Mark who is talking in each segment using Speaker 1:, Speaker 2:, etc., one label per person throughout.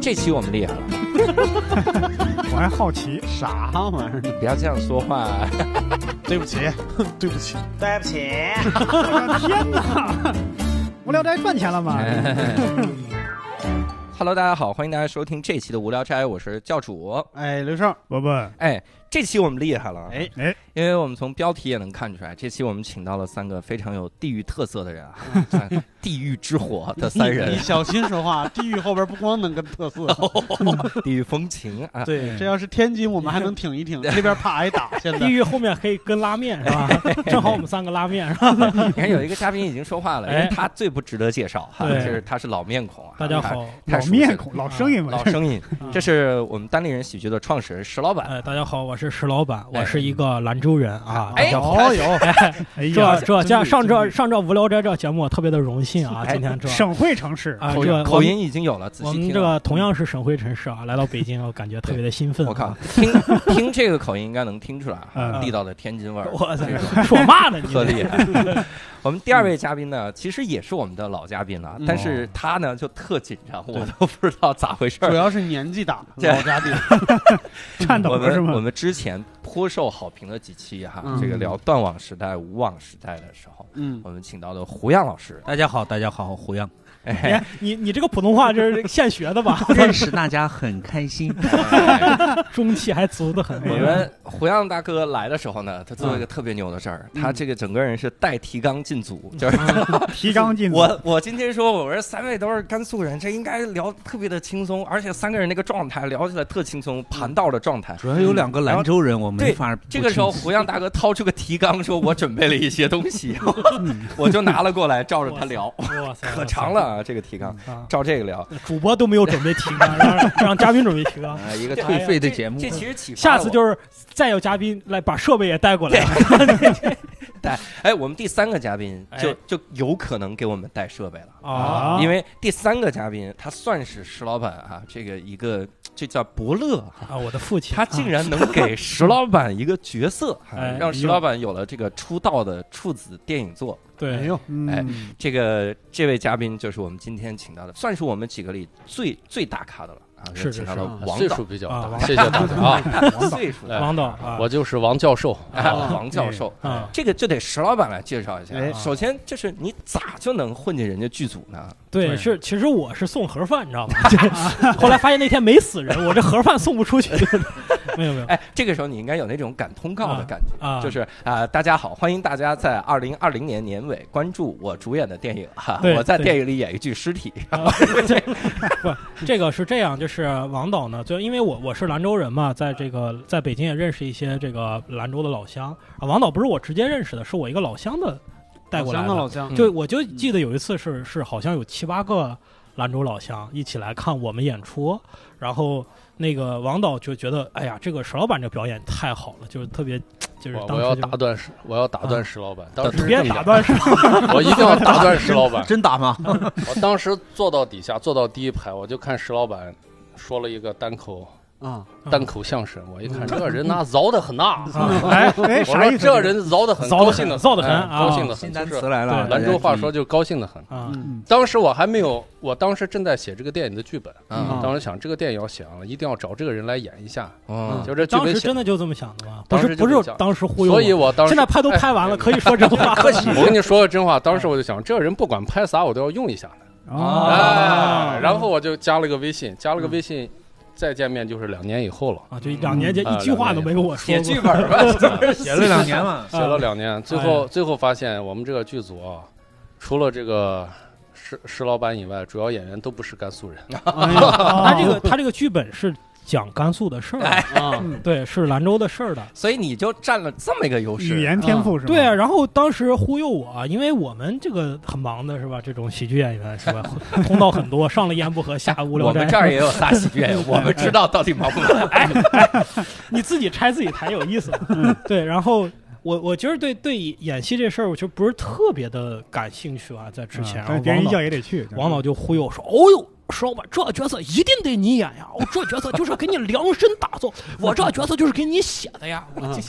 Speaker 1: 这期我们厉害了，
Speaker 2: 我还好奇，
Speaker 3: 啥玩意儿？
Speaker 1: 不要这样说话。
Speaker 4: 对 不起，对不起，
Speaker 5: 对不起，
Speaker 2: 我的天哪！无聊斋赚钱了 吗？
Speaker 1: 哎 Hello，大家好，欢迎大家收听这期的无聊斋，我是教主。
Speaker 3: 哎，刘胜，
Speaker 2: 伯伯，
Speaker 1: 哎，这期我们厉害了，
Speaker 3: 哎
Speaker 2: 哎，
Speaker 1: 因为我们从标题也能看出来，这期我们请到了三个非常有地域特色的人啊， 地狱之火的三
Speaker 3: 你
Speaker 1: 人
Speaker 3: 你，小心说话， 地狱后边不光能跟特色，
Speaker 6: 哦
Speaker 1: 地狱风情 啊，
Speaker 4: 对
Speaker 3: 这要是天津，我们还能挺一挺，这边怕挨打。现
Speaker 4: 地
Speaker 3: 在
Speaker 4: 狱后面可以跟拉面 是吧？正好我们三个拉面是吧？
Speaker 1: 你看有一个嘉宾已经说话了，因为
Speaker 4: 哎
Speaker 1: 他最不值得介绍哈，就
Speaker 4: 对
Speaker 1: 是他是老面孔啊，
Speaker 4: 大家好，
Speaker 1: 太
Speaker 2: 老
Speaker 1: 熟悉了
Speaker 2: 面孔，老声音
Speaker 1: 他，
Speaker 2: 嘛，
Speaker 1: 老 声音
Speaker 4: 啊，
Speaker 1: 这是我们单立人喜剧的创始人石老板。
Speaker 4: 哎，大家好，我是石老板，
Speaker 1: 哎
Speaker 4: 我是一个兰州人啊。
Speaker 1: 哎
Speaker 4: 大家好
Speaker 3: 哦有
Speaker 4: 哎，
Speaker 2: 哎
Speaker 4: 这
Speaker 2: 呀，
Speaker 4: 这
Speaker 3: 真
Speaker 4: 这
Speaker 3: 绿
Speaker 4: 上
Speaker 3: 真
Speaker 4: 这
Speaker 3: 绿
Speaker 4: 上这无聊斋这节目，我特别的荣幸啊，
Speaker 1: 哎
Speaker 4: 今天这
Speaker 2: 省会城市，
Speaker 4: 啊
Speaker 1: 口
Speaker 4: 这
Speaker 1: 音
Speaker 4: 我
Speaker 1: 口音已经有了，仔
Speaker 4: 我
Speaker 1: 细
Speaker 4: 们
Speaker 1: 听
Speaker 4: 这
Speaker 1: 啊。
Speaker 4: 个同样是省会城市啊，来到北京，我感觉特别的兴奋。啊
Speaker 1: 我靠，，听听这个口音应该能听出来啊，
Speaker 2: 嗯
Speaker 1: 地道的天津味儿。
Speaker 4: 我操
Speaker 1: 这个，
Speaker 4: 说嘛呢？
Speaker 1: 特
Speaker 4: 你
Speaker 1: 厉害。 我们第二位嘉宾呢，其实也是我们的老嘉宾了，
Speaker 3: 嗯
Speaker 1: 但是他呢就特紧张，我都不知道咋回事
Speaker 3: 主
Speaker 1: 儿。
Speaker 3: 要是年纪 大，
Speaker 1: 这
Speaker 3: 老嘉宾，
Speaker 2: 颤抖
Speaker 1: 我
Speaker 2: 了是
Speaker 1: 们我
Speaker 2: 吗？
Speaker 1: 们之前颇受好评的几期哈，
Speaker 3: 嗯
Speaker 1: 这个聊断网时代、无网时代的时候，
Speaker 3: 嗯，
Speaker 1: 我们请到了胡杨老师。
Speaker 6: 大家好，大家好，胡 杨，
Speaker 1: 哎
Speaker 4: 哎你你这个普通话这是现学的吧？
Speaker 6: 认识大家很开心。
Speaker 4: 中气还足的很。
Speaker 1: 哎我们胡杨大哥来的时候呢，他做
Speaker 2: 嗯
Speaker 1: 了一个特别牛的事儿，他这个整个人是带提纲进组，就是
Speaker 2: 提纲进
Speaker 1: 我我今天说，我说三位都是甘肃人，这应该聊得特别的轻松，而且三个人那个状态聊起来特轻松，盘道的状态。
Speaker 6: 主要
Speaker 3: 哎
Speaker 6: 有两个兰州嗯人，我没法不
Speaker 1: 这个时候，
Speaker 6: 称
Speaker 1: 胡杨大哥掏出个提纲，说：“我准备了一些东 西，
Speaker 6: 嗯
Speaker 1: 我就拿了过来，照着他聊，
Speaker 4: 哇塞，
Speaker 1: 可长了啊！这个提纲，
Speaker 4: 啊！
Speaker 1: 照这个聊，
Speaker 4: 主播都没有准备提纲，让让嘉宾准备提纲。
Speaker 1: 啊，一个
Speaker 4: 这
Speaker 6: 付费费的节目。
Speaker 1: 这，其实启发
Speaker 4: 下次
Speaker 1: 是
Speaker 4: 就是再有嘉宾来把设备也带过来。
Speaker 1: 哎，我们第三个嘉宾就
Speaker 4: 哎
Speaker 1: 就有可能给我们带设备了。”
Speaker 4: 啊，
Speaker 1: 因为第三个嘉宾，他算是石老板啊，这个一个这叫伯乐啊，
Speaker 4: 啊，我的父亲，
Speaker 1: 他竟然能给石老板一个角色，
Speaker 4: 啊哎
Speaker 1: 让石老板有了这个出道的处子电影作。
Speaker 4: 对，
Speaker 3: 哎呦，
Speaker 1: 哎
Speaker 2: 嗯，
Speaker 1: 这个这位嘉宾就是我们今天请到的，算是我们几个里最最大咖的了啊，
Speaker 4: 是
Speaker 7: 是
Speaker 1: 请到
Speaker 7: 是
Speaker 1: 了
Speaker 7: 啊
Speaker 1: 王
Speaker 7: 岁
Speaker 1: 导
Speaker 7: 数比较
Speaker 4: 啊
Speaker 7: 大，
Speaker 4: 王
Speaker 7: 谢谢大家 啊！
Speaker 1: 岁数
Speaker 7: 哎
Speaker 4: 王导哎啊，
Speaker 7: 我就是王教授，
Speaker 1: 啊，
Speaker 3: 哦
Speaker 1: 王教授。
Speaker 4: 啊，
Speaker 1: 这个就得石老板来介绍一下。啊
Speaker 3: 哎
Speaker 1: 首先，就是你咋就能混进人家剧组呢？
Speaker 4: 对，是其实我是送盒饭，你知道吗？ 后来发现那天没死人，我这盒饭送不出去， 没有没有
Speaker 1: 哎，这个时候你应该有那种赶通告的感觉，
Speaker 4: 啊，
Speaker 1: 就是啊、大家好，欢迎大家在二零二零年年尾关注我主演的电影哈、
Speaker 4: 对
Speaker 1: 我在
Speaker 4: 对
Speaker 1: 电影里演一具尸体，
Speaker 4: 啊，对，不，这个是这样，就是王导呢，就因为我我是兰州人嘛，在这个在北京也认识一些这个兰州的老乡啊。王导不是我直接认识的，是我一个老乡的带过来
Speaker 3: 老乡
Speaker 4: 的
Speaker 3: 的。老乡，
Speaker 7: 嗯
Speaker 4: 就我就记得有一次是是好像有七八个兰州老乡一起来看我们演出，然后那个王导就觉得，哎呀，这个石老板这表演太好了，就是特别就是
Speaker 7: 我
Speaker 4: 当
Speaker 7: 我要
Speaker 4: 时就啊
Speaker 7: 打断石，我要打断石老板，当时
Speaker 4: 别打断是吧？
Speaker 7: 我一定要打断石老板
Speaker 6: 真 打吗？
Speaker 7: 我当时坐到底下，坐到第一排，我就看石老板说了一个单口
Speaker 3: 啊，
Speaker 7: 单口相声，我一看这人呐，饶得很呐。
Speaker 2: 哎哎，
Speaker 7: 我
Speaker 2: 啥意思？
Speaker 7: 说这人饶得很，
Speaker 4: 啊饶得很
Speaker 7: 高兴的，哎
Speaker 4: 造得很啊
Speaker 7: 高兴的
Speaker 6: 新
Speaker 7: 很。
Speaker 6: 单
Speaker 7: 就
Speaker 6: 词
Speaker 7: 是
Speaker 6: 来了，
Speaker 4: 对
Speaker 7: 兰州话说就是高兴的很。
Speaker 4: 啊，
Speaker 3: 嗯
Speaker 7: 当时我还没有，我当时正在写这个电影的剧本，
Speaker 1: 嗯
Speaker 3: 啊
Speaker 7: 当时想这个电影要写完了，一定要找这个人来演一下。
Speaker 1: 嗯，
Speaker 7: 就这剧
Speaker 4: 当
Speaker 7: 本
Speaker 4: 时
Speaker 7: 写
Speaker 4: 真，的就这么想的吗？不
Speaker 7: 当时
Speaker 4: 是
Speaker 7: 就
Speaker 4: 不
Speaker 7: 这么
Speaker 4: 是
Speaker 7: 想
Speaker 4: 当时忽悠我，
Speaker 7: 所以我当时
Speaker 4: 现在拍都
Speaker 7: 哎
Speaker 4: 拍完了，可以说真话。
Speaker 7: 我跟你说个真话，当时我就想，这人不管拍啥，我都要用一下的。
Speaker 2: 啊
Speaker 7: 哎，然后我就加了个微信，加了个微信，再见面就是两年以后了，
Speaker 4: 嗯啊，就两年前
Speaker 7: 嗯
Speaker 4: 一句话都没跟我说
Speaker 1: 写
Speaker 4: 过。啊
Speaker 1: 剧本吧， 就是
Speaker 6: 写了两年 了，
Speaker 7: 写了两年，最
Speaker 4: 哎
Speaker 7: 后最后发现我们这个剧组啊，除了这个石石老板以外，主要演员都不是甘肃人。
Speaker 2: 哎哦
Speaker 4: 他这个他这个剧本是讲甘肃的事
Speaker 1: 哎
Speaker 4: 儿，
Speaker 3: 啊，
Speaker 4: 对，是兰州的事儿的。
Speaker 1: 所以你就占了这么一个优势。
Speaker 2: 语言天赋是吧？
Speaker 4: 对啊，然后当时忽悠我，因为我们这个很忙的是吧？这种喜剧演员是吧？ 通道很多，上了烟不合下无聊
Speaker 1: 我
Speaker 4: 斋。
Speaker 1: 们这儿也有仨喜剧演 员，我们知道到底忙不忙。
Speaker 4: 你自己拆自己台有意思。
Speaker 2: 嗯
Speaker 4: 对，然后我我觉得对对演戏这事儿，我就不是特别的感兴趣啊，在之前。
Speaker 2: 嗯
Speaker 4: 然
Speaker 2: 但
Speaker 4: 后
Speaker 2: 别人
Speaker 4: 王
Speaker 2: 一
Speaker 4: 导
Speaker 2: 叫也得去，嗯
Speaker 4: 王导就忽悠说：“哦呦，说吧，这角色一定得你演呀，我这角色就是给你量身打造，我这角色就是给你写的 哎呀，我这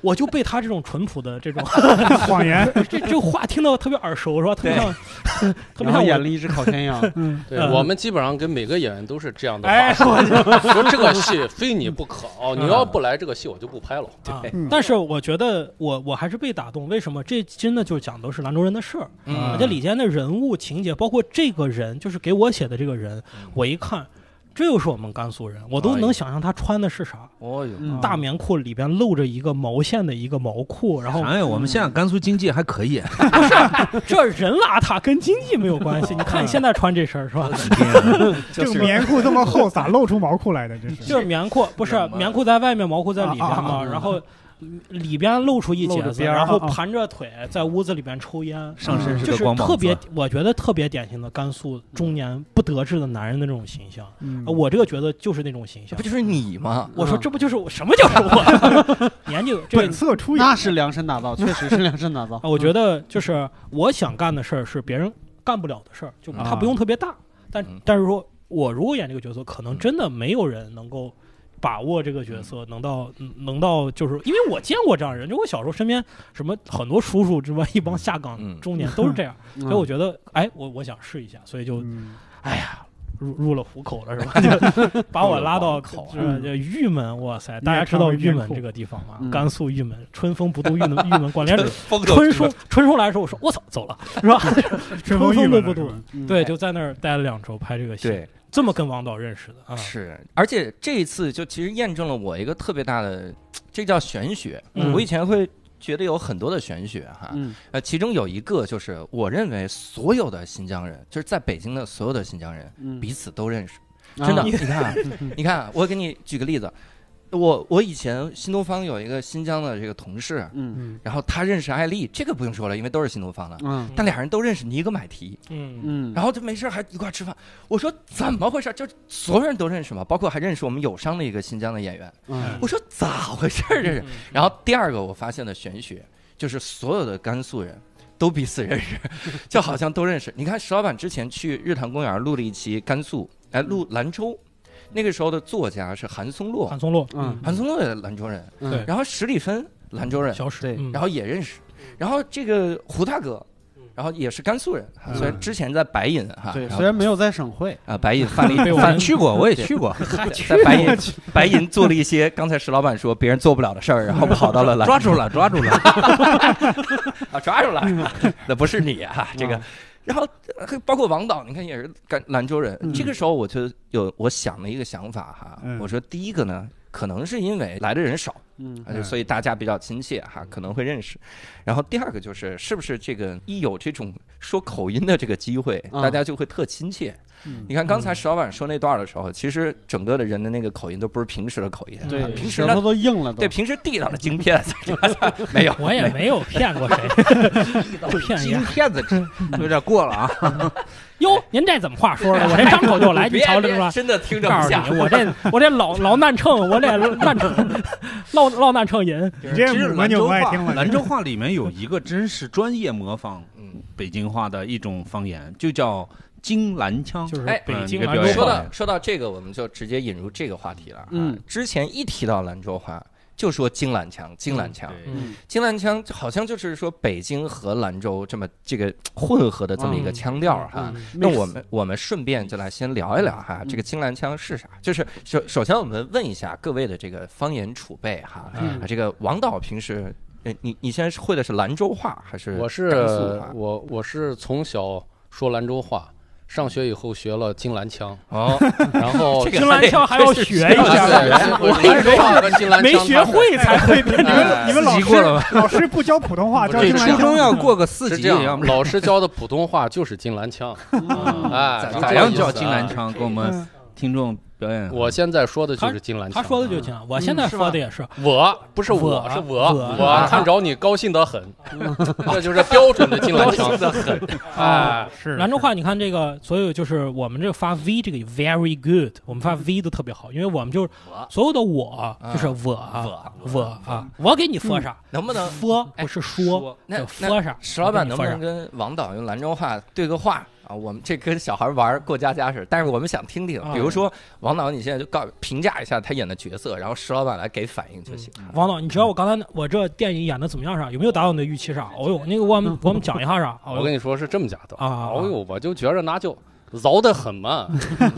Speaker 4: 我就被他这种淳朴的 这种
Speaker 2: 谎言，
Speaker 4: 这这话听到特别耳熟，是吧？特别像 特别
Speaker 3: 然后
Speaker 4: 像
Speaker 3: 演
Speaker 4: 我
Speaker 3: 了一只烤全羊，
Speaker 7: 对
Speaker 4: 嗯
Speaker 7: 我们基本上跟每个演员都是这 样的
Speaker 4: 哎
Speaker 7: 话术，说这个戏非你不可，
Speaker 4: 嗯
Speaker 7: 哦你要不来这个戏我就不拍了。
Speaker 4: 啊
Speaker 2: 嗯。
Speaker 4: 但是我觉得我我还是被打动，为什么？这真的就讲的是兰州人的事儿。
Speaker 1: 嗯
Speaker 7: 啊
Speaker 4: 而啊且里间的人物情节，包括这个人，就是给我写的这个人，我一看，这又是我们甘肃人，我都
Speaker 1: 哎
Speaker 4: 能想象他穿的是啥，
Speaker 1: 哦哟，
Speaker 3: 嗯
Speaker 4: 大棉裤里边露着一个毛线的一个毛裤，然后
Speaker 6: 哎呀，我们现在甘肃经济还可以，
Speaker 4: 这人邋遢跟经济没有关系。你看你现在穿这身儿是吧？
Speaker 2: 这
Speaker 1: 就是
Speaker 2: 棉裤这么厚，咋露出毛裤来的？这是
Speaker 4: 就是棉裤，不是
Speaker 1: 冷吗
Speaker 4: 棉裤在外面，毛裤在里边
Speaker 2: 啊啊
Speaker 4: 嘛，然后。里边露出一
Speaker 3: 露
Speaker 4: 截
Speaker 3: 着
Speaker 4: 子，
Speaker 3: 边儿
Speaker 4: 然后
Speaker 3: 啊啊
Speaker 4: 盘着腿在屋子里边抽烟，啊
Speaker 6: 上身是
Speaker 4: 就
Speaker 6: 个
Speaker 4: 是
Speaker 6: 光膀
Speaker 4: 特别
Speaker 6: 子。，
Speaker 4: 我觉得特别典型的甘肃中年不得志的男人的这种形象。
Speaker 2: 嗯
Speaker 4: 啊我这个角色就是那种形象
Speaker 1: 不。就是嗯你吗？
Speaker 4: 我说这不就是我什么就是我 年纪这
Speaker 2: 本色出演，
Speaker 3: 那是量身打造，确实是量身打造
Speaker 1: 嗯
Speaker 4: 啊，。我觉得就是我想干的事儿是别人干不了的事儿，就他不用特别大，但
Speaker 1: 啊嗯
Speaker 4: 但是说我如果演这个角色，可能真的没有人能够。把握这个角
Speaker 1: 嗯
Speaker 4: 色，能到嗯能到，就是因为我见过这样的人，就我小时候身边什么很多叔叔，什么一帮下岗
Speaker 1: 嗯
Speaker 4: 中年都是 这样，
Speaker 3: 嗯
Speaker 4: 所以我觉得，哎，我我想试一下，所以就
Speaker 2: 嗯
Speaker 4: 哎呀，入入了虎口了 是吧？就把我拉到
Speaker 1: 口啊
Speaker 4: 这这玉门，哇塞！
Speaker 2: 你
Speaker 4: 大家
Speaker 2: 也
Speaker 4: 知
Speaker 2: 看
Speaker 4: 道
Speaker 2: 过
Speaker 4: 玉
Speaker 2: 玉
Speaker 4: 门
Speaker 2: 库
Speaker 4: 这个地方吗？
Speaker 3: 嗯
Speaker 4: 甘肃玉门，春风不度玉门玉门关，连
Speaker 1: 风
Speaker 4: 春叔春叔来的时候，我说我操，走 了是吧？春
Speaker 2: 风
Speaker 4: 风
Speaker 2: 郁
Speaker 4: 都
Speaker 2: 闷
Speaker 4: 不
Speaker 2: 了是
Speaker 4: 度
Speaker 2: 吧，
Speaker 3: 嗯
Speaker 4: 对，就在那儿待了两周拍这个戏，
Speaker 1: 对，
Speaker 4: 这么跟王导认识的啊，
Speaker 1: 是，而且这一次就其实验证了我一个特别大的，这叫玄学。
Speaker 4: 嗯
Speaker 1: 我以前会觉得有很多的玄学哈，
Speaker 3: 嗯
Speaker 1: 呃，其中有一个就是我认为所有的新疆人，就是在北京的所有的新疆人
Speaker 3: 嗯，
Speaker 1: 彼此都认识，真 的。
Speaker 3: 啊
Speaker 1: 你看啊，你看啊，我给你举个例子，我我以前新东方有一个新疆的这个同事，
Speaker 3: 嗯
Speaker 4: 嗯
Speaker 1: 然后他认识艾丽，这个不用说了，因为都是新东方的。
Speaker 3: 嗯
Speaker 1: 但俩人都认识尼格买提，
Speaker 4: 嗯
Speaker 3: 嗯，
Speaker 1: 然后就没事儿还一块儿吃饭。我说怎么回事儿？就所有人都认识嘛，包括还认识我们友商的一个新疆的演员。
Speaker 3: 嗯
Speaker 1: 我说咋回事儿这
Speaker 4: 嗯
Speaker 1: 是？然后第二个我发现的玄学就是所有的甘肃人都彼此认 识，就好像都认识。你看石老板之前去日坛公园录了一期甘肃，哎，录兰州，那个时候的作家是韩松洛
Speaker 4: 韩，松洛，
Speaker 3: 嗯嗯
Speaker 1: 韩松洛也是兰州人，
Speaker 3: 嗯
Speaker 4: 对
Speaker 1: 然后史蒂芬兰州人，
Speaker 4: 小史，
Speaker 6: 对
Speaker 4: 嗯
Speaker 1: 然后也认识，然后这个胡大哥。然后也是甘肃人，啊虽然之前在白银哈，
Speaker 3: 对，
Speaker 1: 啊然后
Speaker 3: 虽然没有在省会，
Speaker 1: 啊，白银范例
Speaker 4: 被我
Speaker 1: 范
Speaker 4: 们
Speaker 6: 去过，我也去过，
Speaker 1: 在白银白银做了一些刚才石老板说别人做不了的事儿，然后跑到了兰
Speaker 6: 抓住了，抓住了。
Speaker 1: 啊，抓住了，那不是你啊，
Speaker 3: 嗯
Speaker 1: 这个。然后呃包括王导，你看也是甘兰州人。
Speaker 3: 嗯
Speaker 1: 这个时候我就有我想了一个想法哈，
Speaker 2: 嗯
Speaker 1: 我说第一个呢，可能是因为来的人少，
Speaker 3: 嗯
Speaker 1: 啊就
Speaker 2: 嗯
Speaker 1: 所以大家比较亲切哈，可能会认识。然后第二个就是，是不是这个一有这种说口音的这个机会，
Speaker 3: 啊
Speaker 1: 大家就会特亲切
Speaker 3: 嗯。
Speaker 1: 你看刚才石老板说那段的时候，其实整个的人的那个口音都不是平时的口音，
Speaker 3: 对
Speaker 1: 啊，平时
Speaker 3: 舌
Speaker 1: 呢
Speaker 3: 头都硬了都
Speaker 1: 对，。平时地道的京片，没有，
Speaker 4: 我也没有骗过 谁，骗人家
Speaker 6: 金骗子有点过了啊！
Speaker 4: 哟，您这怎么话说的？ 我这张口就来，你
Speaker 1: 别
Speaker 4: 瞧着是
Speaker 1: 别
Speaker 4: 吧？
Speaker 1: 真的听着
Speaker 4: 告
Speaker 1: 不
Speaker 4: 诉
Speaker 1: 像。
Speaker 4: 你，我这我这老老难秤，我这难秤，落落难秤人。
Speaker 2: 你这
Speaker 6: 其实
Speaker 2: 母们
Speaker 6: 兰
Speaker 2: 就
Speaker 6: 州
Speaker 2: 不爱
Speaker 6: 话，
Speaker 2: 听了。
Speaker 6: 兰州话里面有一个真是专业模仿
Speaker 1: 嗯，
Speaker 6: 北京话的一种方言，就叫京兰腔。
Speaker 4: 就是
Speaker 1: 哎
Speaker 4: 北京
Speaker 6: 嗯
Speaker 4: 兰
Speaker 6: 你给
Speaker 4: 州
Speaker 1: 说
Speaker 6: 表
Speaker 4: 话
Speaker 6: 演
Speaker 1: 到说到这个，我们就直接引入这个话题了。啊
Speaker 3: 嗯，
Speaker 1: 之前一提到兰州话，就说金兰腔，金兰腔，
Speaker 6: 对
Speaker 4: 嗯
Speaker 1: 金兰腔，好像就是说北京和兰州这么这个混合的这么一个腔调儿哈。
Speaker 4: 嗯
Speaker 1: 那我们我们顺便就来先聊一聊哈，
Speaker 3: 嗯
Speaker 1: 这个金兰腔是啥？就是首首先我们问一下各位的这个方言储备哈，
Speaker 3: 嗯
Speaker 1: 啊，这个王导平时，呃你你现在是会的是兰州话还是
Speaker 7: 我是
Speaker 1: 甘肃话？
Speaker 7: 我我是从小说兰州话，上学以后学了京兰腔，
Speaker 1: 哦，
Speaker 7: 然后
Speaker 1: 这个
Speaker 4: 金兰腔还要学一
Speaker 7: 对
Speaker 4: 下，
Speaker 7: 我
Speaker 2: 哎
Speaker 7: 兰州话和京兰腔
Speaker 4: 没学会才会变
Speaker 2: 你们你们老
Speaker 6: 四级过
Speaker 2: 师
Speaker 6: 了
Speaker 2: 老师不教普通话，教
Speaker 7: 这
Speaker 2: 英
Speaker 7: 个
Speaker 6: 这初
Speaker 2: 文教。
Speaker 6: 中要过个四
Speaker 7: 是
Speaker 6: 级，
Speaker 7: 这样
Speaker 6: 要，不然
Speaker 7: 老师教的普通话就是京兰腔，哎，
Speaker 1: 啊咋
Speaker 7: 是这
Speaker 6: 咋
Speaker 7: 个
Speaker 6: 样
Speaker 7: 意
Speaker 6: 叫
Speaker 7: 思
Speaker 6: 京
Speaker 7: 啊
Speaker 6: 兰腔？给我们
Speaker 2: 嗯
Speaker 6: 听众表演。
Speaker 7: 我现在说的就是金兰
Speaker 4: 他
Speaker 7: 腔。
Speaker 4: 说的就行，我现在说的也嗯是，
Speaker 7: 我不是我
Speaker 4: 我
Speaker 7: 是
Speaker 4: 我
Speaker 7: 我看着你高兴得很，这就是标准的金兰腔。的很， 哎，
Speaker 2: 是
Speaker 4: 兰州啊话，你看这个，所有就是我们这个发 v 这个 very good，我们发 v 都特别好，因为我们就是所有的我
Speaker 1: 嗯
Speaker 4: 就是我啊我啊，我给你说啥，
Speaker 1: 能嗯不能
Speaker 4: 说不是说，
Speaker 1: 那
Speaker 4: 叫
Speaker 1: 那
Speaker 4: 说啥，
Speaker 1: 石老板能不
Speaker 4: 我给
Speaker 1: 能
Speaker 4: 你说啥
Speaker 1: 跟王导用兰州话对个话啊？啊，我们这跟小孩玩过家家似的，但是我们想听听，比如说王导，你现在就告评价一下他演的角色，然后石老板来给反应就行。啊
Speaker 4: 王导，你知道我刚才我这电影演的怎么样啥？有没有达到你的预期啥？哦呦，那个我们我们讲一下啥？哦
Speaker 7: 我
Speaker 4: 呦
Speaker 7: 跟你说是这么讲的
Speaker 4: 啊啊啊
Speaker 7: 哦呦，我就觉着那就饶得很嘛。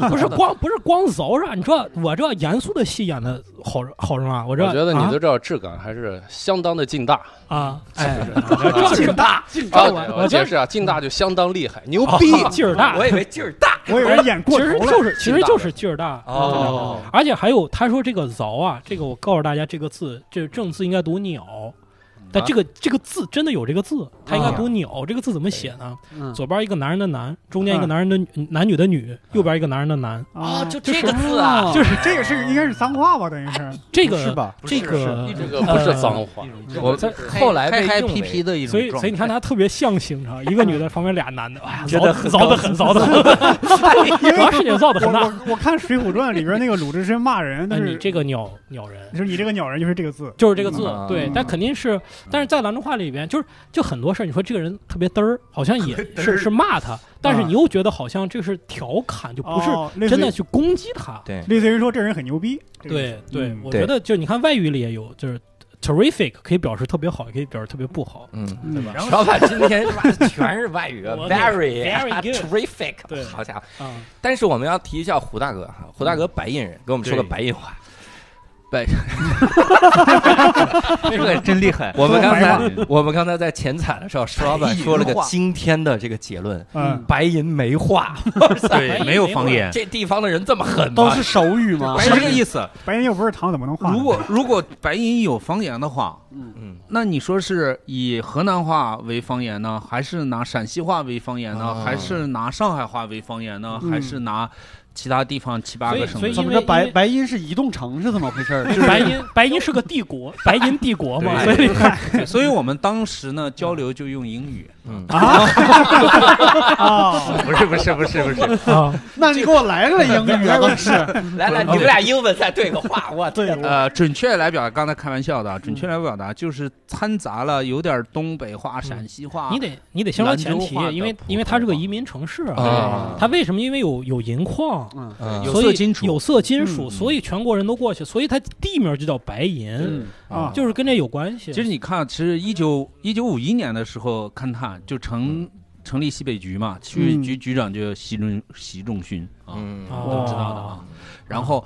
Speaker 4: 不是光不是光走啥？你这我这严肃的戏演的好好什么？我
Speaker 7: 我
Speaker 4: 这
Speaker 7: 觉得你
Speaker 4: 啊
Speaker 7: 的这质感还是相当的劲大，
Speaker 4: 啊，
Speaker 7: 是
Speaker 4: 哎
Speaker 7: 不，是？
Speaker 4: 这是
Speaker 7: 大，劲大，
Speaker 4: 我
Speaker 7: 我
Speaker 4: 我觉
Speaker 7: 解
Speaker 4: 得
Speaker 7: 释啊，劲大就相当厉害，牛逼，
Speaker 4: 逼哦劲儿大
Speaker 1: 我，以为劲儿大
Speaker 2: 我以为演过
Speaker 4: 其
Speaker 2: 头了，
Speaker 4: 实就是其实就是劲儿大。
Speaker 3: 嗯
Speaker 1: 哦，
Speaker 4: 而且还有，他说这个“凿”啊，这个我告诉大家，这个字，这个正字应该读“鸟”，但这个、这个字真的有这个字，它应该读“鸟”。这个字怎么写呢？
Speaker 3: 嗯，
Speaker 4: 左边一个男人的“男”，中间一个男人的女、男女的“女”，右边一个男人的“男
Speaker 1: 啊，
Speaker 2: 啊，
Speaker 1: 就
Speaker 2: 就
Speaker 1: 这个字啊，
Speaker 4: 就是
Speaker 2: 这个是应该是脏话吧？等 于是”。
Speaker 4: 这
Speaker 3: 哦不是
Speaker 4: 个
Speaker 3: 吧？
Speaker 4: 这个呃
Speaker 7: 这个不是脏话，
Speaker 1: 嗯我后来被
Speaker 6: 开开
Speaker 1: 用为
Speaker 6: 皮皮的一
Speaker 4: 所
Speaker 6: 种
Speaker 4: 以，
Speaker 6: 状
Speaker 4: 所以
Speaker 6: 态，
Speaker 4: 你看他特别像形成，一个女的旁边俩男的，哎呀，
Speaker 1: 觉得很
Speaker 4: 造的很，造的很，
Speaker 2: 因为
Speaker 4: 主要是你造的
Speaker 2: 我
Speaker 4: 很大。
Speaker 2: 我我看《水浒传》里边那个鲁智深骂人，
Speaker 4: 那
Speaker 2: 但
Speaker 4: 你
Speaker 2: 是
Speaker 4: 这个鸟鸟人，
Speaker 2: 就是你这个鸟人就是这个字，
Speaker 4: 就是这个字，
Speaker 1: 嗯
Speaker 4: 对，但肯定是，但是在兰州话里边，就是就很多事儿，你说这个人特别嘚儿，好像也是是骂他，但是你又觉得好像这是调侃，就不是
Speaker 2: 哦类似
Speaker 4: 真
Speaker 2: 于
Speaker 4: 的去攻击他。
Speaker 1: 对
Speaker 2: 类似于说这人很牛逼。这个
Speaker 4: 对对
Speaker 2: 嗯，
Speaker 4: 我
Speaker 1: 对
Speaker 4: 觉得就你看外语里也有，就是 terrific 可以表示特别好，也可以表示特别不好。
Speaker 1: 嗯。
Speaker 2: 嗯
Speaker 4: 对吧
Speaker 1: 石老板今天是吧全是外语
Speaker 4: 我
Speaker 1: ，very
Speaker 4: very good
Speaker 1: terrific，
Speaker 4: 对
Speaker 1: 好家伙！
Speaker 4: 啊，
Speaker 1: 但是我们要提一下胡大哥哈，胡大
Speaker 6: 嗯
Speaker 1: 哥白银人，给我们说个白银话。 白，
Speaker 6: 这个真厉害。
Speaker 1: 我们刚才
Speaker 6: 白话
Speaker 1: 我们刚才在前彩的时候，石老板说了个
Speaker 6: 白银话
Speaker 1: 惊天的这个结论：
Speaker 2: 嗯，
Speaker 1: 白银没话，
Speaker 4: 啊
Speaker 6: 对，没有方言，
Speaker 1: 这地方的人这么狠
Speaker 3: 都
Speaker 1: 吗
Speaker 3: 是？手语吗？
Speaker 6: 是这个意思。
Speaker 2: 白人又不是糖，怎么能画呢？嗯
Speaker 6: 如果如果白银有方言的话，
Speaker 1: 嗯，
Speaker 6: 那你说是以河南话为方言呢，还是拿陕西话为方
Speaker 3: 哦
Speaker 6: 言呢，
Speaker 1: 啊
Speaker 6: 还是拿上海话为方言呢，
Speaker 2: 嗯
Speaker 6: 还是拿其他地方七八个省
Speaker 4: 所以
Speaker 6: 份
Speaker 3: 怎
Speaker 4: 所以
Speaker 3: 么着
Speaker 4: 因为因
Speaker 3: 白
Speaker 4: 为
Speaker 3: 白银是移动城是怎么回事 儿？就是
Speaker 4: 白银白银是个帝国， 白银帝国嘛，所
Speaker 6: 对
Speaker 4: 以
Speaker 6: 对所以我们当时呢交流就用英语，
Speaker 1: 嗯
Speaker 6: 嗯
Speaker 2: 啊，
Speaker 6: 不是不是不是不是，
Speaker 4: 啊，
Speaker 3: 那你给我来个英语 啊，都是
Speaker 1: 来来，你们俩英文再对个话， 我天哪！
Speaker 6: 呃，准确来表达，刚才开玩笑的，啊准确来表达就是掺杂了有点东北话、
Speaker 1: 嗯
Speaker 6: 陕西话 啊
Speaker 4: 你，得你得先说
Speaker 6: 兰
Speaker 4: 前
Speaker 6: 州
Speaker 4: 提
Speaker 6: 话，的
Speaker 4: 因为
Speaker 6: 普
Speaker 4: 因为它是个
Speaker 6: 通话
Speaker 4: 移民城市
Speaker 1: 啊
Speaker 4: 它为什么？因为有有银矿。
Speaker 3: 嗯
Speaker 1: 嗯
Speaker 6: 有
Speaker 4: 所
Speaker 6: 色
Speaker 4: 以
Speaker 6: 金属
Speaker 4: 有色金属，
Speaker 6: 嗯
Speaker 4: 所以全国人都过去，所以它地名就叫白银，
Speaker 3: 嗯
Speaker 2: 啊
Speaker 4: 就是跟这有关系。
Speaker 6: 其实你看，其实一九一九五一年的时候勘探就成成立西北局嘛，区
Speaker 2: 嗯
Speaker 6: 局局长就习仲习仲勋啊，
Speaker 1: 嗯
Speaker 4: 啊
Speaker 6: 都知道的啊。然后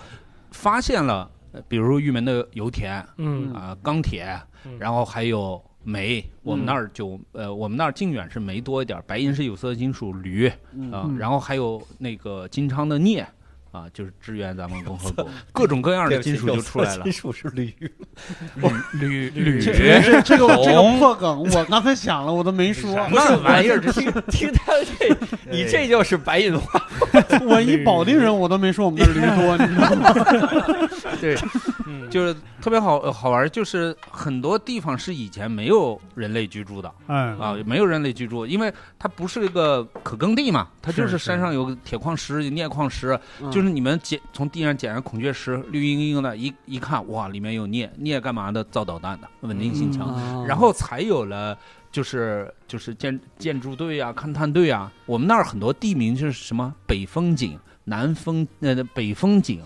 Speaker 6: 发现了，呃比如玉门的油田啊、
Speaker 4: 嗯，
Speaker 6: 钢铁
Speaker 4: 嗯，
Speaker 6: 然后还有煤。我们那儿就呃，我们那儿靖远是煤多一点，白银是有色金属铝啊
Speaker 2: 嗯，
Speaker 6: 然后还有那个金昌的镍。啊，就是支援咱们共和国，各种各样的金属就出来了
Speaker 1: 金。属是 铝，
Speaker 6: 铝
Speaker 4: 铝
Speaker 3: 这这这个我这个破梗，我刚才想了，我都 没说。
Speaker 6: 那玩意儿真是
Speaker 1: 听听他这，你这就是白银话。
Speaker 3: 我一保定人，我都没说我们这驴多，你知道吗？
Speaker 6: 对，
Speaker 4: 嗯
Speaker 6: 就是特别好呃好玩儿，就是很多地方是以前没有人类居住的
Speaker 2: 嗯
Speaker 6: 啊，没有人类居住，因为它不是一个可耕地嘛，它就是是
Speaker 4: 是
Speaker 6: 山上有铁矿石、有镍矿石，
Speaker 3: 嗯
Speaker 6: 就是你们捡从地上捡上孔雀石，绿莹莹的，一一看哇，里面有镍，镍干嘛的？造导弹的， 稳定
Speaker 2: 嗯
Speaker 6: 性强，
Speaker 3: 啊
Speaker 6: 然后才有了。就是就是建建筑队啊，勘探队啊，我们那儿很多地名就是什么北风井、南风呃北风井，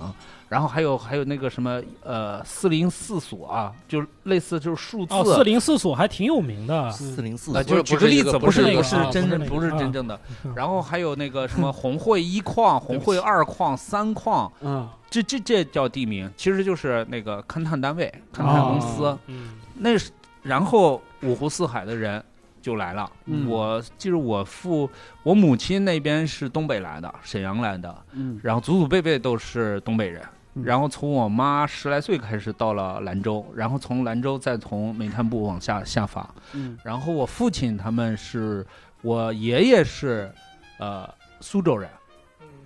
Speaker 6: 然后还有还有那个什么呃四零四所啊，就是类似就是数字。
Speaker 4: 哦，四零四所还挺有名的，
Speaker 1: 四零四
Speaker 6: 呃，
Speaker 7: 不
Speaker 6: 就是是举个例子，
Speaker 7: 不
Speaker 4: 是
Speaker 6: 是
Speaker 4: 那个
Speaker 6: 不
Speaker 4: 啊
Speaker 6: 真正
Speaker 4: 不
Speaker 6: 不
Speaker 4: 是那个
Speaker 6: 是真正的
Speaker 4: 嗯。
Speaker 6: 然后还有那个什么红会一矿、啊红会二矿、三矿，
Speaker 3: 嗯，
Speaker 6: 这这这叫地名，其实就是那个勘探单位、勘探公司。
Speaker 3: 哦
Speaker 4: 嗯，
Speaker 6: 那是然后五湖四海的人就来了。
Speaker 3: 嗯
Speaker 6: 我记得我父我母亲那边是东北来的，沈阳来的，
Speaker 3: 嗯
Speaker 6: 然后祖祖辈辈都是东北人。
Speaker 2: 嗯
Speaker 6: 然后从我妈十来岁开始到了兰州，然后从兰州再从煤炭部往下下发。
Speaker 3: 嗯
Speaker 6: 然后我父亲他们是，我爷爷是，呃，苏州人，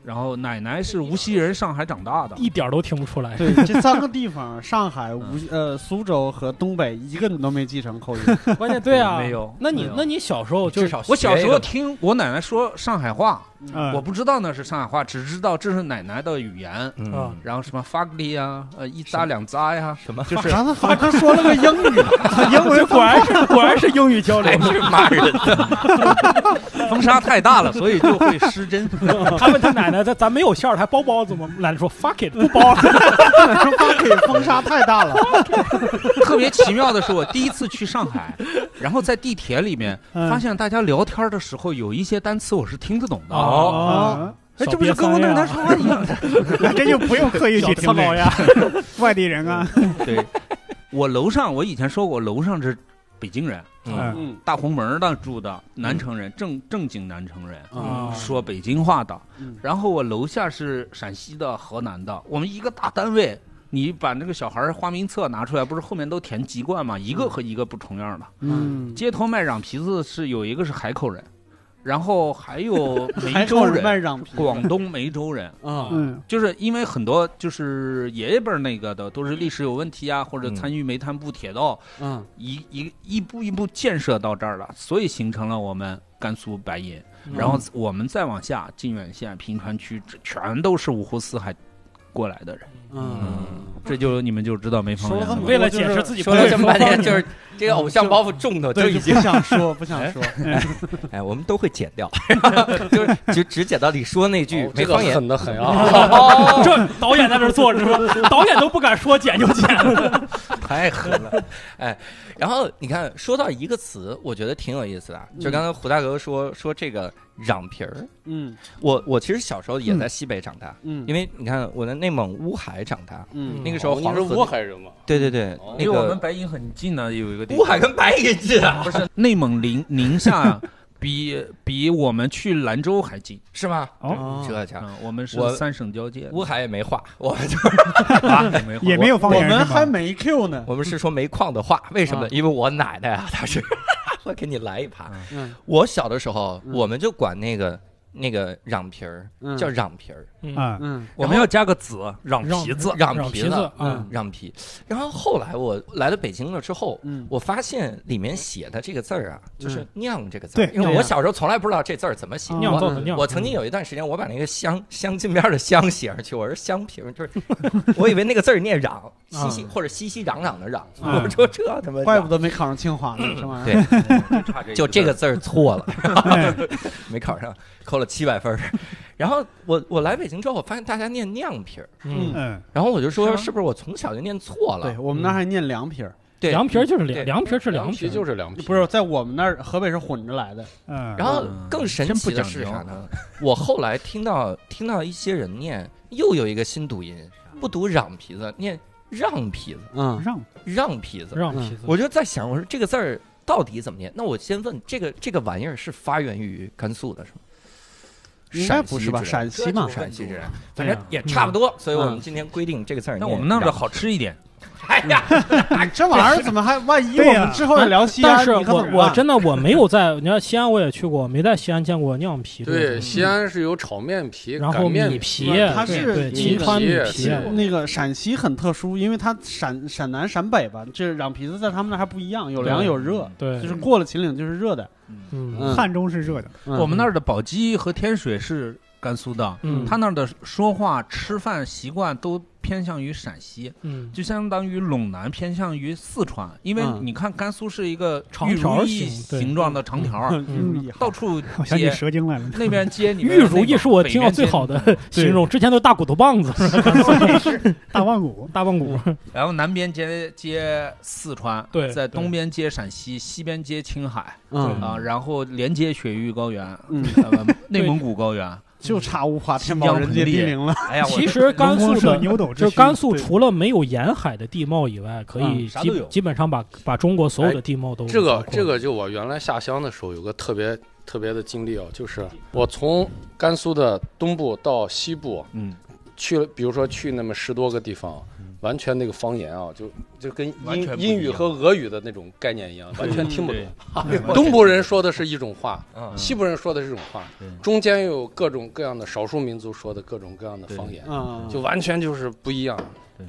Speaker 6: 然后奶奶是无锡人，上海长大的。
Speaker 4: 一点儿都听不出来。
Speaker 3: 对，这三个地方，上海、无
Speaker 6: 嗯
Speaker 3: 呃苏州和东北，一个你都没继承口音。
Speaker 4: 关键对啊，
Speaker 6: 没有
Speaker 4: 那你
Speaker 6: 没有
Speaker 4: 那你小时候
Speaker 1: 至
Speaker 4: 就是
Speaker 1: 少
Speaker 6: 我小时
Speaker 1: 学一
Speaker 6: 候
Speaker 1: 个
Speaker 6: 听我奶奶说上海话，
Speaker 3: 嗯
Speaker 6: 我不知道那是上海话，只知道这是奶奶的语言。
Speaker 1: 嗯
Speaker 4: 啊，
Speaker 6: 然后什么 fuck 你啊，呃一扎两扎呀，
Speaker 1: 什么
Speaker 6: 就是
Speaker 3: 然后他反正说了个英语，英
Speaker 4: 这
Speaker 3: 文
Speaker 4: 果然是果然是英语交流
Speaker 1: 还，是骂人的？
Speaker 6: 风沙太大了，所以就会失真。
Speaker 4: 他问他奶奶，咱咱没有馅儿，还包包子吗？奶奶说 fuck it，不包了。
Speaker 3: 说巴给风沙太大了，
Speaker 6: 特别奇妙的是，我第一次去上海，然后在地铁里面
Speaker 3: 嗯
Speaker 6: 发现大家聊天的时候有一些单词我是听得懂的。
Speaker 3: 啊，
Speaker 4: 哦
Speaker 6: 哎，这不是跟我奶奶说话一样的？
Speaker 2: 那这就不用刻意去听
Speaker 4: 小苍
Speaker 2: 这
Speaker 4: 老
Speaker 2: 个
Speaker 4: 呀，
Speaker 2: 外地人啊，
Speaker 6: 对，我楼上我以前说过，楼上是北京人，
Speaker 1: 嗯
Speaker 7: 嗯，
Speaker 6: 大红门那住的南城人，正正经南城人。
Speaker 3: 啊
Speaker 6: 说北京话的
Speaker 3: 嗯，
Speaker 6: 然后我楼下是陕西的、河南的，我们一个大单位，你把那个小孩儿花名册拿出来，不是后面都填籍贯吗？一个和一个不重样的。
Speaker 3: 嗯，
Speaker 6: 街头卖瓤皮子是有一个是海口人，然后还有梅
Speaker 3: 还
Speaker 6: 州
Speaker 3: 有人卖
Speaker 6: 人，
Speaker 3: 瓤皮，
Speaker 6: 广东梅州人，
Speaker 7: 啊
Speaker 3: 嗯
Speaker 6: 就是因为很多就是爷爷辈儿那个的都是历史有问题啊，或者
Speaker 1: 嗯
Speaker 6: 参与煤炭部铁道，
Speaker 7: 嗯，
Speaker 6: 一一一步一步建设到这儿了，所以形成了我们甘肃白银。然
Speaker 1: 嗯
Speaker 6: 后我们再往下，靖远县、平川区，这全都是五湖四海过来的人，
Speaker 1: 嗯，
Speaker 6: 这就你们就知道没方
Speaker 3: 说
Speaker 6: 言
Speaker 3: 了
Speaker 6: 了
Speaker 3: 这么
Speaker 4: 嗯为
Speaker 6: 吧。
Speaker 4: 了解释自己不
Speaker 1: 说
Speaker 4: 会
Speaker 1: 了这么半天，就是 这个偶像包袱重的就
Speaker 3: 对，
Speaker 1: 已
Speaker 3: 就
Speaker 1: 经
Speaker 3: 不想说，不想说，
Speaker 1: 哎，我们都会剪 掉，就是只只剪到你说那句
Speaker 7: 哦
Speaker 1: 没
Speaker 7: 这个
Speaker 1: 方言。
Speaker 7: 狠的很 啊！
Speaker 4: 这导演在这儿坐着是吧？ 导演都不敢说剪就剪，
Speaker 1: 太狠了，哎，然后你看，说到一个词，我觉得挺有意思的啊，
Speaker 6: 嗯
Speaker 1: 就刚才胡大哥说说这个瓤皮儿，
Speaker 3: 嗯
Speaker 1: 我我其实小时候也在西北长大，
Speaker 3: 嗯
Speaker 1: 因为你看我在内蒙乌海长大，
Speaker 3: 嗯
Speaker 1: 那个时候
Speaker 7: 哦你
Speaker 1: 黄
Speaker 7: 是
Speaker 1: 河，
Speaker 7: 乌海人嘛？
Speaker 1: 对对对
Speaker 7: 哦，
Speaker 1: 那
Speaker 6: 离我们
Speaker 1: 个
Speaker 6: 白银很近呢，有一个地方。
Speaker 1: 乌海跟白银近啊，
Speaker 6: 不是内蒙宁宁夏 比比我们去兰州还近
Speaker 1: 是吗？
Speaker 3: 哦
Speaker 1: 这家伙
Speaker 6: 啊，我们是
Speaker 1: 我
Speaker 6: 三省交界，
Speaker 1: 乌海也没话， 我们就
Speaker 6: 嗯
Speaker 2: 也没有方
Speaker 3: 我
Speaker 2: 言是吗，
Speaker 3: 们还没 Q 呢
Speaker 1: 我们是说煤矿的话，为什么呢
Speaker 3: 啊？
Speaker 1: 因为我奶奶啊，她 是会给你来一耙。
Speaker 6: 啊
Speaker 3: 嗯
Speaker 1: 我小的时候，
Speaker 3: 嗯
Speaker 1: 我们就管那个那个瓤皮儿
Speaker 3: 嗯
Speaker 1: 叫瓤皮儿，
Speaker 2: 啊，
Speaker 3: 嗯
Speaker 6: 我们要加个子，瓤皮子，
Speaker 1: 瓤
Speaker 4: 瓤
Speaker 1: 皮
Speaker 4: 子
Speaker 1: 子
Speaker 4: 啊，
Speaker 1: 瓤皮。然后后来我来了北京了之后，
Speaker 3: 嗯
Speaker 1: 我发现里面写的这个字儿啊，就是
Speaker 3: 嗯
Speaker 1: “酿”这个字儿，
Speaker 2: 对
Speaker 1: 因为
Speaker 3: 对
Speaker 1: 我
Speaker 3: 呀
Speaker 1: 小时候从来不知道这字儿怎么写。
Speaker 3: 嗯
Speaker 4: 酿
Speaker 1: 我
Speaker 4: 造的酿。
Speaker 1: 我曾经有一段时间，我把那个香香近边的香写上去，我说香瓶，就是 我以为那个字儿念嚷，熙熙或者熙熙攘攘的攘，
Speaker 3: 嗯
Speaker 1: 我说这他妈
Speaker 3: 怪不得没考上清华呢，这玩意
Speaker 1: 对
Speaker 3: 儿。
Speaker 1: 就这个字儿错了，
Speaker 2: 哎
Speaker 1: 没考上，扣了七百分儿。然后我我来北京之后，我发现大家念酿皮儿，
Speaker 4: 嗯，
Speaker 2: 嗯，
Speaker 1: 然后我就说
Speaker 6: 是吗
Speaker 1: 是不是我从小就念错
Speaker 3: 对
Speaker 1: 了？
Speaker 3: 我们那儿还念凉皮儿，
Speaker 1: 对，
Speaker 4: 凉皮儿就是
Speaker 1: 对
Speaker 4: 凉，凉皮儿是凉皮
Speaker 7: 皮
Speaker 4: 儿，
Speaker 7: 就是凉皮，
Speaker 3: 不是在我们那儿河北是混着来的。
Speaker 2: 嗯，
Speaker 1: 然后更神奇的是
Speaker 6: 真不
Speaker 1: 啥
Speaker 6: 讲究
Speaker 1: 呢？我后来听到听到一些人念，又有一个新读音，不读嚷皮子，念让皮子，
Speaker 3: 嗯
Speaker 2: 让
Speaker 1: 让皮子。
Speaker 4: 让皮子。
Speaker 1: 我就在想，我说这个字儿到底怎么念？那我先问，这个这个玩意儿是发源于甘肃的，是吗？
Speaker 3: 应该不是吧？
Speaker 1: 陕
Speaker 3: 陕西嘛，嗯
Speaker 1: 陕西人，反
Speaker 3: 对呀
Speaker 1: 正也差不多。所以我们今天规定这个字儿念
Speaker 6: 那
Speaker 1: 让。
Speaker 6: 我们弄着好吃一点。
Speaker 1: 哎呀，
Speaker 3: 哎这玩意儿怎么还万一
Speaker 2: 对
Speaker 3: 我
Speaker 2: 呀
Speaker 3: 们之后要聊西安？
Speaker 4: 但是
Speaker 3: 你可
Speaker 4: 我
Speaker 3: 怎么
Speaker 4: 我
Speaker 3: 办
Speaker 4: 真的我没有在，你看西安我也去过，没在西安见过酿皮。
Speaker 1: 嗯
Speaker 7: 对，，西安是有炒面皮、
Speaker 4: 然
Speaker 7: 擀
Speaker 4: 后
Speaker 7: 面
Speaker 4: 米
Speaker 7: 皮，
Speaker 4: 皮，
Speaker 3: 对它
Speaker 4: 对
Speaker 3: 是
Speaker 4: 对
Speaker 3: 米
Speaker 4: 秦川
Speaker 7: 皮
Speaker 4: 米
Speaker 7: 是
Speaker 4: 皮，
Speaker 3: 那个陕西很特殊，因为它陕陕南、陕北吧，这瓤皮子在他们那儿还不一样，有凉
Speaker 4: 对
Speaker 3: 有热，
Speaker 4: 对，
Speaker 3: 就是过了秦岭就是热的。
Speaker 4: 嗯
Speaker 3: 嗯
Speaker 2: 汉中是热的，
Speaker 3: 嗯
Speaker 6: 我们那儿的宝鸡和天水是甘肃的，
Speaker 4: 嗯，
Speaker 6: 他那儿的说话、吃饭习惯都偏向于陕西，
Speaker 4: 嗯
Speaker 6: 就相当于陇南偏向于四川，因为
Speaker 3: 嗯
Speaker 6: 你看甘肃是一个
Speaker 4: 长
Speaker 6: 玉
Speaker 4: 条
Speaker 6: 如意
Speaker 4: 形对
Speaker 6: 形状的长条儿，
Speaker 4: 嗯
Speaker 3: 嗯
Speaker 6: 到处
Speaker 2: 我想起
Speaker 6: 接。
Speaker 2: 蛇精来 了。
Speaker 6: 那边接你们
Speaker 4: 玉如意
Speaker 6: 那
Speaker 4: 是我
Speaker 6: 北
Speaker 4: 听到
Speaker 6: 边嗯
Speaker 4: 最
Speaker 6: 接
Speaker 4: 好的形容，之前都是大骨头棒子，
Speaker 2: 大望谷，
Speaker 4: 大棒骨，
Speaker 6: 然后南边接接四川，
Speaker 4: 对
Speaker 6: 啊在
Speaker 4: 对
Speaker 6: 东边接陕西，西边接青海
Speaker 3: 嗯
Speaker 6: 啊，然后连接雪域高原、
Speaker 3: 嗯，
Speaker 6: 呃内蒙古高原。
Speaker 3: 就差无法天宝人杰地灵了。
Speaker 6: 哎呀，我
Speaker 4: 其实 甘肃
Speaker 2: 龙宫社
Speaker 4: 的。
Speaker 2: 牛斗之
Speaker 4: 就
Speaker 2: 墟
Speaker 4: 甘肃
Speaker 2: 对
Speaker 4: 除了没有沿海的地貌以外，可以
Speaker 3: 嗯
Speaker 6: 啊啥都
Speaker 4: 基
Speaker 6: 有哎
Speaker 4: 基本上把把中国所有的地貌都
Speaker 7: 这
Speaker 4: 包
Speaker 7: 个
Speaker 4: 括
Speaker 7: 这个就我原来下乡的时候有个特别特别的经历啊，就是我从甘肃的东部到西部
Speaker 6: 嗯，
Speaker 7: 去了，比如说去那么十多个地方，
Speaker 1: 嗯
Speaker 7: 完全那个方言啊，就就跟
Speaker 6: 完全
Speaker 7: 英
Speaker 6: 不一样
Speaker 7: 英语和俄语的那种概念一样，完全听不
Speaker 6: 对
Speaker 7: 懂。东部人说的是一种话，
Speaker 1: 嗯
Speaker 7: 西部人说的是一种话
Speaker 6: 对，
Speaker 7: 中间又有各种各样的少数民族说的各种各样的方言，
Speaker 3: 嗯，
Speaker 7: 就完全就是不一样。
Speaker 6: 对，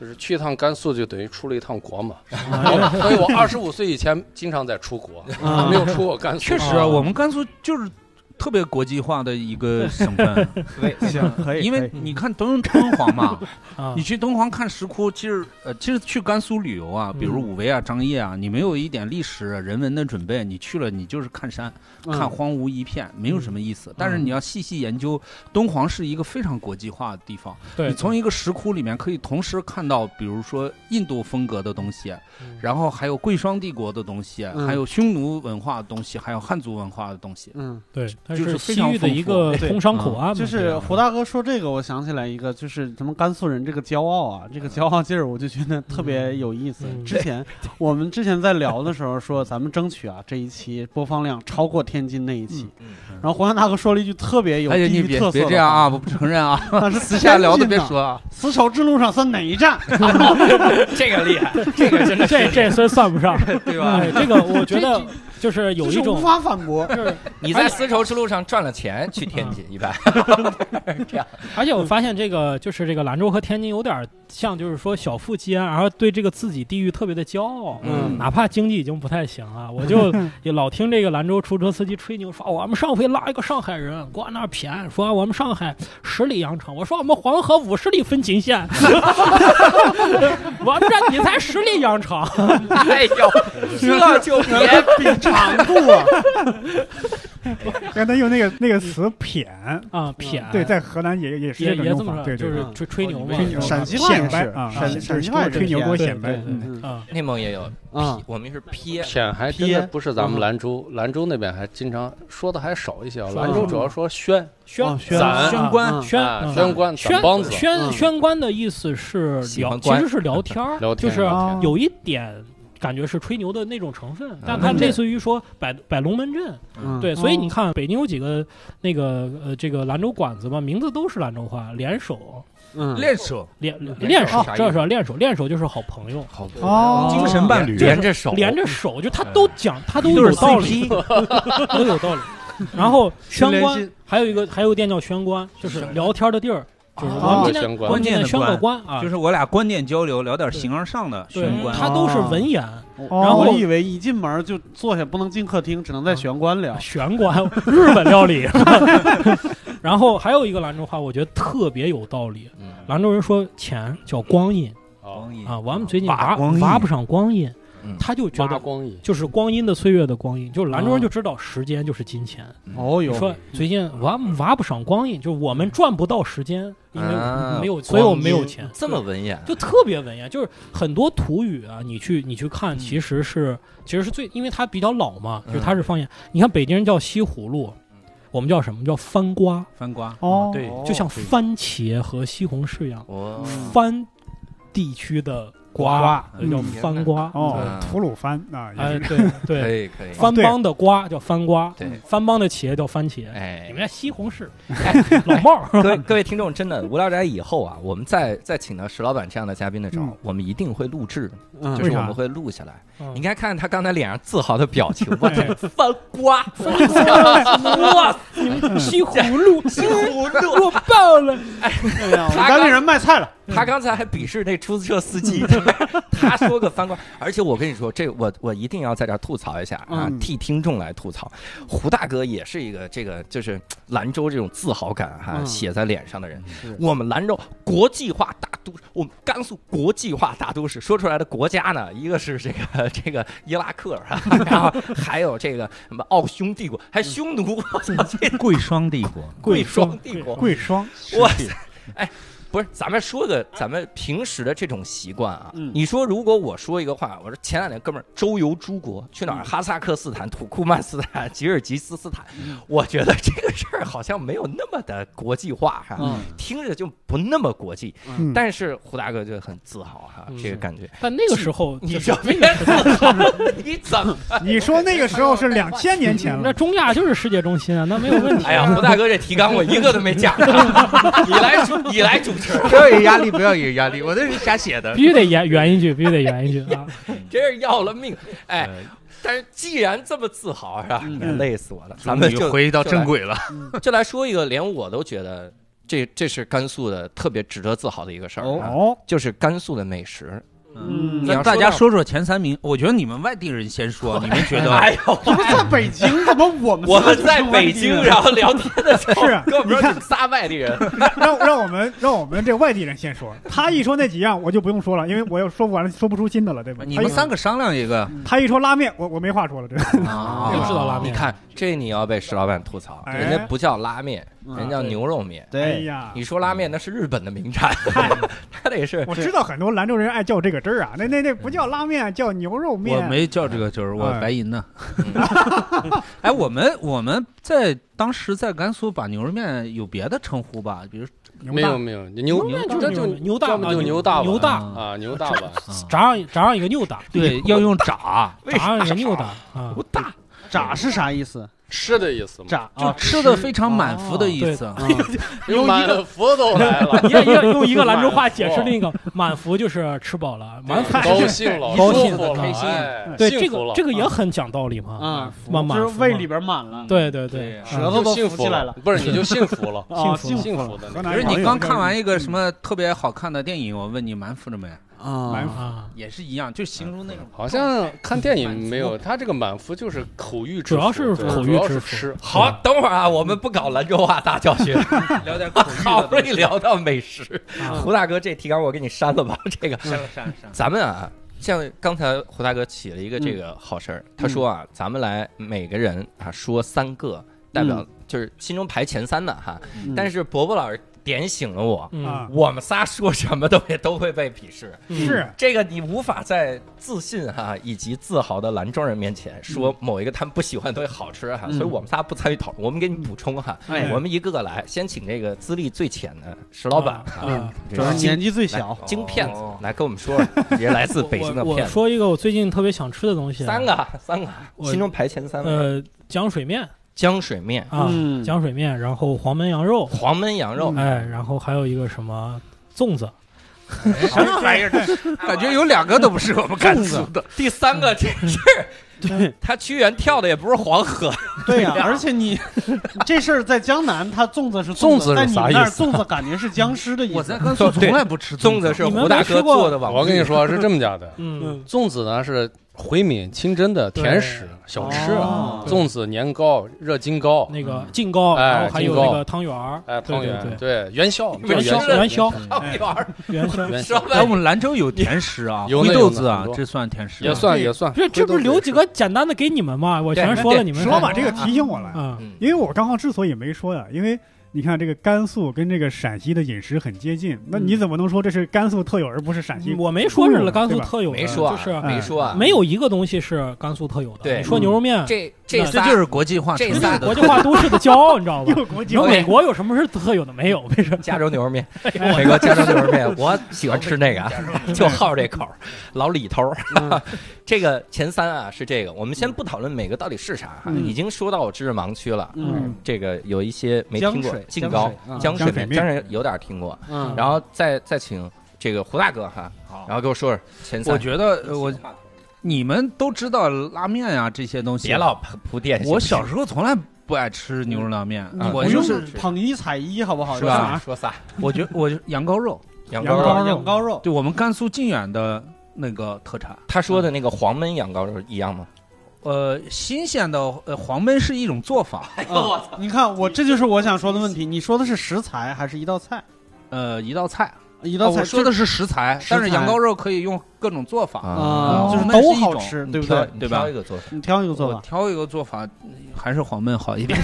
Speaker 7: 就是去一趟甘肃就等于出了一趟国嘛。我所以我二十五岁以前经常在出国，
Speaker 3: 啊
Speaker 7: 没有出过甘肃。
Speaker 6: 确实，
Speaker 3: 啊
Speaker 6: 我们甘肃就是特别国际化的一个省份，啊
Speaker 3: 行，可以，
Speaker 6: 因为
Speaker 3: 可以
Speaker 6: 你看敦敦煌嘛，
Speaker 4: 啊
Speaker 6: 你，去敦煌看石窟，其实呃，其实去甘肃旅游啊，比如
Speaker 4: 嗯
Speaker 6: 武威啊、张掖啊，你没有一点历史人文的准备，你去了你就是看山，看
Speaker 3: 嗯
Speaker 6: 荒芜一片，没有什么意思。但是你要细细研究，敦煌是一个非常国际化的地方，
Speaker 4: 对
Speaker 6: 你，从一个石窟里面可以同时看到，比如说印度风格的东西，然后还有贵霜帝国的东西，
Speaker 3: 嗯
Speaker 6: 还有匈奴文化的东西，还有汉族文化的东西。
Speaker 3: 嗯，
Speaker 4: 对，它
Speaker 6: 就是是非
Speaker 4: 西
Speaker 6: 常
Speaker 4: 域的
Speaker 6: 丰
Speaker 4: 一
Speaker 6: 富啊
Speaker 4: 个
Speaker 3: 对
Speaker 4: 通商口岸嘛，
Speaker 3: 就是胡大哥说这个，我想起来一个，就是咱们甘肃人这个骄傲啊，这个骄傲劲儿，我就觉得特别有意思。
Speaker 4: 嗯
Speaker 3: 之前我们之前在聊的时候说，咱们争取啊这一期播放量超过天津那一期。然后胡杨大哥说了一句特别有
Speaker 6: 嗯哎呀，
Speaker 3: 地
Speaker 6: 你
Speaker 3: 域
Speaker 6: 别
Speaker 3: 特色
Speaker 6: 别
Speaker 3: 的
Speaker 6: 这样
Speaker 3: 话，
Speaker 6: 啊！我不承认 啊，
Speaker 3: 但是
Speaker 6: 私下聊的别
Speaker 3: 天津呢
Speaker 6: 说 啊。
Speaker 3: 丝绸之路上算哪一站？
Speaker 1: 这个厉害，这个真的
Speaker 4: 这这虽算不 上，
Speaker 1: 对吧？
Speaker 6: 嗯
Speaker 4: 哎，这个我觉得就是有
Speaker 3: 就
Speaker 4: 一
Speaker 3: 是无
Speaker 4: 种
Speaker 3: 法反驳。
Speaker 4: 就是
Speaker 1: 你
Speaker 6: 哎
Speaker 1: 在丝绸之路上赚了钱，去天津一般，这样
Speaker 4: 而
Speaker 2: 嗯
Speaker 4: 且我发现这个就是这个兰州和天津有点像，就是说小富即安，然后对这个自己地域特别的骄傲。
Speaker 1: 嗯
Speaker 4: 哪怕经济已经不太行啊，我 就也老听这个兰州出租车司机吹牛说，啊我们上回拉一个上海人过那儿谝，说啊我们上海十里洋场，我说我们黄河五十里分秦县， 我们这你才十里洋场，
Speaker 6: 嗯
Speaker 1: 哎呦，这就别
Speaker 3: 比长度啊，
Speaker 2: 让他用那个那个词“谝
Speaker 4: 啊，谝”，
Speaker 2: 嗯对，在河南也也是
Speaker 4: 也
Speaker 2: 种
Speaker 4: 也这
Speaker 2: 用
Speaker 4: 么
Speaker 2: 法，
Speaker 4: 说，
Speaker 2: 对
Speaker 4: 就
Speaker 2: 对
Speaker 4: 是
Speaker 2: 对，
Speaker 4: 吹吹牛嘛
Speaker 2: 吹，牛
Speaker 3: 陕西话也
Speaker 2: 显摆
Speaker 3: 是
Speaker 2: 啊，
Speaker 3: 陕
Speaker 2: 啊
Speaker 3: 陕西话也是
Speaker 2: 吹牛
Speaker 3: 偏
Speaker 2: 多
Speaker 4: 对
Speaker 2: 显摆，
Speaker 4: 对
Speaker 2: 嗯，
Speaker 4: 啊，
Speaker 1: 内蒙也有，
Speaker 3: 啊，
Speaker 6: 嗯
Speaker 1: 我们是撇，
Speaker 7: 谝还真
Speaker 3: 撇
Speaker 7: 的不是咱
Speaker 3: 嗯
Speaker 7: 们兰州，兰州那边还经常说的还少一些啊。
Speaker 4: 说
Speaker 7: 兰州主要说宣，
Speaker 4: 宣
Speaker 3: 宣
Speaker 7: 咱
Speaker 4: 啊
Speaker 6: 宣官
Speaker 3: 嗯
Speaker 4: 宣
Speaker 7: 啊
Speaker 4: 嗯
Speaker 7: 宣官、
Speaker 4: 宣
Speaker 7: 咱帮子，
Speaker 4: 宣
Speaker 3: 嗯
Speaker 4: 宣官的意思是
Speaker 1: 喜
Speaker 4: 聊，
Speaker 1: 欢
Speaker 4: 其
Speaker 1: 官
Speaker 4: 实是聊天儿
Speaker 7: 聊天，
Speaker 4: 就是
Speaker 7: 聊天
Speaker 2: 啊
Speaker 4: 有一点感觉是吹牛的那种成分，但
Speaker 3: 龙
Speaker 4: 它
Speaker 3: 门
Speaker 4: 类
Speaker 3: 阵
Speaker 4: 似于说摆摆龙门阵，
Speaker 3: 嗯
Speaker 4: 对，所以
Speaker 2: 哦
Speaker 4: 你看北京有几个那个呃这个兰州馆子嘛，名字都是兰州话，联手
Speaker 3: 嗯，
Speaker 6: 练手，
Speaker 4: 联
Speaker 1: 手
Speaker 4: 联手
Speaker 1: 是，啥意思
Speaker 4: 这是联手，联手就是好朋友。
Speaker 1: 好多
Speaker 2: 哦，
Speaker 6: 精神伴侣，
Speaker 1: 连着手，
Speaker 4: 连着手，就他都讲，他都有
Speaker 6: 是
Speaker 4: 道理，都有道理。然后宣
Speaker 3: 心连
Speaker 4: 官
Speaker 3: 心
Speaker 4: 还有一个还有店叫宣官，就是聊天的地儿，就是
Speaker 3: 哦
Speaker 4: 我们今
Speaker 7: 宣
Speaker 4: 天
Speaker 7: 官
Speaker 4: 我们今天宣个
Speaker 6: 关键的
Speaker 4: 官啊，
Speaker 6: 就是我俩观念交流，聊点形而上的
Speaker 4: 对
Speaker 6: 玄关。啊
Speaker 4: 他都是文言，
Speaker 3: 然
Speaker 4: 后
Speaker 3: 我以为一进门就坐下，不能进客厅，只能在玄关啊聊。
Speaker 4: 玄关 日本料理。 然后还有一个兰州话，我觉得特别有道理。
Speaker 1: 嗯
Speaker 4: 兰州人说钱叫光阴
Speaker 7: 啊，
Speaker 4: 啊，
Speaker 6: 嗯
Speaker 4: 我们最近
Speaker 6: 挖
Speaker 4: 挖
Speaker 6: 光阴
Speaker 4: 挖不上光阴
Speaker 1: 嗯，
Speaker 4: 他就觉
Speaker 7: 抓
Speaker 4: 得
Speaker 7: 光义，
Speaker 4: 就是光阴的岁月的光阴，就是兰州人
Speaker 3: 啊
Speaker 4: 就知道时间就是金钱。
Speaker 3: 哦
Speaker 4: 你
Speaker 3: 哟，
Speaker 4: 说最近挖挖不上光阴，就是我
Speaker 6: 嗯
Speaker 4: 们赚不到时间，因为
Speaker 1: 啊
Speaker 4: 没有，所以我们没有钱。
Speaker 1: 这么文雅，
Speaker 4: 就特别文雅，就是很多土语啊，你去你去看，其实是、其实是最，因为它比较老嘛，
Speaker 1: 嗯
Speaker 4: 就是它是方言。你看北京人叫西葫芦，我们叫什么叫番瓜，
Speaker 6: 翻瓜，
Speaker 2: 哦，
Speaker 6: 对
Speaker 4: 就像番茄和西红柿一样，
Speaker 1: 哦
Speaker 4: 番地区的瓜
Speaker 6: 瓜
Speaker 4: 呃叫番瓜。
Speaker 2: 哦
Speaker 1: 嗯，
Speaker 2: 吐鲁番啊，也
Speaker 4: 哎，
Speaker 2: 是
Speaker 4: 对
Speaker 1: 可
Speaker 4: 对，
Speaker 1: 以可以，
Speaker 4: 番邦的瓜叫番瓜，
Speaker 1: 对
Speaker 4: 番邦的茄叫番茄。
Speaker 1: 哎
Speaker 4: 你们家西红柿，老帽 儿，
Speaker 1: 各位各位听众，真的无聊斋以后啊，我们再再请到石老板这样的嘉宾的时候
Speaker 2: 嗯，
Speaker 1: 我们一定会录制，
Speaker 3: 嗯
Speaker 1: 就是
Speaker 2: 为啥
Speaker 1: 我们会录下来。
Speaker 4: 嗯
Speaker 1: 你应该看他刚才脸上自豪的表 情，我
Speaker 2: 哎
Speaker 1: 这翻瓜，
Speaker 4: 哇，你们西葫芦，西 葫芦爆了。
Speaker 3: 哎呀，我们
Speaker 1: 他
Speaker 3: 单
Speaker 1: 刚
Speaker 3: 立人卖菜了，
Speaker 1: 他刚才还鄙视那出租车司 机，他说个翻瓜，而且我跟你说，这我我一定要在这儿吐槽一下啊，
Speaker 3: 嗯
Speaker 1: 替听众来吐槽，胡大哥也是一个这个就是兰州这种自豪感哈、
Speaker 3: 嗯
Speaker 1: 写在脸上的人
Speaker 3: 是。
Speaker 1: 我们兰州国际化大都市，我们甘肃国际化大都市，说出来的国家呢，一个是这个 这个伊拉克 啊，然后还有这个什么奥匈帝国，还匈 奴，我操，这
Speaker 6: 贵霜帝国，
Speaker 1: 贵霜帝国，
Speaker 2: 贵霜，
Speaker 1: 我哎不是，咱们说个咱们平时的这种习惯啊。
Speaker 3: 嗯
Speaker 1: 你说，如果我说一个话，我说前两天哥们儿周游诸国，去哪儿？哈萨克斯坦、土库曼斯坦、吉尔吉斯斯坦，我觉得这个事儿好像没有那么的国际化哈、
Speaker 3: 嗯
Speaker 1: 听着就不那么国际。
Speaker 2: 嗯，
Speaker 1: 但是胡大哥就很自豪哈、
Speaker 4: 嗯
Speaker 1: 这个感觉。
Speaker 4: 但那个时候，
Speaker 1: 你
Speaker 4: 就是
Speaker 1: 就别自豪，你怎么？
Speaker 2: 你说那个时候是两千年前
Speaker 4: 那
Speaker 2: 了，
Speaker 4: 中亚就是世界中心啊，那没有问题。
Speaker 1: 哎呀，胡大哥这提纲我一个都没讲上，你来主，你来主持，
Speaker 6: 不要有压力，不要有压力，我这是瞎写的
Speaker 4: 必。须得圆圆一句，必须得圆一句 啊！
Speaker 1: 真是要了命！哎，但是既然这么自豪是吧？
Speaker 3: 嗯
Speaker 1: 累死我了，咱们就
Speaker 6: 回到
Speaker 1: 就来
Speaker 6: 正轨了。
Speaker 1: 就来说一个，连我都觉得这这是甘肃的特别值得自豪的一个事儿、啊，
Speaker 2: 哦，
Speaker 1: 就是甘肃的美食。嗯
Speaker 3: 嗯
Speaker 1: 你要
Speaker 6: 那大家
Speaker 1: 到
Speaker 6: 说说前三名，我觉得你们外地人先说，你们觉 得？
Speaker 1: 哎呦，
Speaker 3: 不是在北京，怎么我 们
Speaker 1: 我们在北京，然后聊天的时 候，
Speaker 6: 啊
Speaker 2: 是
Speaker 1: 跟我们
Speaker 2: 你
Speaker 1: 说
Speaker 2: 看
Speaker 1: 你们仨外地人，
Speaker 2: 让让我们让我们这外地人先说，他一说那几样，我就不用说了，因为我又说不完了，说不出新的了，对吧？
Speaker 6: 你
Speaker 2: 他一
Speaker 6: 们三个商量一个
Speaker 2: 他一说拉面，我我没话说了，这
Speaker 6: 啊
Speaker 4: 又知道拉
Speaker 1: 你
Speaker 4: 面
Speaker 1: 看这你要被石老板吐槽，
Speaker 2: 哎
Speaker 1: 人家不叫拉面，
Speaker 3: 嗯
Speaker 1: 人家叫牛肉面。
Speaker 2: 哎
Speaker 3: 对，
Speaker 2: 呀，
Speaker 1: 你说拉面那是日本的名产，
Speaker 6: 嗯
Speaker 1: 他得是
Speaker 2: 我知道很多兰州人爱叫这个汁儿啊，那那那不叫拉面，叫牛肉面。
Speaker 6: 我没叫这个就是我
Speaker 2: 哎
Speaker 6: 白银呢
Speaker 1: 嗯。
Speaker 6: 哎，我们我们在当时在甘肃把牛肉面有别的称呼吧，比如
Speaker 2: 牛
Speaker 7: 没
Speaker 2: 大
Speaker 7: 有没有，牛
Speaker 4: 牛
Speaker 7: 这
Speaker 4: 就是
Speaker 7: 就
Speaker 4: 牛大
Speaker 7: 要么就牛大
Speaker 4: 牛大
Speaker 1: 嗯
Speaker 6: 啊
Speaker 7: 啊，牛大碗。
Speaker 6: 啊
Speaker 4: 炸上炸上一个牛大，
Speaker 6: 对，要用炸，
Speaker 4: 炸上一个牛大啊，
Speaker 6: 大
Speaker 3: 炸是啥意思？
Speaker 7: 吃的意思嘛，
Speaker 3: 炸
Speaker 6: 就
Speaker 3: 啊，
Speaker 6: 吃的非常满福的意思。
Speaker 3: 啊
Speaker 7: 有满福都来了，
Speaker 4: 你要要用一个兰 州话解释那个满福就是吃饱了，满福
Speaker 7: 高兴了，
Speaker 4: 高兴
Speaker 7: 舒服了
Speaker 6: 开心
Speaker 7: 哎
Speaker 4: 对这
Speaker 7: 幸福
Speaker 4: 个
Speaker 7: 了
Speaker 4: 这个
Speaker 1: 啊
Speaker 4: 也很讲道理嘛。
Speaker 1: 嗯
Speaker 3: 啊，
Speaker 4: 满满
Speaker 3: 就是胃里边满了，
Speaker 4: 对对
Speaker 6: 对
Speaker 4: 对
Speaker 6: 呀，
Speaker 3: 舌头
Speaker 4: 啊
Speaker 7: 嗯就
Speaker 3: 都
Speaker 7: 幸
Speaker 3: 浮
Speaker 7: 福
Speaker 3: 起来了，，
Speaker 7: 不是你就幸福了
Speaker 3: 啊，
Speaker 4: 幸
Speaker 3: 福
Speaker 7: 幸
Speaker 3: 了
Speaker 7: 福的
Speaker 2: 河
Speaker 7: 那
Speaker 2: 南
Speaker 7: 个。
Speaker 6: 比如
Speaker 2: 网
Speaker 6: 你
Speaker 2: 友
Speaker 6: 刚
Speaker 2: 叫
Speaker 6: 看完一个什么特别好看的电影，我问你满福了没？
Speaker 2: 满
Speaker 3: 啊，
Speaker 4: 啊，
Speaker 6: 也是一样，就形容那种
Speaker 7: 好像看电影没有，他这个满福就是口欲之福，
Speaker 4: 主要是
Speaker 7: 对
Speaker 4: 口
Speaker 7: 主
Speaker 4: 欲
Speaker 7: 要
Speaker 4: 之
Speaker 7: 是
Speaker 4: 福
Speaker 7: 吃。
Speaker 1: 好。等会儿啊，我们不搞兰州话大教学，
Speaker 6: 聊点口 欲
Speaker 1: 好
Speaker 6: 的
Speaker 1: 不容易
Speaker 6: 东西。
Speaker 1: 聊到美食。
Speaker 3: 嗯
Speaker 4: 啊
Speaker 1: 胡大哥，这提纲我给你删了吧， 这个
Speaker 6: 删了删了删了。
Speaker 1: 咱们啊，像刚才胡大哥起了一个这个好事儿，他说啊，咱们来每个人啊说三个代表，就是心中排前三的哈。
Speaker 3: 嗯
Speaker 1: 但是伯伯老师点醒了我，
Speaker 4: 嗯
Speaker 2: 啊，
Speaker 1: 我们仨说什么都也都会被鄙视，
Speaker 4: 嗯
Speaker 2: 是
Speaker 1: 这个你无法在自信哈、以及自豪的兰州人面前说某一个他们不喜欢的东西好吃哈、
Speaker 3: 嗯
Speaker 1: 所以我们仨不参与讨论，我们给你补充哈、
Speaker 3: 哎
Speaker 1: 我们一个个来，先请这个资历最浅的石老板
Speaker 4: 啊
Speaker 1: 啊，
Speaker 4: 啊
Speaker 1: 这
Speaker 3: 主要
Speaker 1: 个
Speaker 3: 是
Speaker 1: 金
Speaker 3: 年纪最
Speaker 1: 来
Speaker 3: 小，
Speaker 1: 金骗子
Speaker 6: 哦
Speaker 1: 来跟我们 说说，也是来自北京的
Speaker 4: 我我
Speaker 1: 骗
Speaker 4: 我
Speaker 1: 子，
Speaker 4: 说一个我最近特别想吃的东西，啊
Speaker 1: 三，个啊三个，
Speaker 4: 我
Speaker 1: 心中排前三位，
Speaker 4: 呃，浆水面
Speaker 1: 浆水面、
Speaker 4: 啊，
Speaker 3: 嗯
Speaker 4: 浆水面，然后黄焖羊肉，
Speaker 1: 黄焖羊肉，
Speaker 4: 哎，然后还有一个什么粽子，
Speaker 6: 什
Speaker 2: 哎
Speaker 6: 么玩意儿？嗯感觉有两个都不是我们甘肃的。
Speaker 1: 第三个这是
Speaker 3: 对
Speaker 1: 他屈原跳的也不是黄河，
Speaker 3: 对呀，而且你这事儿在江南，它粽子是
Speaker 7: 粽子是
Speaker 3: 但你
Speaker 7: 啥
Speaker 3: 们
Speaker 7: 意
Speaker 3: 那儿
Speaker 7: 思
Speaker 3: 粽子感觉是僵尸的意思。
Speaker 6: 我在甘肃从来不吃
Speaker 1: 粽
Speaker 6: 子
Speaker 1: 子是
Speaker 4: 你们
Speaker 1: 胡大
Speaker 4: 没
Speaker 1: 哥
Speaker 4: 吃过
Speaker 1: 做的网
Speaker 7: 我跟你说是这么讲的，
Speaker 4: 嗯，
Speaker 7: 粽子呢是回民清真的甜食小吃，啊
Speaker 3: 哦
Speaker 7: 粽子、年糕、热金糕，
Speaker 4: 那个晋糕，
Speaker 7: 哎
Speaker 4: 然后还有
Speaker 7: 晋糕
Speaker 4: 那个汤圆儿，
Speaker 7: 哎，
Speaker 4: 对
Speaker 7: 汤
Speaker 4: 对对，
Speaker 7: 圆，对，元宵，叫
Speaker 4: 元宵元宵
Speaker 1: 汤圆儿，
Speaker 4: 元宵，
Speaker 7: 元
Speaker 1: 说
Speaker 7: 宵
Speaker 6: 嗯哎，
Speaker 1: 白
Speaker 6: 我们兰州有甜食啊，
Speaker 7: 嗯有
Speaker 6: 灰
Speaker 7: 呢
Speaker 6: 豆子
Speaker 7: 有呢
Speaker 6: 啊
Speaker 7: 很，多
Speaker 6: 这算甜食吗。
Speaker 7: 也算也算。
Speaker 4: 这这不是留几个简单的给你们吗？我全说了，你们
Speaker 2: 石老板这个提醒我了，
Speaker 4: 啊，
Speaker 1: 嗯
Speaker 2: 因为我刚刚之所以没说呀，啊因为你看这个甘肃跟这个陕西的饮食很接近，那
Speaker 6: 嗯
Speaker 2: 你怎么能说这是甘肃特有而不是陕西？
Speaker 4: 嗯
Speaker 2: 啊
Speaker 4: 我没说是甘肃
Speaker 2: 对吧
Speaker 4: 特有的，
Speaker 1: 没说啊，
Speaker 4: 就是
Speaker 1: 没说啊，
Speaker 6: 嗯
Speaker 4: 没有一个东西是甘肃特有的。
Speaker 1: 对嗯
Speaker 4: 你说牛肉面，
Speaker 1: 这这
Speaker 4: 那
Speaker 6: 这
Speaker 1: 仨
Speaker 6: 就是国际化城
Speaker 1: 这
Speaker 6: 市
Speaker 1: 仨
Speaker 6: 的
Speaker 4: 国际化都市的骄傲，你知道 吧？
Speaker 2: 又国
Speaker 4: 你
Speaker 2: 际
Speaker 4: 说
Speaker 2: 化，
Speaker 4: 美国有什么是特有的？没有，没事。
Speaker 1: 加州牛肉 面，
Speaker 6: 哎
Speaker 1: 美国加州牛肉面，我喜欢吃那个啊，就好这口儿，老李头儿。
Speaker 6: 嗯
Speaker 1: 这个前三啊是这个，我们先不讨论每个到底是啥哈，啊
Speaker 3: 嗯
Speaker 1: 已经说到我知识盲区了。
Speaker 3: 嗯，
Speaker 1: 这个有一些没听
Speaker 3: 江
Speaker 1: 过
Speaker 3: 水，
Speaker 1: 晋高
Speaker 3: 江
Speaker 6: 嗯
Speaker 1: 江水
Speaker 2: 江水
Speaker 1: 面，
Speaker 2: 面
Speaker 1: 江水有点听过，
Speaker 3: 嗯，
Speaker 1: 然后再再请这个胡大哥哈，
Speaker 6: 好
Speaker 1: 然后给我说说前三。
Speaker 6: 我觉得呃我你们都知道拉面啊这些东西，
Speaker 1: 别老铺铺垫，
Speaker 6: 我小时候从来不爱吃牛肉拉面，
Speaker 3: 你
Speaker 1: 啊
Speaker 3: 不
Speaker 6: 我
Speaker 3: 用
Speaker 6: 就是
Speaker 3: 捧一踩一，好不好？
Speaker 1: 说
Speaker 3: 干
Speaker 1: 仨
Speaker 3: 嘛？
Speaker 1: 说仨，
Speaker 6: 我觉我就羊羔肉，
Speaker 1: 羊
Speaker 2: 羊
Speaker 1: 羔
Speaker 2: 羔
Speaker 1: 肉。
Speaker 2: 肉
Speaker 3: 羊羔肉，
Speaker 6: 对我们甘肃靖远的那个特产。
Speaker 1: 他说的那个黄焖羊羔肉一样吗？
Speaker 6: 呃，新鲜的呃黄焖是一种做法，
Speaker 3: 嗯你看我这就是我想说的问题，你说的是食材还是一道菜？
Speaker 6: 呃，一道菜。
Speaker 3: 一
Speaker 6: 哦
Speaker 3: 道
Speaker 6: 我
Speaker 3: 菜
Speaker 6: 说的是食材，
Speaker 3: 食材
Speaker 6: 但是羊羔肉可以用各种做法，
Speaker 3: 啊，
Speaker 6: 哦
Speaker 3: 就是
Speaker 6: 那
Speaker 3: 都
Speaker 6: 是一
Speaker 3: 好
Speaker 6: 种
Speaker 3: 吃，
Speaker 1: 你
Speaker 3: 对不
Speaker 1: 挑
Speaker 3: 对？
Speaker 1: 你
Speaker 6: 对吧
Speaker 1: 挑一个做法。
Speaker 3: 你挑一个做
Speaker 6: 我
Speaker 3: 法，
Speaker 6: 挑一个做法，还是黄焖好一点。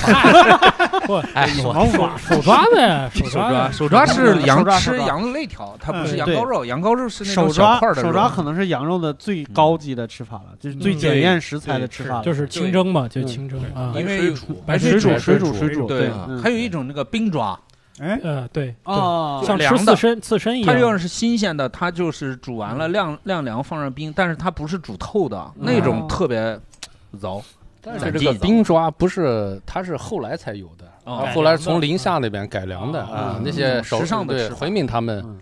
Speaker 1: 哎，我
Speaker 4: 手抓手抓呗，手
Speaker 6: 手抓，
Speaker 4: 抓
Speaker 6: 手抓
Speaker 3: 嗯
Speaker 6: 是
Speaker 3: 手
Speaker 6: 羊
Speaker 3: 抓手
Speaker 6: 吃
Speaker 3: 抓
Speaker 6: 羊的肋条，它不
Speaker 2: 嗯
Speaker 6: 是羊
Speaker 3: 对
Speaker 6: 羔肉，羊羔肉是那
Speaker 3: 手
Speaker 6: 种小
Speaker 3: 抓
Speaker 6: 块的
Speaker 3: 手
Speaker 6: 肉
Speaker 3: 抓可能是羊肉的最高级的吃法了，就是最
Speaker 4: 嗯
Speaker 3: 检
Speaker 6: 对
Speaker 3: 验食材
Speaker 6: 对
Speaker 3: 的吃法了。
Speaker 4: 就是清蒸嘛，就清蒸啊。
Speaker 6: 因为
Speaker 7: 水煮
Speaker 4: 白
Speaker 6: 水
Speaker 3: 煮水
Speaker 7: 煮
Speaker 3: 水煮
Speaker 6: 对
Speaker 1: 啊
Speaker 3: 嗯
Speaker 6: 还有一种那个冰抓，
Speaker 2: 哎，
Speaker 4: 呃，对，
Speaker 6: 哦
Speaker 3: 啊
Speaker 4: 对，像吃
Speaker 6: 凉的
Speaker 4: 刺身刺身一
Speaker 6: 它要
Speaker 4: 样。
Speaker 6: 是新鲜的，它就是煮完了晾晾凉放上冰，但是它不是煮透的，
Speaker 3: 嗯
Speaker 6: 那种特别糟。
Speaker 7: 但是这个冰抓不是，它是后来才有的，
Speaker 6: 哦
Speaker 7: 啊
Speaker 6: 改良
Speaker 7: 后来从宁夏那边改良的
Speaker 6: 哦
Speaker 7: 啊
Speaker 3: 嗯，
Speaker 7: 那些
Speaker 6: 嗯
Speaker 7: 手
Speaker 6: 时尚的
Speaker 7: 对
Speaker 6: 吃法
Speaker 7: 回民他们
Speaker 3: 嗯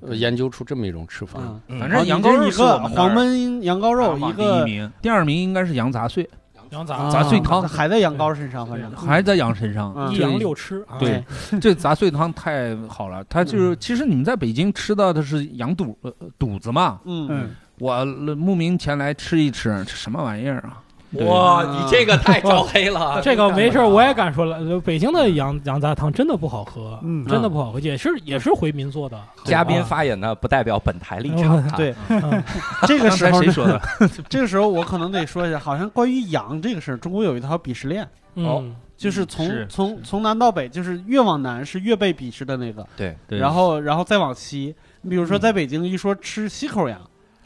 Speaker 4: 嗯，
Speaker 7: 呃研究出这么一种吃法。
Speaker 3: 嗯，
Speaker 1: 嗯
Speaker 6: 反
Speaker 3: 然后
Speaker 6: 正
Speaker 3: 你
Speaker 6: 羊
Speaker 3: 这
Speaker 6: 羔肉
Speaker 3: 一
Speaker 6: 是我
Speaker 3: 个
Speaker 6: 们
Speaker 3: 黄焖羊羔
Speaker 6: 那儿
Speaker 3: 肉，
Speaker 6: 排行榜
Speaker 3: 一个
Speaker 6: 第一名，第二名应该是羊杂碎。
Speaker 7: 羊
Speaker 4: 羊杂
Speaker 3: 啊
Speaker 6: 杂碎汤
Speaker 3: 还在羊羔身上，反正
Speaker 6: 还在羊身上，
Speaker 3: 嗯
Speaker 4: 一
Speaker 6: 这
Speaker 4: 羊六吃啊，
Speaker 6: 啊
Speaker 7: 哎
Speaker 6: 对，这杂碎汤太好了，它就是其实你们在北京吃到的是羊肚呃肚子嘛，
Speaker 3: 嗯，
Speaker 2: 嗯，
Speaker 6: 我慕名前来吃一吃，这什么玩意儿啊？对
Speaker 1: 哇，
Speaker 3: 嗯
Speaker 1: 你这个太招黑 了。
Speaker 4: 这个没事，我也敢说了，北京的羊羊杂汤真的不好喝，
Speaker 2: 嗯
Speaker 4: 真的不好喝，也是也是回民做的。啊
Speaker 1: 嘉宾发言呢，不代表本台立场啊。
Speaker 3: 啊 对
Speaker 4: 嗯，
Speaker 3: 这 个
Speaker 6: 刚
Speaker 3: 时
Speaker 6: 才
Speaker 3: 候
Speaker 6: 谁 说的？
Speaker 3: 这个时候我可能得说一下，好像关于羊这个事儿，中国有一套鄙视链，
Speaker 6: 哦
Speaker 4: 嗯，
Speaker 3: 就是从、
Speaker 6: 是
Speaker 3: 从从南到北，就是越往南是越被鄙视的那个，
Speaker 1: 对，
Speaker 6: 对嗯
Speaker 3: 然后然后再往西，你比如说在北京一说吃西口羊，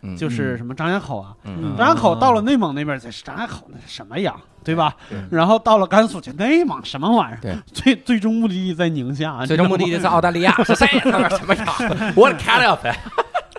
Speaker 1: 嗯
Speaker 3: 就是什么张家口啊，
Speaker 1: 嗯
Speaker 3: 张家口到了内蒙那边才是张家口那是什么羊，对吧？
Speaker 1: 对
Speaker 3: 然后到了甘肃去内蒙什么玩意
Speaker 1: 对
Speaker 3: 儿？最最终目的地在宁夏啊，
Speaker 1: 最终目的地在澳大利 亚，是谁？他们什么场？What kind of？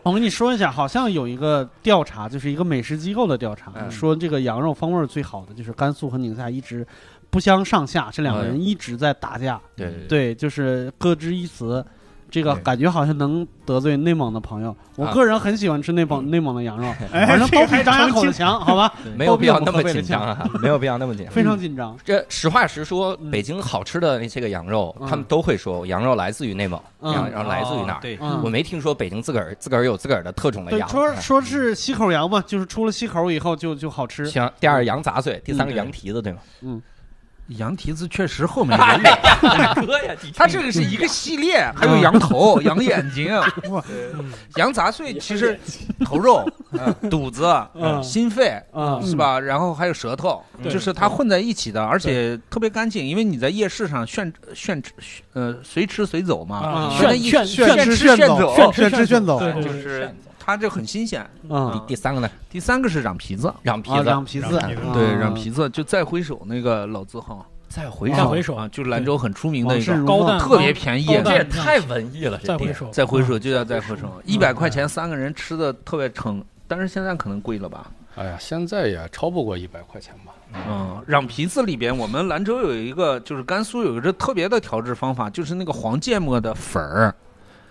Speaker 3: 我跟你说一下，好像有一个调查，就是一个美食机构的调查，
Speaker 1: 嗯
Speaker 3: 说这个羊肉风味儿最好的就是甘肃和宁夏一直不相上下，这两个人一直在打架，
Speaker 1: 哎对对，
Speaker 3: 对，就是各执一词。这个
Speaker 1: 对
Speaker 3: 感觉好像能得罪内蒙的朋友。我
Speaker 1: 啊
Speaker 3: 个人很喜欢吃内蒙、
Speaker 1: 嗯
Speaker 3: 内蒙的 羊肉，
Speaker 2: 哎
Speaker 3: 反正
Speaker 2: 这
Speaker 3: 都
Speaker 2: 个
Speaker 3: 比
Speaker 2: 还
Speaker 3: 张家
Speaker 2: 澄
Speaker 3: 口的
Speaker 2: 清
Speaker 3: 强，好吧？
Speaker 1: 没有必要那么紧张啊， 没有必要那么紧张。嗯
Speaker 3: 非常紧张。
Speaker 1: 这实话实说
Speaker 3: 嗯，
Speaker 1: 北京好吃的那些个羊肉，
Speaker 3: 嗯
Speaker 1: 他们都会说羊肉来自于内蒙，
Speaker 3: 嗯
Speaker 1: 羊肉来自于哪儿？
Speaker 6: 对，
Speaker 3: 嗯
Speaker 1: 我没听说北京自个儿自个儿有自个儿的特种的
Speaker 3: 对，
Speaker 1: 羊。嗯
Speaker 3: 说说是西口羊嘛，就是出了西口以后就就好吃。
Speaker 1: 行，第二羊杂碎，第三个
Speaker 3: 嗯
Speaker 1: 羊蹄子，对吗？
Speaker 6: 羊蹄子确实后面有
Speaker 1: 哎
Speaker 6: 一
Speaker 1: 呀，哥呀，你 嗯
Speaker 6: 它这个是一个系列，还有羊头、羊眼睛、
Speaker 4: 嗯
Speaker 6: 羊杂碎，其实头肉、肚子、
Speaker 4: 嗯
Speaker 6: 心肺。
Speaker 3: 啊
Speaker 1: 嗯
Speaker 6: 是吧？然后还有舌头，
Speaker 4: 对
Speaker 6: 就是它混在一起的，而且特别干净，因为你在夜市上炫炫炫呃随吃随走嘛，
Speaker 4: 啊，
Speaker 3: 嗯
Speaker 6: 那
Speaker 4: 炫
Speaker 6: 一
Speaker 4: 炫
Speaker 6: 炫
Speaker 4: 炫
Speaker 6: 吃
Speaker 4: 炫
Speaker 6: 炫
Speaker 4: 走
Speaker 6: 走
Speaker 4: 炫
Speaker 3: 炫吃炫走
Speaker 4: 对对
Speaker 6: 就
Speaker 4: 对
Speaker 6: 是
Speaker 4: 炫走
Speaker 6: 它这很新鲜。啊
Speaker 3: 嗯
Speaker 1: 第三个呢？
Speaker 6: 第三个是瓤皮子，
Speaker 1: 羊皮
Speaker 3: 啊，
Speaker 1: 子，
Speaker 3: 瓤皮
Speaker 2: 瓤
Speaker 3: 子
Speaker 2: 皮子，
Speaker 6: 对，
Speaker 3: 嗯
Speaker 6: 瓤皮子就再回首那个老字号
Speaker 1: 再回
Speaker 3: 再
Speaker 4: 再
Speaker 1: 首，
Speaker 4: 回首
Speaker 6: 啊，，就是兰州很出名的
Speaker 3: 往
Speaker 6: 一
Speaker 3: 事
Speaker 6: 个，
Speaker 3: 如
Speaker 4: 高
Speaker 3: 梦
Speaker 4: 蛋
Speaker 6: 特别便宜啊
Speaker 4: 高，
Speaker 1: 这
Speaker 4: 蛋
Speaker 1: 也太文艺了，这
Speaker 4: 再回
Speaker 1: 店
Speaker 4: 首，
Speaker 6: 再回
Speaker 4: 啊
Speaker 6: 首就要再回首，一百块钱三个人吃的特别撑，但是现在可能贵了吧？
Speaker 7: 哎呀，现在也超不过一百块钱吧？
Speaker 6: 嗯，瓤皮子里边，我们兰州有一个，就是甘肃有一个特别的调制方法，就是那个黄芥末的粉儿，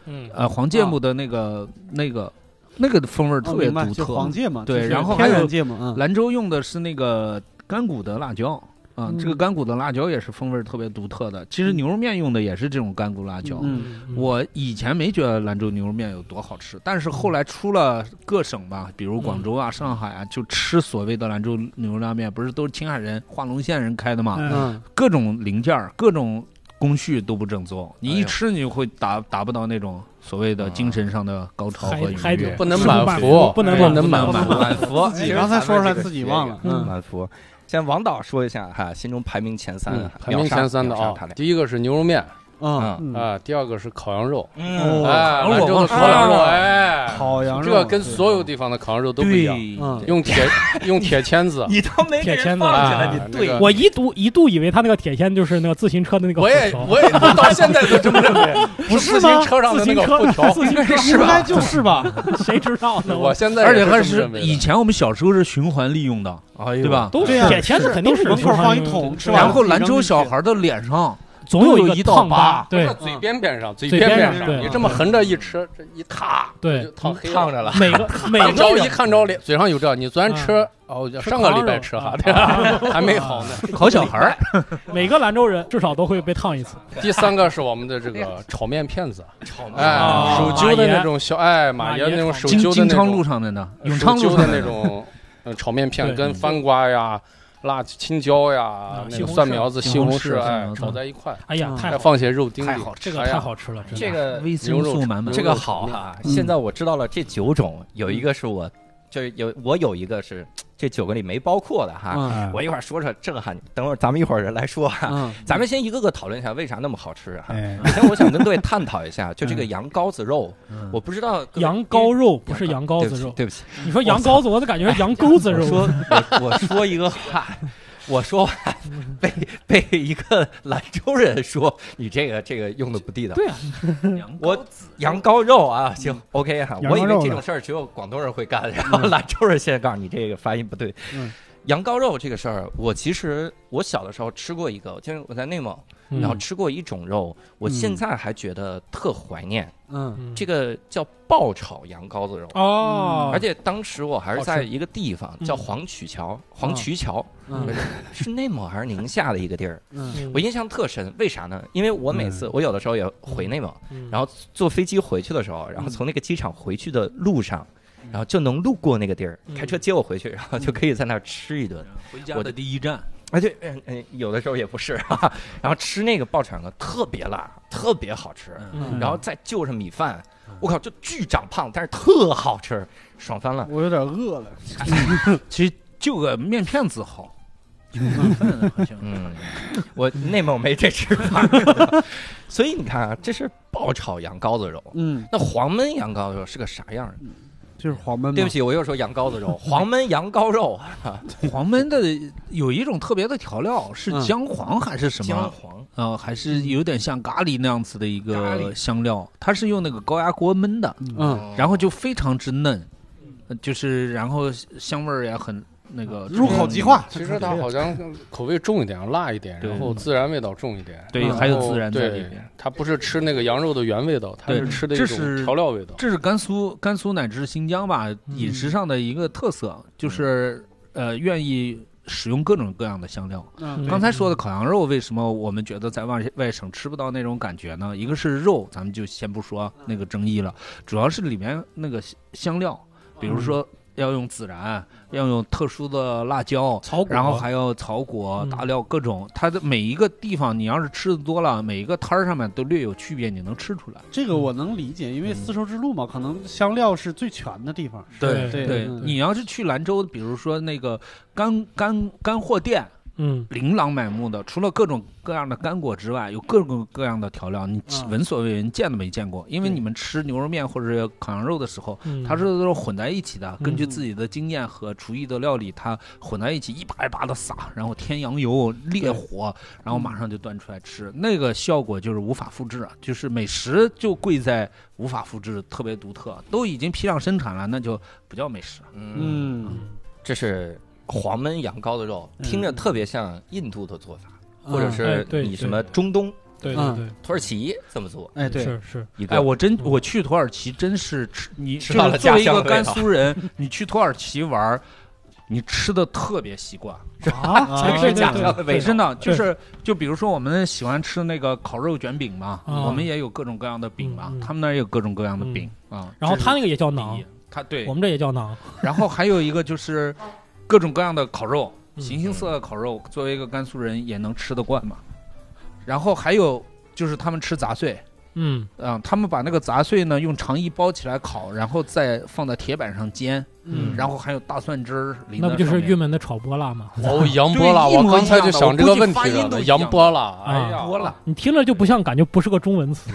Speaker 4: 嗯，
Speaker 6: 呃，黄芥末的那个、那个那个的风味儿特别
Speaker 3: 哦明白
Speaker 6: 独
Speaker 3: 就
Speaker 6: 特。
Speaker 3: 黄芥嘛，
Speaker 6: 对
Speaker 3: 就是
Speaker 6: 然后
Speaker 3: 天
Speaker 6: 还有
Speaker 3: 然芥嘛，嗯，
Speaker 6: 兰州用的是那个干骨的辣椒。啊、
Speaker 3: 嗯
Speaker 6: 这个干骨的辣椒也是风味儿特别独特的。其实牛肉面用的也是这种干骨辣椒。
Speaker 3: 嗯
Speaker 6: 我以前没觉得兰州牛肉面有多好吃，但是后来出了各省吧，比如
Speaker 4: 嗯
Speaker 6: 广州啊、上海啊，就吃所谓的兰州牛肉拉面，不是都是青海人、化隆县人开的嘛？
Speaker 2: 嗯
Speaker 3: 嗯，
Speaker 6: 各种零件儿、各种工序都不正宗，你
Speaker 1: 哎
Speaker 6: 一
Speaker 1: 呦
Speaker 6: 吃你就会达达不到那种所谓
Speaker 1: 啊
Speaker 6: 的精神上的高潮
Speaker 4: 嗨
Speaker 6: 和
Speaker 4: 嗨
Speaker 6: 愉
Speaker 4: 点
Speaker 6: 悦。
Speaker 7: 不能
Speaker 4: 吃
Speaker 7: 满
Speaker 4: 满
Speaker 7: 福，
Speaker 4: 不能
Speaker 7: 不
Speaker 4: 满
Speaker 7: 能满
Speaker 6: 不能
Speaker 7: 福。
Speaker 1: 满福，
Speaker 3: 自己刚才说出来自己忘了，
Speaker 1: 嗯，
Speaker 3: 嗯
Speaker 1: 满福。先王导说一下哈，心中排名前三
Speaker 7: 嗯
Speaker 1: 的，，
Speaker 7: 排名前三的
Speaker 1: 秒杀
Speaker 7: 啊
Speaker 1: 他，俩。
Speaker 7: 第一个是牛肉面
Speaker 3: 嗯，
Speaker 2: 嗯
Speaker 7: 啊，第二个是烤羊肉，
Speaker 1: 嗯
Speaker 7: 哎，
Speaker 6: 烤
Speaker 7: 兰
Speaker 6: 肉
Speaker 7: 州
Speaker 6: 我
Speaker 7: 的
Speaker 6: 忘
Speaker 7: 烤羊
Speaker 6: 了
Speaker 7: 肉，哎，
Speaker 3: 嗯烤羊肉
Speaker 7: 这个跟所有地方的烤羊肉都不一样，
Speaker 3: 嗯
Speaker 7: 用铁 用铁签 子，
Speaker 1: 你都没给
Speaker 4: 铁签
Speaker 1: 人
Speaker 4: 子
Speaker 1: 放起
Speaker 7: 啊
Speaker 1: 来，
Speaker 7: 那
Speaker 1: 你对
Speaker 7: 个
Speaker 4: 我一度一度以为他那个铁签就是那个自行车的那个
Speaker 7: 我也
Speaker 4: 扶手
Speaker 7: 我也到现在都真不认为，
Speaker 3: 不
Speaker 7: 是自
Speaker 3: 吗
Speaker 7: 行车上的那个布条，
Speaker 4: 自
Speaker 6: 哎
Speaker 4: 行车
Speaker 3: 应该就是吧？
Speaker 4: 谁知道 呢？
Speaker 7: 我现在
Speaker 6: 而且
Speaker 7: 也
Speaker 6: 还
Speaker 7: 是这
Speaker 6: 是
Speaker 7: 么认为的
Speaker 6: 以前我们小时候是循环利用的，
Speaker 1: 哎呦
Speaker 6: 对吧？
Speaker 4: 都
Speaker 3: 对呀
Speaker 4: 铁签子
Speaker 3: 是
Speaker 4: 肯定
Speaker 3: 都是门口
Speaker 4: 循环
Speaker 3: 放一
Speaker 4: 用的
Speaker 3: 桶是吧
Speaker 6: 然后兰州小孩的脸上
Speaker 4: 总有
Speaker 6: 有
Speaker 4: 个
Speaker 6: 一道
Speaker 4: 烫
Speaker 6: 疤
Speaker 4: 对
Speaker 7: 那嘴边边上，嘴
Speaker 4: 嘴
Speaker 7: 边
Speaker 4: 边
Speaker 7: 边
Speaker 4: 上
Speaker 7: 上，
Speaker 4: 对
Speaker 7: 你这么横着一吃，这一踏
Speaker 4: 对
Speaker 7: 就烫黑
Speaker 1: 嗯
Speaker 7: 啊
Speaker 1: 烫着了，
Speaker 4: 每 个每
Speaker 7: 一
Speaker 4: 个
Speaker 7: 着一
Speaker 4: 人
Speaker 7: 看着脸，嘴上有这，你昨天吃哦，上个礼拜吃
Speaker 4: 啊
Speaker 7: 哈， 对吧还没好呢。啊
Speaker 6: 烤小孩儿，
Speaker 4: 每个兰州人至少都会被烫一次。
Speaker 7: 第三个是我们的这个炒面片子，
Speaker 1: 炒面
Speaker 7: 哎，手
Speaker 4: 哦
Speaker 7: 揪的
Speaker 4: 马爷
Speaker 7: 那种小，哎，马爷
Speaker 4: 马爷
Speaker 7: 那种
Speaker 4: 炒
Speaker 7: 手
Speaker 6: 金
Speaker 7: 揪的
Speaker 6: 金
Speaker 7: 那
Speaker 6: 昌路
Speaker 7: 种，
Speaker 6: 上的呢，永
Speaker 7: 手
Speaker 6: 昌路
Speaker 7: 揪
Speaker 6: 上
Speaker 7: 的那
Speaker 6: 呢。
Speaker 7: 种，呃炒面片
Speaker 4: 对
Speaker 7: 跟番瓜呀、辣青椒呀、那
Speaker 4: 西
Speaker 7: 个
Speaker 4: 红
Speaker 7: 蒜
Speaker 4: 柿
Speaker 7: 苗子、
Speaker 6: 西
Speaker 7: 西
Speaker 6: 红
Speaker 7: 红
Speaker 6: 柿
Speaker 7: 柿，哎
Speaker 6: 嗯，
Speaker 7: 炒在一块，
Speaker 4: 哎呀
Speaker 3: 嗯，
Speaker 4: 太
Speaker 7: 再
Speaker 4: 好，
Speaker 7: 放些肉丁
Speaker 6: 太
Speaker 7: 粒
Speaker 6: 好，
Speaker 4: 这
Speaker 7: 哎
Speaker 4: 个
Speaker 7: 呀
Speaker 4: 太好吃了，真
Speaker 1: 这
Speaker 4: 的。
Speaker 1: 个
Speaker 6: 维生素满满
Speaker 1: 这个好哈、
Speaker 3: 嗯
Speaker 1: 现在我知道了这九种，有一个是我，就是有我有一个是这九个里没包括的哈。
Speaker 3: 嗯
Speaker 1: 我一会儿说说震撼你，等会儿咱们一会儿来说哈、
Speaker 3: 嗯
Speaker 1: 咱们先一个个讨论一下为啥那么好吃啊哈、
Speaker 2: 哎，
Speaker 4: 嗯
Speaker 1: 首先，我想跟各位探讨一下，就这个羊羔子肉，
Speaker 6: 嗯
Speaker 1: 我不知道各位
Speaker 4: 羊羔肉不是羊羔子肉，
Speaker 1: 对不起，
Speaker 4: 你说羊羔子，我都感觉是
Speaker 6: 哎
Speaker 4: 羊钩子
Speaker 1: 对不起，我
Speaker 4: 肉。
Speaker 1: 说 我我说一个话，我说完被被一个兰州人说你这个这个用的不地道，
Speaker 4: 对啊，
Speaker 1: 我羊羔肉啊，行，OK
Speaker 4: 嗯
Speaker 1: 哈、
Speaker 2: 羊羔
Speaker 1: 我以为
Speaker 2: 肉
Speaker 1: 这
Speaker 2: 呢
Speaker 1: 种事儿只有广东人会干，然后兰州人现在告诉你这个发音不对。
Speaker 3: 嗯
Speaker 1: 羊羔肉这个事儿，我其实我小的时候吃过一个，就是我在内蒙，
Speaker 4: 嗯
Speaker 1: 然后吃过一种肉，我现在还觉得特怀念。
Speaker 3: 嗯
Speaker 1: 这个叫爆炒羊羔子肉，
Speaker 4: 哦，
Speaker 6: 嗯
Speaker 1: 而且当时我还是在一个地方
Speaker 4: 吃
Speaker 1: 叫黄曲桥，黄渠桥
Speaker 3: 嗯
Speaker 1: 是内蒙还是宁夏的一个地儿，
Speaker 3: 嗯
Speaker 1: 我印象特深。为啥呢？因为我每次我有的时候也回内蒙，
Speaker 4: 嗯
Speaker 1: 然后坐飞机回去的时候，然后从那个机场回去的路上，然后就能路过那个地儿，
Speaker 4: 嗯
Speaker 1: 开车接我回去，然后就可以在那儿吃一顿。
Speaker 6: 回家的第一站，
Speaker 1: 哎，对，嗯嗯，有的时候也不是哈、哈， 然后吃那个爆炒羊羔特别辣，特别好吃，
Speaker 4: 嗯
Speaker 1: 然后再就上米饭，
Speaker 6: 嗯
Speaker 1: 我靠，就巨长胖，但是特好吃，爽翻了。
Speaker 3: 我有点饿了。
Speaker 6: 其实就个面片子好，就个面片子好像
Speaker 1: 嗯，我内蒙没这吃 法，所以你看啊，这是爆炒羊羔子肉。
Speaker 3: 嗯，
Speaker 1: 那黄焖羊羔肉是个啥样儿？
Speaker 6: 嗯
Speaker 3: 就是黄焖。
Speaker 1: 对不，起，我又说羊羔子 肉，黄焖羊羔肉，
Speaker 6: 黄焖的有一种特别的调料是
Speaker 3: 嗯
Speaker 6: 姜黄还是什
Speaker 1: 姜
Speaker 6: 么？
Speaker 1: 黄，
Speaker 6: 呃，还是有点像咖喱那样子的一
Speaker 1: 咖
Speaker 6: 个
Speaker 1: 喱
Speaker 6: 香料，它是用那个高压锅焖的，
Speaker 3: 嗯，
Speaker 6: 然后就非常之嫩，呃就是然后香味儿也很那个
Speaker 3: 入口即化。
Speaker 7: 其实它好像口味重一点，辣一点，
Speaker 6: 对
Speaker 7: 然后孜然味道重一点，
Speaker 6: 对
Speaker 3: 嗯
Speaker 7: 然后
Speaker 6: 还有孜然在里
Speaker 7: 对
Speaker 6: 面。
Speaker 7: 它不是吃那个羊肉的原味道，它
Speaker 6: 对
Speaker 7: 是吃的一
Speaker 6: 这
Speaker 7: 种
Speaker 6: 是
Speaker 7: 调料味道。
Speaker 6: 这是甘肃、甘肃乃至新疆吧
Speaker 3: 嗯
Speaker 6: 饮食上的一个特色，就是呃，愿意使用各种各样的香料。
Speaker 3: 嗯
Speaker 6: 刚才说的烤羊肉，为什么我们觉得在外外省吃不到那种感觉呢？一个是肉，咱们就先不说那个争议了，主要是里面那个香香料，比如说要用孜然，要用特殊的辣椒，
Speaker 4: 炒股，
Speaker 6: 然后还有草果、
Speaker 4: 嗯
Speaker 6: 大料各种，它的每一个地方，你要是吃的多了，每一个摊儿上面都略有区别，你能吃出来。
Speaker 3: 这个我能理解，因为丝绸之路嘛，可能香料是最全的地方。
Speaker 4: 对
Speaker 6: 对，
Speaker 3: 对嗯
Speaker 6: 你要是去兰州，比如说那个干干干货店，
Speaker 4: 嗯
Speaker 6: 琳琅满目的，除了各种各样的干果之外，有各种各样的调料，你
Speaker 3: 嗯
Speaker 6: 闻所未闻，见都没见过。因为
Speaker 3: 对
Speaker 6: 你们吃牛肉面或者烤羊肉的时候，
Speaker 4: 嗯，
Speaker 6: 它是都是混在一起的，
Speaker 4: 嗯
Speaker 6: 根据自己的经验和厨艺的料理，它混在一起一把一把的撒，然后添羊油、烈火，然后马上就端出来吃，那个效果就是无法复制啊！就是美食就贵在无法复制，特别独特，都已经批量生产了，那就不叫美食了。
Speaker 1: 嗯，
Speaker 3: 嗯，
Speaker 1: 这是黄焖羊羔子肉，
Speaker 6: 嗯
Speaker 1: 听着特别像印度的做法，或者
Speaker 3: 嗯
Speaker 1: 是
Speaker 4: 哎对
Speaker 1: 你什么中东、
Speaker 4: 对对
Speaker 6: 嗯
Speaker 4: 对，
Speaker 1: 土耳其这么做
Speaker 3: 哎对，
Speaker 4: 是 是，
Speaker 1: 一个。
Speaker 6: 哎，我真
Speaker 4: 嗯
Speaker 6: 我去土耳其真是吃你
Speaker 1: 吃
Speaker 6: 就
Speaker 1: 到
Speaker 6: 是
Speaker 1: 了
Speaker 6: 作
Speaker 1: 家
Speaker 6: 为一
Speaker 1: 乡
Speaker 6: 个
Speaker 1: 的味
Speaker 6: 甘
Speaker 1: 道
Speaker 6: 肃人， 你去土耳其玩儿，你吃的特别习惯，
Speaker 3: 啊
Speaker 4: 真是假的
Speaker 1: 的味
Speaker 6: 真的就
Speaker 4: 对
Speaker 6: 是就比如说我们喜欢吃那个烤肉卷饼嘛，
Speaker 4: 啊
Speaker 6: 我们也有各种各样的饼嘛，
Speaker 4: 嗯嗯
Speaker 6: 他们那儿也有各种各样
Speaker 3: 嗯
Speaker 6: 的饼啊。
Speaker 4: 嗯然后
Speaker 6: 这
Speaker 4: 它
Speaker 6: 是
Speaker 4: 那个也叫
Speaker 6: 第
Speaker 4: 馕
Speaker 6: 一，，他对
Speaker 4: 我，们这也叫馕，
Speaker 6: 然后还有一个就是各种各样的烤肉，
Speaker 4: 嗯
Speaker 6: 形形色色的烤肉，作为一个甘肃人也能吃得惯嘛。然后还有就是他们吃杂碎，
Speaker 4: 嗯
Speaker 6: 啊、他们把那个杂碎呢用肠衣包起来烤，然后再放在铁板上煎，
Speaker 4: 嗯，
Speaker 6: 然后还有大蒜汁儿淋
Speaker 4: 那不
Speaker 6: 在
Speaker 4: 就是
Speaker 6: 上面
Speaker 4: 玉门的炒波辣吗？
Speaker 7: 哦，杨
Speaker 6: 对
Speaker 7: 波拉，
Speaker 6: 一
Speaker 7: 我
Speaker 6: 模
Speaker 7: 刚
Speaker 6: 一
Speaker 7: 才
Speaker 6: 样
Speaker 7: 就
Speaker 6: 的
Speaker 7: 想
Speaker 6: 我
Speaker 7: 这
Speaker 6: 估
Speaker 7: 个
Speaker 6: 计
Speaker 7: 问
Speaker 6: 发
Speaker 7: 题
Speaker 6: 音
Speaker 7: 了
Speaker 6: 都
Speaker 7: 呢。
Speaker 6: 一
Speaker 7: 杨
Speaker 6: 样
Speaker 7: 波拉，
Speaker 4: 啊
Speaker 7: 哎呀，
Speaker 6: 多了，
Speaker 4: 你听着就不像，感觉不是个中文词。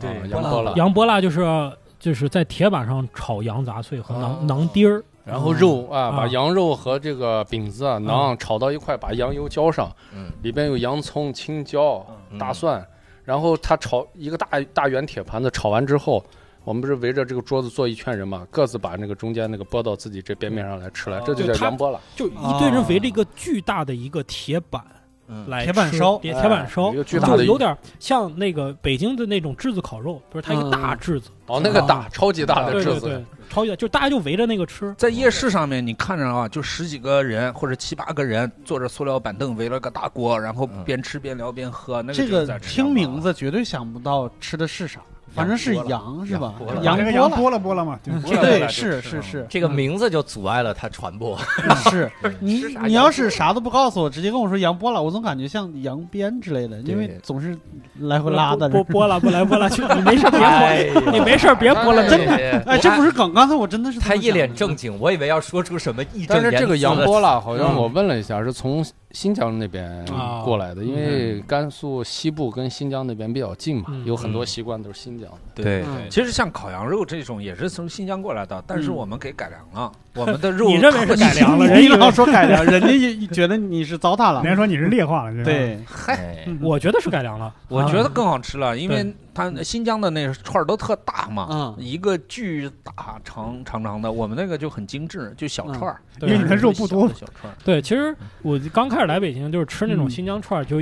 Speaker 7: 对
Speaker 1: 啊
Speaker 6: 对，
Speaker 7: 杨
Speaker 6: 波
Speaker 7: 波
Speaker 6: 浪
Speaker 7: 拉，
Speaker 4: 羊波辣就是就是在铁板上炒羊杂碎和
Speaker 7: 哦
Speaker 4: 馕馕丁儿，
Speaker 7: 然后肉啊，
Speaker 4: 啊
Speaker 7: 把羊肉和这个饼子
Speaker 4: 嗯
Speaker 7: 啊、馕炒到一块，把羊油浇上，
Speaker 1: 嗯
Speaker 7: 里边有洋葱、青椒、
Speaker 6: 嗯
Speaker 4: 嗯
Speaker 7: 大蒜，然后他炒一个大大圆铁盘子，炒完之后。我们不是围着这个桌子坐一圈人嘛，各自把那个中间那个拨到自己这边面上来吃来，这就
Speaker 4: 哦就
Speaker 7: 叫
Speaker 4: 他
Speaker 7: 杨波拉。
Speaker 4: 嗯就一堆人围着一个巨大的一个铁板
Speaker 1: 嗯
Speaker 4: 来
Speaker 3: 铁板
Speaker 4: 吃
Speaker 3: 烧
Speaker 4: 铁铁板
Speaker 7: 哎
Speaker 4: 烧
Speaker 7: 一。个巨大
Speaker 4: 就
Speaker 7: 的
Speaker 4: 有点像那个北京的那种炙子烤肉，不是它一个大炙子，
Speaker 7: 哦，那个大超级大的
Speaker 4: 对
Speaker 7: 炙
Speaker 4: 对
Speaker 7: 子，
Speaker 4: 对，超级大，就大家就围着那个吃，
Speaker 6: 在夜市上面，你看着啊，就十几个人或者七八个人坐着塑料板凳围了个大锅，然后
Speaker 1: 嗯
Speaker 6: 边吃边聊边喝，那
Speaker 3: 这
Speaker 6: 个
Speaker 3: 个听名字绝对想不到吃的是啥，反正是羊是吧？
Speaker 2: 把这个
Speaker 3: 波
Speaker 2: 羊
Speaker 3: 了，
Speaker 2: 剥了剥了嘛，对
Speaker 3: 嗯
Speaker 7: 剥了
Speaker 3: 对
Speaker 7: 就
Speaker 3: 是
Speaker 7: 吃
Speaker 3: 是
Speaker 7: 了
Speaker 3: 是
Speaker 1: 这个名字就阻碍了它传播。
Speaker 3: 是。你
Speaker 1: 吃啥
Speaker 3: 你
Speaker 1: 羊
Speaker 3: 要是啥都不告诉我，直接跟我说羊波了，我总感觉像羊鞭之类的，因为
Speaker 1: 对
Speaker 3: 总是来回拉的。
Speaker 4: 波波拉波来波拉去，你没事别
Speaker 3: 哎
Speaker 4: 播了，你没事别播了，
Speaker 3: 真
Speaker 4: 的。
Speaker 1: 的
Speaker 3: 哎，这不是梗，刚才我真的是这么
Speaker 1: 他一脸
Speaker 3: 想的
Speaker 1: 正经，我以为要说出什么义正
Speaker 7: 但
Speaker 1: 言
Speaker 7: 是
Speaker 1: 辞的
Speaker 7: 这个杨波拉好像
Speaker 3: 嗯
Speaker 7: 我问了一下，是从新疆那边
Speaker 4: 啊
Speaker 7: 过来的，因为甘肃西部跟新疆那边比较近嘛
Speaker 4: 嗯，
Speaker 7: 有很多习惯都是新疆的。
Speaker 1: 对
Speaker 3: 嗯
Speaker 6: 其实像烤羊肉这种也是从新疆过来的，但是
Speaker 3: 嗯
Speaker 6: 我们给改良了，我们的肉
Speaker 4: 你认为是改良了，人
Speaker 3: 你
Speaker 4: 家以为
Speaker 3: 老说改 良，人家也觉得你是糟蹋了
Speaker 2: 人。家说你是劣化了，这个，
Speaker 3: 对，
Speaker 1: 嗨，
Speaker 7: 啊
Speaker 4: 我觉得是改良了，
Speaker 1: 嗯
Speaker 6: 我觉得更好吃了，因为
Speaker 1: 它新疆的那个串儿都特大嘛，
Speaker 3: 嗯，
Speaker 1: 一个巨大长长长的，我们那个就很精致，就小串儿，
Speaker 2: 因为你
Speaker 4: 对
Speaker 2: 的肉不多
Speaker 1: 小的小串儿。
Speaker 4: 对，其实我刚开始来北京就是吃那种新疆串儿，就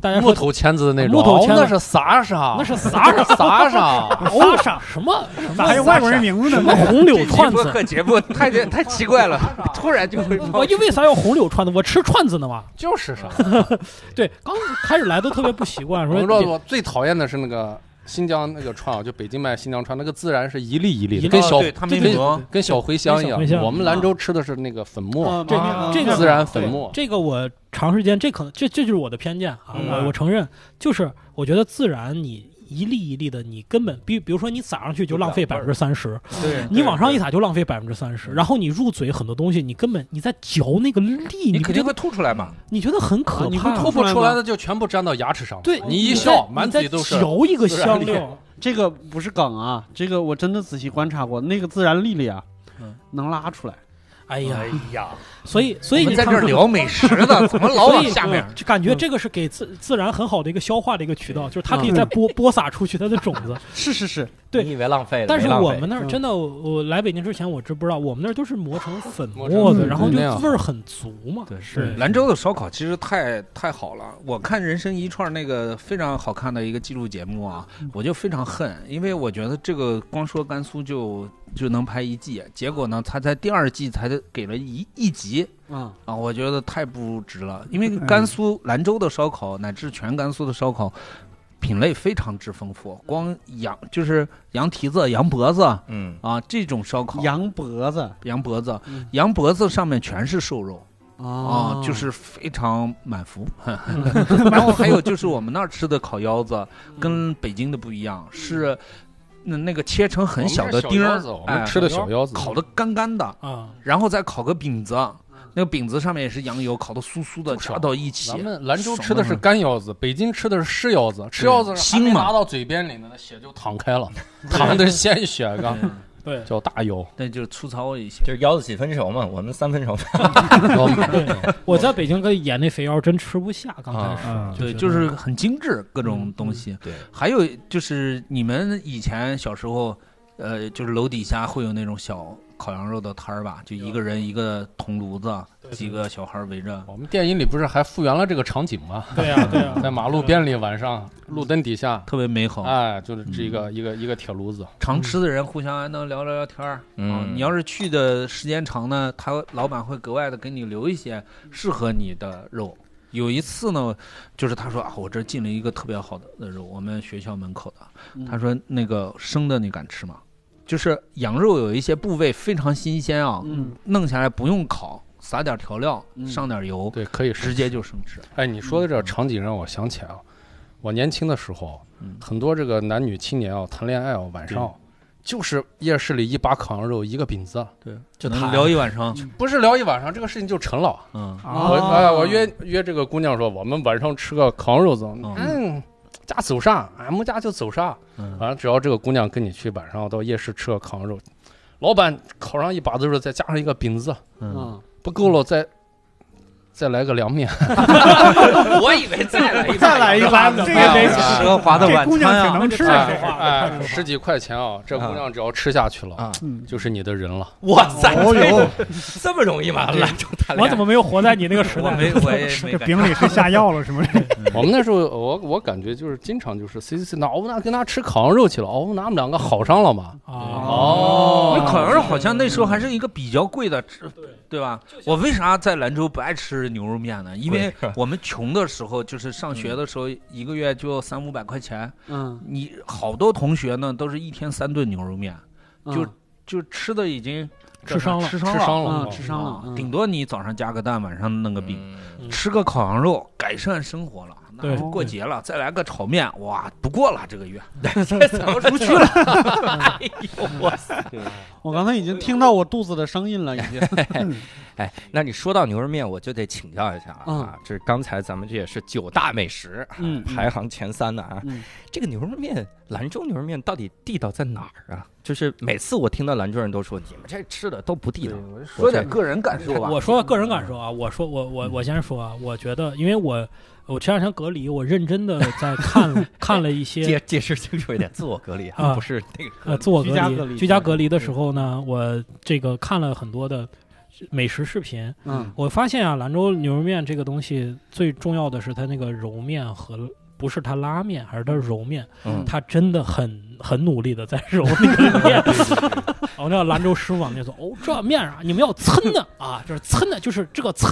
Speaker 4: 大家
Speaker 7: 嗯木
Speaker 4: 说
Speaker 7: 头签字的那种，
Speaker 4: 木头签字
Speaker 7: 哦那是啥啥？
Speaker 1: 啊
Speaker 4: 那是 啥啥
Speaker 7: 啥啥？
Speaker 4: 啥 啥什么什么
Speaker 2: 咋还有外国人名字
Speaker 4: 什
Speaker 2: 呢
Speaker 4: 么？红柳串
Speaker 1: 这
Speaker 4: 子
Speaker 1: 期播，客节目太太奇怪了，突然就会冒
Speaker 4: 我因为啥要红柳串子？我吃串子呢嘛。
Speaker 7: 就是啥？
Speaker 4: 对，刚开始来都特别不习惯，
Speaker 7: 我们
Speaker 4: 说
Speaker 7: 知道我最讨厌的是那个新疆那个串啊，就北京卖新疆串，那个孜然是一粒一粒
Speaker 4: 一粒
Speaker 7: 的，跟小
Speaker 1: 哦对他们
Speaker 7: 跟
Speaker 1: 那种
Speaker 7: 跟小茴香一样
Speaker 4: 跟小茴。香
Speaker 7: 我们兰州吃的是那个粉末，
Speaker 3: 嗯
Speaker 4: 这
Speaker 3: 啊
Speaker 4: 这个
Speaker 7: 孜然粉末。
Speaker 4: 这个我长时间，这可能这这就是我的偏见啊，
Speaker 7: 嗯
Speaker 4: 我我承认，就是我觉得自然你一粒一粒的，你根本比比如说你撒上去就浪费百分之三十，
Speaker 1: 对
Speaker 4: 你往上一撒就浪费百分之三十，然后你入嘴很多东西，你根本你在嚼那个粒，
Speaker 1: 你
Speaker 4: 你
Speaker 1: 肯
Speaker 4: 觉
Speaker 1: 定
Speaker 4: 得
Speaker 1: 会吐出来嘛。
Speaker 4: 你觉得很可
Speaker 3: 啊你会
Speaker 4: 怕
Speaker 3: 吐
Speaker 7: 吐。不
Speaker 3: 出
Speaker 7: 出
Speaker 3: 来吗
Speaker 7: 来的就全部粘到牙齿上了。
Speaker 4: 对
Speaker 7: 你一
Speaker 4: 在
Speaker 7: 笑，
Speaker 4: 你
Speaker 7: 满
Speaker 4: 在
Speaker 7: 嘴都是。
Speaker 4: 嚼一个香
Speaker 7: 孜然
Speaker 4: 料，
Speaker 3: 这个不是梗啊，这个我真的仔细观察过，那个自然粒粒啊
Speaker 1: 嗯，
Speaker 3: 能拉出来。
Speaker 4: 哎呀，
Speaker 1: 呀，
Speaker 4: 所以所
Speaker 1: 我
Speaker 4: 以
Speaker 1: 们
Speaker 4: 你
Speaker 1: 在这
Speaker 4: 看
Speaker 1: 儿聊美食 呢，怎么老
Speaker 4: 所
Speaker 1: 往
Speaker 4: 以嗯
Speaker 1: 下面？
Speaker 4: 就感觉这个是给自自然很好的一个消化的一个渠道，就是它可以
Speaker 3: 嗯
Speaker 4: 再播播撒出去它的种子。
Speaker 3: 是是是，
Speaker 4: 对
Speaker 8: 你以为浪费了，
Speaker 4: 但是
Speaker 8: 没浪
Speaker 4: 我
Speaker 8: 费
Speaker 4: 们那儿
Speaker 3: 嗯
Speaker 4: 真的，我我来北京之前我知不知道，我们那儿都是磨成粉
Speaker 7: 磨
Speaker 4: 末
Speaker 2: 成
Speaker 4: 的，
Speaker 2: 粉
Speaker 4: 然后就
Speaker 7: 那样
Speaker 4: 味儿很足嘛。
Speaker 1: 对，
Speaker 4: 是
Speaker 1: 兰州的烧烤其实太太好了。我看《人生一串》那个非常好看的一个纪录节目啊，
Speaker 4: 嗯
Speaker 1: 我就非常恨，因为我觉得这个光说甘肃就就能拍一季，啊结果呢，他在第二季才给了一一集
Speaker 3: 嗯，
Speaker 1: 啊，我觉得太不值了。因
Speaker 4: 嗯
Speaker 1: 为甘肃兰州的烧烤乃至全甘肃的烧烤。品类非常之丰富，光羊就是羊蹄子、羊脖子
Speaker 8: 嗯，
Speaker 1: 啊这种烧烤，
Speaker 3: 羊脖子
Speaker 1: 羊脖子
Speaker 3: 嗯，
Speaker 1: 羊脖子上面全是瘦肉，啊
Speaker 3: 哦，
Speaker 1: 就是非常满 福。然后还有就是我们那儿吃的烤腰子
Speaker 3: 嗯
Speaker 1: 跟北京的不一样，是那那个切成很小的丁儿
Speaker 7: 我们这小腰子，我
Speaker 1: 哎
Speaker 7: 们吃的小腰子，
Speaker 1: 烤的干干的，
Speaker 4: 啊，
Speaker 1: 然后再烤个饼子，
Speaker 3: 嗯
Speaker 1: 那个饼子上面也是羊油，烤的酥酥的，
Speaker 7: 就是
Speaker 1: 炸到一起
Speaker 7: 咱。们兰州吃的是干腰子，北京吃的是湿腰子。吃腰子
Speaker 1: 腥
Speaker 7: 还没
Speaker 1: 嘛
Speaker 7: 拿到嘴边里呢，那血就淌开了，淌的是鲜血，刚
Speaker 1: 嗯
Speaker 4: 对，
Speaker 7: 叫大腰。
Speaker 1: 那就是粗糙一些。
Speaker 8: 就是腰子几分熟嘛，我们三分熟。
Speaker 4: 我在北京跟演那肥腰真吃不下，刚开始
Speaker 2: 啊，
Speaker 1: 对，
Speaker 4: 觉
Speaker 1: 就
Speaker 4: 得
Speaker 1: 是很精致各种东西。
Speaker 8: 对，
Speaker 1: 还有就是你们以前小时候，呃，就是楼底下会有那种小烤羊肉的摊儿吧，就一个人一个铜炉子，几个小孩围着。
Speaker 7: 我们电影里不是还复原了这个场景吗？
Speaker 4: 对呀对啊呀，
Speaker 7: 在马路边里，晚上路灯底下，
Speaker 1: 特别美好，
Speaker 7: 哎，就是这
Speaker 1: 嗯
Speaker 7: 一个一个一个铁炉子。
Speaker 1: 常吃的人互相还能聊聊聊天儿。啊
Speaker 8: 嗯，
Speaker 1: 你要是去的时间长呢，他老板会格外的给你留一些适合你的肉。有一次呢，就是他说啊，我这进了一个特别好的的肉，我们学校门口的，
Speaker 3: 嗯
Speaker 1: 他说那个生的你敢吃吗？就是羊肉有一些部位非常新鲜啊，
Speaker 3: 嗯
Speaker 1: 弄下来不用烤，撒点调料，
Speaker 3: 嗯
Speaker 1: 上点油，
Speaker 7: 对，可以
Speaker 1: 直
Speaker 7: 是。
Speaker 1: 接嗯就生吃。
Speaker 7: 哎，你说的这场景让我想起来啊，我年轻的时候
Speaker 1: 嗯，
Speaker 7: 很多这个男女青年啊谈恋爱啊，晚上啊就是夜市里一把烤羊肉，一个饼子，
Speaker 1: 对，
Speaker 8: 就
Speaker 1: 能
Speaker 8: 谈
Speaker 1: 聊一晚上。
Speaker 7: 不是聊一晚上，这个事情就成了。
Speaker 1: 嗯，
Speaker 2: 啊
Speaker 3: 啊，
Speaker 7: 我哎，我约约这个姑娘说，我们晚上吃个烤羊肉怎
Speaker 1: 哦
Speaker 7: 么？嗯，家走啥？俺们家就走啥。
Speaker 1: 嗯
Speaker 7: 反正只要这个姑娘跟你去晚上到夜市吃个烤羊肉，老板烤上一把子肉，再加上一个饼子，
Speaker 1: 嗯，
Speaker 3: 嗯，
Speaker 7: 不够了再再来个凉面。
Speaker 1: 我以为再来一
Speaker 3: 再来一把
Speaker 2: 这
Speaker 7: 个
Speaker 3: 嗯
Speaker 7: 得
Speaker 2: 哎
Speaker 8: 奢华的
Speaker 2: 这
Speaker 8: 晚
Speaker 2: 姑娘
Speaker 8: 餐啊，
Speaker 2: 挺能吃
Speaker 4: 这
Speaker 2: 的
Speaker 4: 是，话
Speaker 7: 哎，十几块钱啊，这姑娘只要吃下去了
Speaker 8: 啊，
Speaker 3: 嗯
Speaker 7: 就是你的人了。
Speaker 8: 哇塞，
Speaker 3: 哦 呦，
Speaker 8: 这么容易吗？兰州谈恋爱，
Speaker 4: 我怎么没有活在你那个时
Speaker 1: 我
Speaker 4: 代？
Speaker 1: 没我也没
Speaker 2: 这
Speaker 1: 敢
Speaker 2: 饼里是下药了是不是？
Speaker 7: 我们那时候，我我感觉就是经常就是 C C C，那我们俩跟他吃烤羊肉去了，哦，我们俩两个好上了嘛。
Speaker 4: 啊，
Speaker 7: 哦
Speaker 1: 那烤羊肉好像那时候还是一个比较贵的，吃对吧？我为啥在兰州不爱吃牛肉面呢？因为我们穷的时候，就是上学的时候，一个月就三五百块钱。
Speaker 3: 嗯，
Speaker 1: 你好多同学呢，都是一天三顿牛肉面，
Speaker 3: 嗯
Speaker 1: 就就吃的已经
Speaker 4: 吃伤了
Speaker 1: 吃
Speaker 7: 吃
Speaker 1: 伤了，
Speaker 7: 伤了
Speaker 3: 啊
Speaker 7: 嘛，
Speaker 3: 吃伤了，嗯
Speaker 1: 顶多你早上加个蛋，晚上弄个饼，
Speaker 8: 嗯
Speaker 1: 吃个烤羊肉，改善生活了。那
Speaker 4: 对
Speaker 1: 过节了，再来个炒面，哇，不过了这个月，这怎么出去了？哎呦，我
Speaker 3: 我刚才已经听到我肚子的声音了，已经。
Speaker 8: 哎，那你说到牛肉面，我就得请教一下啊，这刚才咱们这也是九大美食啊
Speaker 3: 嗯嗯
Speaker 8: 排行前三的啊
Speaker 3: 嗯。
Speaker 8: 这个牛肉面，兰州牛肉面到底地道在哪儿啊？就是每次我听到兰州人都说你们这吃的都不地道，
Speaker 1: 说点个人感受吧。
Speaker 8: 嗯
Speaker 1: 啊
Speaker 4: 啊我说个人感受啊，我说我我我先说啊，我觉得因为我我前两天隔离，我认真的在看了看了 一些
Speaker 9: 解解释清楚一点，自我隔离
Speaker 4: 啊
Speaker 9: 啊，不是那个
Speaker 4: 呃自我
Speaker 3: 居
Speaker 4: 隔
Speaker 3: 家
Speaker 4: 离
Speaker 3: 隔离
Speaker 4: 居家隔离的时候呢，我这个看了很多的美食视频，
Speaker 3: 嗯
Speaker 4: 我发现啊，兰州牛肉面这个东西最重要的是它那个揉面和不是它拉面，还是它揉面，
Speaker 9: 嗯
Speaker 4: 它真的很很努力的在揉那个面。 我那兰州师傅往那说，哦，这面啊，你们要抻的啊，就是抻的，就是这个抻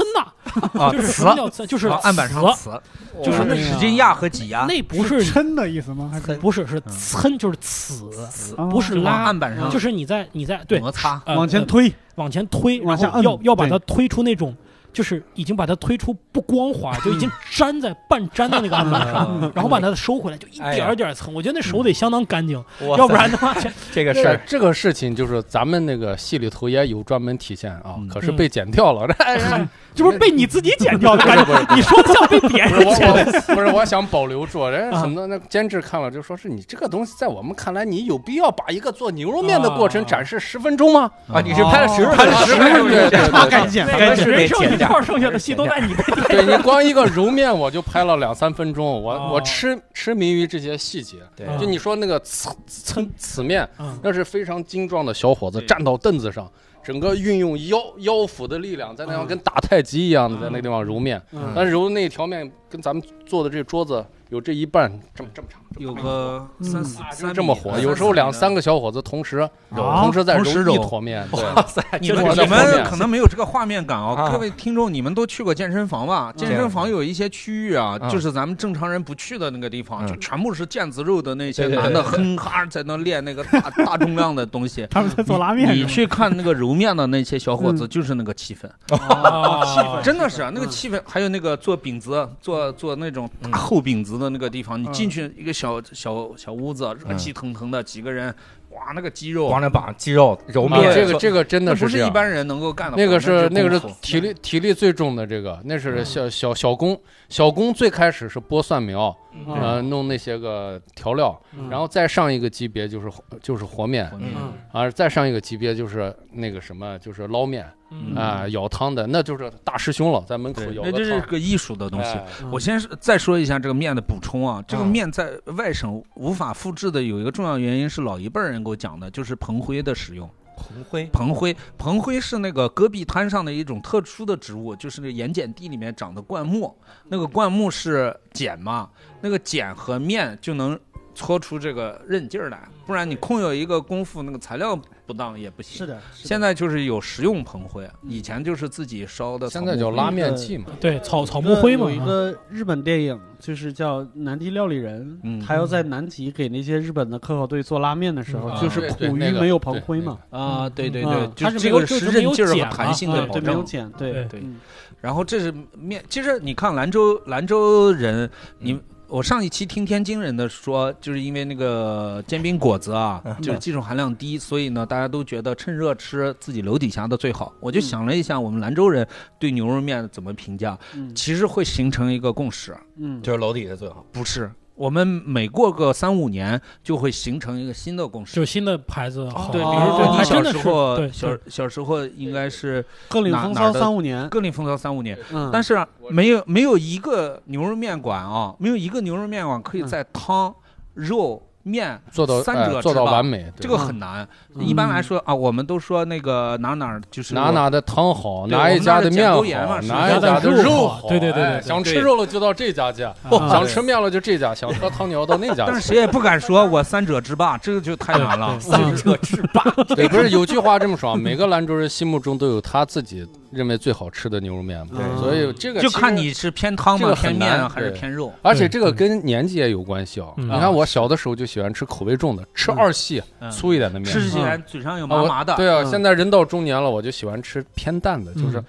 Speaker 4: 的，
Speaker 9: 啊
Speaker 4: 就是什
Speaker 9: 词
Speaker 4: 么，叫抻，就是
Speaker 9: 啊案板上
Speaker 4: 死
Speaker 9: 词，
Speaker 4: 就是
Speaker 1: 那啊使劲压和挤压，
Speaker 4: 那不是
Speaker 2: 抻的意思吗？还是
Speaker 4: 不是是抻，就是呲，
Speaker 1: 哦
Speaker 2: 啊
Speaker 4: 不是
Speaker 1: 往
Speaker 4: 拉，
Speaker 1: 案板上
Speaker 4: 就是你在你在对
Speaker 1: 摩擦，
Speaker 4: 呃
Speaker 3: 往前
Speaker 4: 呃
Speaker 3: 推，
Speaker 4: 往前推，
Speaker 3: 往下
Speaker 4: 然后要
Speaker 3: 摁
Speaker 4: 要把它
Speaker 3: 对
Speaker 4: 推出那种，就是已经把它推出不光滑，就已经粘在半粘在那个案板上，然后把它收回来，就一点儿一点儿蹭。我觉得那手得相当干净，
Speaker 9: 哇塞
Speaker 4: 要不然的话，这
Speaker 9: 这个
Speaker 7: 是
Speaker 9: 事儿
Speaker 7: 这个事情，就是咱们那个戏里头也有专门体现啊，
Speaker 1: 嗯
Speaker 7: 可是被剪掉了。
Speaker 4: 这不是被你自己剪掉的感
Speaker 7: 不是
Speaker 4: 觉？你说不像被别
Speaker 7: 不是
Speaker 4: 人
Speaker 7: 我，
Speaker 4: 剪的，
Speaker 7: 我不是我想保留住，人家
Speaker 4: 啊
Speaker 7: 很多那监制看了就说是你这个东西，在我们看来，你有必要把一个做牛肉面的过程展示十分钟吗？
Speaker 9: 啊，你是啊
Speaker 1: 哦
Speaker 9: 拍了十分
Speaker 7: 拍了十分钟对对对
Speaker 3: 该减
Speaker 4: 那
Speaker 9: 该
Speaker 4: 个
Speaker 9: 是
Speaker 4: 人
Speaker 9: 得
Speaker 4: 剩
Speaker 9: 剪
Speaker 4: 一
Speaker 9: 掉
Speaker 4: 块儿剩下的戏都在你的地
Speaker 7: 对你光一个揉面我就拍了两三分钟，
Speaker 9: 啊
Speaker 7: 我
Speaker 4: 哦
Speaker 7: 我痴痴迷于这些细节。
Speaker 9: 对
Speaker 4: 啊
Speaker 7: 就你说那个呲呲呲面，
Speaker 9: 啊
Speaker 4: 嗯
Speaker 7: 那是非常精壮的小伙子
Speaker 1: 对
Speaker 7: 站到凳子上，整个运用腰腰腹的力量，在那
Speaker 9: 啊
Speaker 4: 嗯
Speaker 7: 样跟打太极一样的
Speaker 4: 嗯
Speaker 7: 在那个地方揉面。
Speaker 3: 嗯
Speaker 7: 但是揉那条面跟咱们坐的这桌子有这一半这么这么长，
Speaker 1: 有个三四三
Speaker 7: 这么火，有时候两啊三个小伙子同时
Speaker 2: 啊
Speaker 7: 同时在
Speaker 1: 同时
Speaker 7: 揉一
Speaker 1: 揉哦
Speaker 7: 坨面，对。
Speaker 9: 哇塞，
Speaker 4: 你
Speaker 1: 就
Speaker 7: 这
Speaker 1: 是
Speaker 7: 个我
Speaker 1: 你
Speaker 7: 在后
Speaker 1: 们
Speaker 7: 面
Speaker 1: 可能没有这个画面感哦，
Speaker 9: 啊
Speaker 1: 各位听众，你们都去过健身房吧？健身房有一些区域啊，
Speaker 9: 嗯
Speaker 1: 就是咱们正常人不去的那个地方，
Speaker 9: 嗯
Speaker 1: 就全部是腱子肉的那些
Speaker 9: 对对对
Speaker 1: 男的
Speaker 9: 对
Speaker 1: 哼哈在那练那个大大重量的东西。
Speaker 2: 他们在做拉面
Speaker 1: 你
Speaker 2: 是吗？
Speaker 1: 去看那个揉面的那些小伙子，就是那个气氛，
Speaker 3: 哦
Speaker 4: 方，
Speaker 1: 真的是啊那
Speaker 9: 嗯
Speaker 1: 个气氛。还有那个做饼子，啊做做那种大厚饼子的那个地方，
Speaker 9: 嗯
Speaker 1: 你进去一个小小小屋子，热气腾腾的，几个人，哇，那个肌肉，
Speaker 9: 光着膀肌肉揉
Speaker 7: 啊
Speaker 9: 面，
Speaker 7: 这个这个真
Speaker 1: 那
Speaker 7: 的
Speaker 1: 不
Speaker 7: 这
Speaker 1: 是一
Speaker 7: 样。
Speaker 1: 般人能够干的活。
Speaker 7: 那个是
Speaker 1: 那
Speaker 7: 那个
Speaker 1: 就是嗯功夫
Speaker 7: 体力体力最重的这个，那是
Speaker 1: 嗯
Speaker 7: 小小小工小工最开始是剥蒜苗，
Speaker 3: 嗯
Speaker 7: 呃，弄那些个调料，
Speaker 3: 嗯
Speaker 7: 然后再上一个级别就是就是和面
Speaker 1: 活
Speaker 9: 嗯
Speaker 1: 面
Speaker 7: 啊，再上一个级别就是那个什么就是捞面
Speaker 4: 嗯
Speaker 7: 啊，舀汤的，那就是大师兄了，在
Speaker 9: 嗯
Speaker 7: 门口舀
Speaker 1: 那
Speaker 7: 个
Speaker 1: 这是
Speaker 7: 汤。
Speaker 1: 个艺术的东西。
Speaker 7: 哎
Speaker 1: 我先是再说一下这个面的补充啊，这个
Speaker 9: 嗯
Speaker 1: 面在外省无法复制的有一个重要原因是老一辈儿人给我讲的，就是蓬灰的使用。
Speaker 9: 红灰
Speaker 1: 蓬灰，蓬灰是那个戈壁滩上的一种特殊的植物，就是那盐碱地里面长的灌木。那个灌木是碱嘛，那个碱和面就能搓出这个韧劲儿来，不然你空有一个功夫，那个材料不当也不行。
Speaker 3: 是的，
Speaker 1: 现在就是有食用蓬灰，以前就是自己烧的草
Speaker 7: 现
Speaker 1: 木灰。
Speaker 7: 在叫拉面季
Speaker 1: 嗯
Speaker 7: 嘛，
Speaker 4: 对草草木灰嘛
Speaker 3: 有，一个日本电影，就是叫《南极料理人》，
Speaker 1: 嗯
Speaker 3: 他要在南极给那些日本的科考队做拉面的时候，
Speaker 1: 嗯
Speaker 3: 就是
Speaker 7: 对对
Speaker 3: 苦于
Speaker 7: 那个
Speaker 3: 没有蓬灰嘛，
Speaker 1: 啊，对对
Speaker 3: 嗯
Speaker 1: 对，
Speaker 4: 它
Speaker 1: 就是这
Speaker 4: 没有
Speaker 1: 个
Speaker 4: 就是是
Speaker 1: 韧
Speaker 4: 没有
Speaker 1: 劲儿
Speaker 4: 碱
Speaker 1: 和弹
Speaker 4: 嘛
Speaker 1: 性的
Speaker 4: 嗯
Speaker 1: 保
Speaker 3: 对，没有
Speaker 1: 证。
Speaker 3: 碱，对
Speaker 4: 对
Speaker 1: 对
Speaker 3: 嗯
Speaker 1: 然后这是面，其实你看兰州兰州人，你我上一期听天津人的说，就是因为那个煎饼果子啊，就是技术含量低，所以呢大家都觉得趁热吃自己楼底下的最好。我就
Speaker 3: 嗯
Speaker 1: 想了一下，我们兰州人对牛肉面怎么评价，
Speaker 3: 嗯
Speaker 1: 其实会形成一个共识，
Speaker 3: 嗯，
Speaker 9: 就是楼底下最好，
Speaker 1: 不是我们每过个三五年就会形成一个新的共识。
Speaker 4: 就是新的牌子好，
Speaker 1: 对，比
Speaker 3: 哦
Speaker 1: 如说你
Speaker 4: 还真
Speaker 1: 小
Speaker 4: 的
Speaker 1: 时
Speaker 4: 是
Speaker 1: 候，
Speaker 4: 对
Speaker 1: 小小时候应该是
Speaker 3: 各领
Speaker 1: 哪
Speaker 3: 风
Speaker 1: 哪
Speaker 3: 骚
Speaker 1: 的
Speaker 3: 三五年，
Speaker 1: 各领风骚三五年，
Speaker 3: 嗯，
Speaker 1: 但
Speaker 3: 是
Speaker 1: 是啊没有没有一个牛肉面馆啊，没有一个牛肉面馆可以在汤、肉、面
Speaker 7: 做到
Speaker 1: 三
Speaker 7: 哎
Speaker 1: 者
Speaker 7: 做
Speaker 1: 制
Speaker 7: 到
Speaker 1: 吧
Speaker 7: 完美。对
Speaker 1: 这个很难。
Speaker 3: 嗯
Speaker 1: 一般来说啊，我们都说那个哪哪儿就是
Speaker 7: 哪哪的汤好，
Speaker 1: 对
Speaker 7: 哪一家的面
Speaker 1: 我
Speaker 7: 好
Speaker 1: 们那儿是讲究盐嘛，是
Speaker 7: 哪一家的
Speaker 4: 讲究肉好
Speaker 7: 好。
Speaker 4: 对对对对
Speaker 7: 哎
Speaker 4: 对
Speaker 7: 想吃肉了就到这家去，
Speaker 1: 哦
Speaker 7: 想吃面了就这家，想喝汤牛到那家
Speaker 1: 但是
Speaker 7: 去。
Speaker 1: 谁也不敢说我三者之霸，这个就太难了。嗯
Speaker 9: 三者制霸，
Speaker 7: 对，不是有句话这么说，啊每个兰州人心目中都有他自己认为最好吃的牛肉面嘛，
Speaker 3: 对
Speaker 7: 所以这个
Speaker 1: 就
Speaker 7: 其实
Speaker 1: 看。你嗯是偏汤
Speaker 7: 这
Speaker 1: 吗？
Speaker 7: 个很
Speaker 1: 偏面啊
Speaker 7: 难
Speaker 1: 还是
Speaker 7: 对
Speaker 1: 偏肉？
Speaker 7: 而且这个跟年纪也有关系哦。
Speaker 4: 嗯
Speaker 7: 你看我小的时候就喜欢吃口味重的，吃二细
Speaker 1: 嗯
Speaker 7: 粗一点的面。
Speaker 1: 吃起
Speaker 3: 嗯
Speaker 1: 来嘴上有
Speaker 7: 啊
Speaker 1: 麻
Speaker 7: 我
Speaker 1: 麻的。
Speaker 7: 对 啊，
Speaker 3: 嗯
Speaker 7: 现在人到中年了，我就喜欢吃偏淡的，就是
Speaker 4: 嗯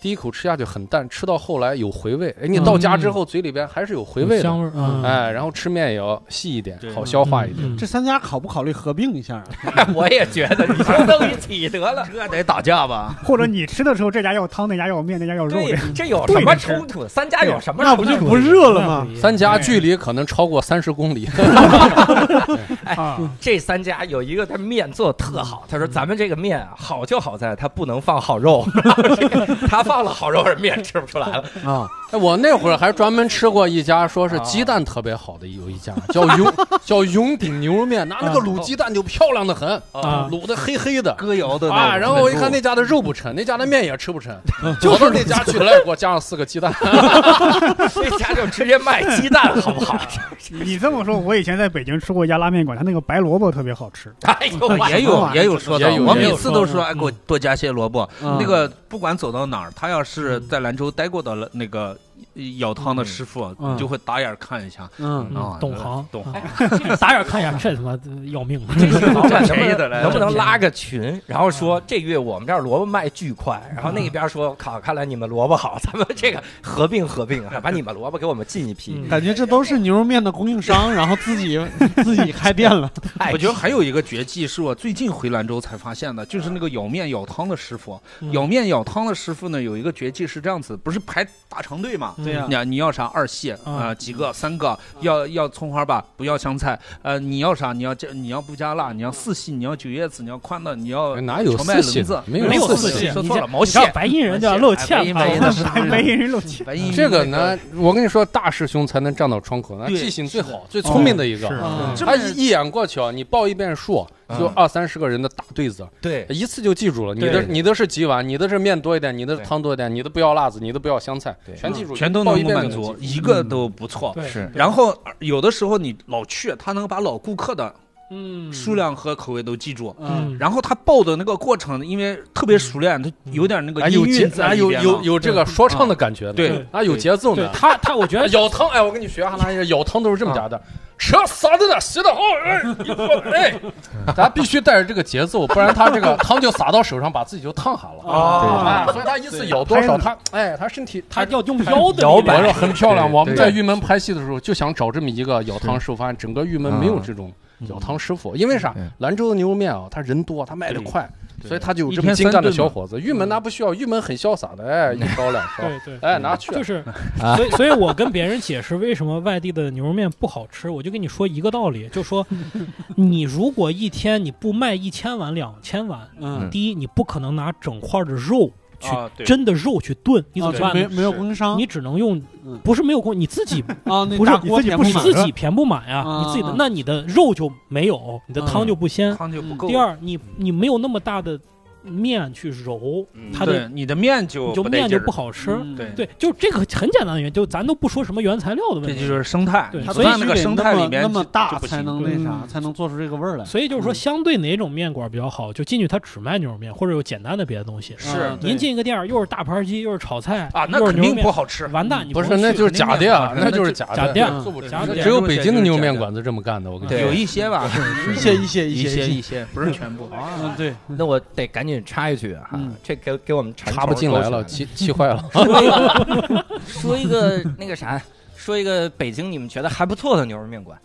Speaker 7: 第一口吃下去很淡，吃到后来有回味。哎，你到
Speaker 1: 嗯
Speaker 7: 家之后嘴里边还是有回味的
Speaker 4: 香。味儿啊，
Speaker 7: 哎，然后吃面也要细一点
Speaker 1: 对，
Speaker 7: 好消化一点。
Speaker 4: 嗯
Speaker 3: 这三家考不考虑合并一下啊？
Speaker 9: 我也觉得你就弄一起得了，
Speaker 1: 这得打架吧？
Speaker 2: 或者你吃的时候，这家要汤，那家要面，那家要肉，
Speaker 9: 对，这有什么冲突？三家有什么
Speaker 3: 那不
Speaker 9: 冲
Speaker 3: 就
Speaker 9: 突？
Speaker 3: 不热了
Speaker 4: 那
Speaker 3: 吗
Speaker 4: 不？一样
Speaker 7: 三家距离可能超过三十 公里，
Speaker 2: 这
Speaker 1: 嗯
Speaker 2: 啊，
Speaker 9: 这三家有一个，他面做的特好。他说：“咱们这个面啊 好就好在它不能放好肉，他放了好肉，面吃不出来了。
Speaker 3: 啊，
Speaker 7: 哎，我那会儿还专门吃过一家，说
Speaker 4: 啊
Speaker 7: 是鸡蛋特别好的有一家，叫 永叫永鼎牛肉面，拿那个卤鸡蛋就漂亮的很，
Speaker 4: 啊
Speaker 7: 卤的黑黑的。
Speaker 10: 歌谣的
Speaker 7: 啊，然后我一看那家的肉不沉，那家的面也吃不沉，我到那家去了，给我加上四个鸡蛋，
Speaker 10: 那家就直接卖鸡蛋，好不好？
Speaker 2: 你这么说，我以前在北京吃过一家拉面馆，它那个白萝卜特别好吃。
Speaker 10: 哎呦，
Speaker 1: 也有也有说的
Speaker 7: 也，有
Speaker 1: 我
Speaker 7: 也
Speaker 1: 每
Speaker 7: 有
Speaker 1: 次都说
Speaker 4: 说的
Speaker 1: 哎，给我多加些萝卜。
Speaker 3: 嗯
Speaker 1: 那个不管走到哪儿，他要是在兰州待过的了那个舀汤的师傅，
Speaker 3: 嗯
Speaker 1: 你就会打眼看一下。
Speaker 3: 嗯，
Speaker 1: 啊
Speaker 4: 嗯，懂行，
Speaker 1: 懂
Speaker 4: 行。这个 打眼看一下，这他妈呃要命！这是
Speaker 10: 老 板能不
Speaker 1: 便宜
Speaker 10: 能
Speaker 1: 的来
Speaker 10: 能不能拉个群，然后
Speaker 9: 嗯
Speaker 10: 说这月我们这儿萝卜卖巨快，然后那边说，靠，看来你们萝卜好，咱们这
Speaker 1: 嗯
Speaker 10: 个合并合并 啊，把你们萝卜给我们进一批。
Speaker 4: 嗯
Speaker 3: 感觉这都是牛肉面的供应商，然后自己 自己开店了。
Speaker 10: 太
Speaker 1: 我觉得还有一个绝技是我最近回兰州才发现的，就是那个舀面舀汤的师傅。
Speaker 4: 嗯
Speaker 1: 舀面舀汤的师傅呢，有一个绝技是这样子，不是排大长队
Speaker 10: 嗯
Speaker 1: 嘛？
Speaker 3: 对呀
Speaker 1: 你要你要啥二蟹啊、
Speaker 4: 啊
Speaker 1: 几个三个，要要葱花吧，不要香菜。呃，你要啥？你要加你要不加辣？你要四喜？你要九叶子？你要宽的？你要
Speaker 7: 哎哪有
Speaker 1: 荞麦
Speaker 7: 四喜
Speaker 1: 棱子
Speaker 7: 呢？？没
Speaker 4: 没有
Speaker 7: 四
Speaker 4: 四
Speaker 7: 喜
Speaker 4: 喜
Speaker 1: 说
Speaker 4: 你
Speaker 1: 错
Speaker 4: 这
Speaker 1: 了，毛
Speaker 4: 你知道
Speaker 1: 线。
Speaker 4: 白银人就要露
Speaker 1: 白
Speaker 4: 怯啊
Speaker 1: 银
Speaker 4: 嘛，
Speaker 1: 白银 的是啥
Speaker 2: 白人露怯，
Speaker 1: 白银
Speaker 7: 这个
Speaker 1: 那
Speaker 7: 呢，我跟你说，大师兄才能站到窗口，那
Speaker 1: 对
Speaker 7: 记性最好、最聪明的
Speaker 2: 哦
Speaker 7: 一个。
Speaker 3: 嗯
Speaker 1: 是
Speaker 7: 他一一眼过去啊，你报一遍数，
Speaker 1: 嗯
Speaker 7: 就二三十个人的大对子，
Speaker 10: 对，
Speaker 7: 一次就记住了。你的
Speaker 10: 对
Speaker 7: 你的是几碗，你的是面多一点，你的是
Speaker 1: 对嗯
Speaker 7: 汤多一点，你的不要辣子，你的不要香菜，
Speaker 10: 对
Speaker 7: 全记住，
Speaker 1: 全都
Speaker 7: 报
Speaker 1: 能
Speaker 7: 一
Speaker 1: 够
Speaker 7: 遍
Speaker 1: 满
Speaker 7: 就
Speaker 1: 足
Speaker 7: 能，记
Speaker 1: 一个都不错。
Speaker 4: 对
Speaker 10: 是
Speaker 1: 然后呃有的时候你老去，他能把老顾客的
Speaker 3: 嗯
Speaker 1: 数量和口味都记住。
Speaker 3: 嗯，
Speaker 1: 然后他报的那个过程，因为特别熟练，他有点那
Speaker 7: 住。
Speaker 1: 个
Speaker 7: 哎，
Speaker 1: 音
Speaker 7: 有节
Speaker 1: 韵，在
Speaker 7: 哎，
Speaker 1: 里
Speaker 7: 有
Speaker 1: 边
Speaker 7: 有
Speaker 1: 嘛嗯
Speaker 7: 有这个说唱的感觉呢，
Speaker 1: 对啊
Speaker 7: 啊，有节奏
Speaker 4: 对
Speaker 7: 呢。
Speaker 4: 他他，我觉得
Speaker 7: 舀汤，哎，我跟你学哈拉一下，舀汤都是这么夹的，吃啥子呢？洗的好，哎，一锅哎，咱必须带着这个节奏，不然他这个汤就洒到手上，把自己就烫傻了。
Speaker 3: 嗯
Speaker 4: 啊，
Speaker 7: 啊，
Speaker 3: 哦
Speaker 7: 所以他一次咬多少，他哎，他身体
Speaker 4: 他
Speaker 7: 他
Speaker 4: 要用腰 的
Speaker 10: 摇
Speaker 4: 力量
Speaker 10: 摆
Speaker 7: 我说很漂亮。
Speaker 10: 对
Speaker 7: 我们
Speaker 10: 对
Speaker 7: 在玉门拍戏的时候，就想找这么一个舀汤师傅，发现整个玉门没有这种舀汤师傅，因为啥
Speaker 10: 对？
Speaker 7: 兰州的牛肉面啊，他人多，他卖的快，
Speaker 1: 对
Speaker 7: 所以他就有
Speaker 1: 一
Speaker 7: 这么
Speaker 1: 天
Speaker 7: 精干
Speaker 1: 三
Speaker 7: 的
Speaker 1: 顿
Speaker 7: 小
Speaker 1: 嘛
Speaker 7: 伙子。玉门那不需要，玉门很潇洒的，哎，一烧两烧，
Speaker 4: 对对。
Speaker 7: 哎，拿去。
Speaker 4: 就是，所以，所以我跟别人解释为什么外地的牛肉面不好吃，我就跟你说一个道理，就说你如果一天你不卖一千碗、两千碗，
Speaker 3: 嗯，
Speaker 4: 第一，你不可能拿整块的肉去
Speaker 1: 啊，对
Speaker 4: 真的肉去炖，你怎么
Speaker 3: 啊
Speaker 4: 办
Speaker 3: 没
Speaker 4: 呢？
Speaker 3: 没有供应商
Speaker 4: 你只能用
Speaker 3: 嗯，
Speaker 4: 不是没有工，你自己
Speaker 3: 啊，那
Speaker 4: 不是
Speaker 3: 大锅
Speaker 2: 你自己
Speaker 3: 填
Speaker 2: 不
Speaker 3: 不
Speaker 2: 是
Speaker 3: 满
Speaker 4: 自己填不满
Speaker 3: 啊嗯
Speaker 4: 啊，你自己的
Speaker 3: 啊，
Speaker 4: 那你的肉就没有，你的汤就不鲜。
Speaker 1: 汤就不够。
Speaker 4: 第，二，你你没有那么大的面去揉，它的
Speaker 1: 嗯对你的面就
Speaker 4: 你就
Speaker 1: 不带
Speaker 4: 面
Speaker 1: 劲
Speaker 4: 就
Speaker 1: 儿
Speaker 4: 不好吃。
Speaker 3: 嗯
Speaker 1: 对
Speaker 4: 对，就这个很简单的原因，就咱都不说什么原材料的问
Speaker 1: 这就
Speaker 4: 题。
Speaker 1: 是生态，
Speaker 4: 嗯对
Speaker 1: 你
Speaker 4: 它
Speaker 1: 不
Speaker 3: 所
Speaker 4: 所
Speaker 3: 以
Speaker 1: 在那个生态里面
Speaker 3: 那么大
Speaker 1: 就不行
Speaker 3: 才能那啥，才能做出这个味儿来。
Speaker 4: 所以就是说，
Speaker 3: 嗯
Speaker 4: 相对哪种面馆比较好，就进去它只卖牛肉面，或者有简单的别的东西。
Speaker 1: 是
Speaker 3: 啊
Speaker 4: 您进一个店儿，又是大盘鸡，又是炒菜
Speaker 1: 啊，那
Speaker 4: 又是
Speaker 1: 肯
Speaker 4: 牛肉
Speaker 1: 定不
Speaker 4: 面，
Speaker 1: 好吃。
Speaker 4: 完蛋！你
Speaker 7: 不
Speaker 4: 能
Speaker 7: 是，那
Speaker 4: 去
Speaker 7: 就是假的呀，
Speaker 1: 那就
Speaker 7: 那就是假
Speaker 4: 假的
Speaker 7: 的
Speaker 1: 嗯
Speaker 4: 呀
Speaker 7: 做不成
Speaker 4: 假的呀
Speaker 7: 只有北京的牛肉面馆子这么干的，我跟你
Speaker 10: 对
Speaker 7: 说
Speaker 1: 有。一些吧，
Speaker 3: 一些一些
Speaker 1: 一些
Speaker 3: 些
Speaker 1: 一些，不是全部。
Speaker 3: 嗯，对，
Speaker 10: 那我得赶紧插一句哈
Speaker 3: 嗯，
Speaker 10: 这给给我们
Speaker 7: 插不进来了，气气坏了。
Speaker 10: 说一 个那个啥，说一个北京你们觉得还不错的牛肉面馆，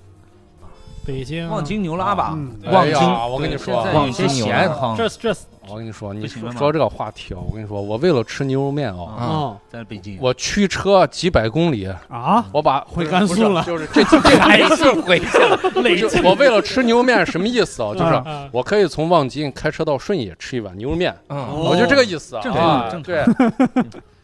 Speaker 4: 北京
Speaker 1: 望京牛拉吧，
Speaker 2: 嗯，
Speaker 7: 哎
Speaker 1: 望京
Speaker 7: 呀，我跟你说啊，
Speaker 10: 望
Speaker 1: 有
Speaker 10: 京
Speaker 1: 些
Speaker 10: 牛
Speaker 1: 咸
Speaker 10: 拉
Speaker 1: 汤
Speaker 4: 这这
Speaker 7: 我跟你说，你
Speaker 1: 不行了吗
Speaker 7: 说这个话题啊，我跟你说，我为了吃牛肉面啊，
Speaker 1: 啊，
Speaker 3: 哦，
Speaker 1: 在北 京。
Speaker 7: 我驱车几百公里，
Speaker 2: 啊，
Speaker 7: 我把
Speaker 3: 回甘肃了
Speaker 7: 就是这这
Speaker 10: 还是回去了，
Speaker 7: 这， 就是我为了吃牛肉面什么意思
Speaker 3: 嗯
Speaker 7: 啊？就是
Speaker 4: 啊
Speaker 7: 我可以从望京开车到顺义吃一碗牛肉面，
Speaker 10: 嗯，
Speaker 3: 哦
Speaker 7: 我就这个意思
Speaker 1: 正
Speaker 7: 啊
Speaker 1: 常。正
Speaker 7: 哦对，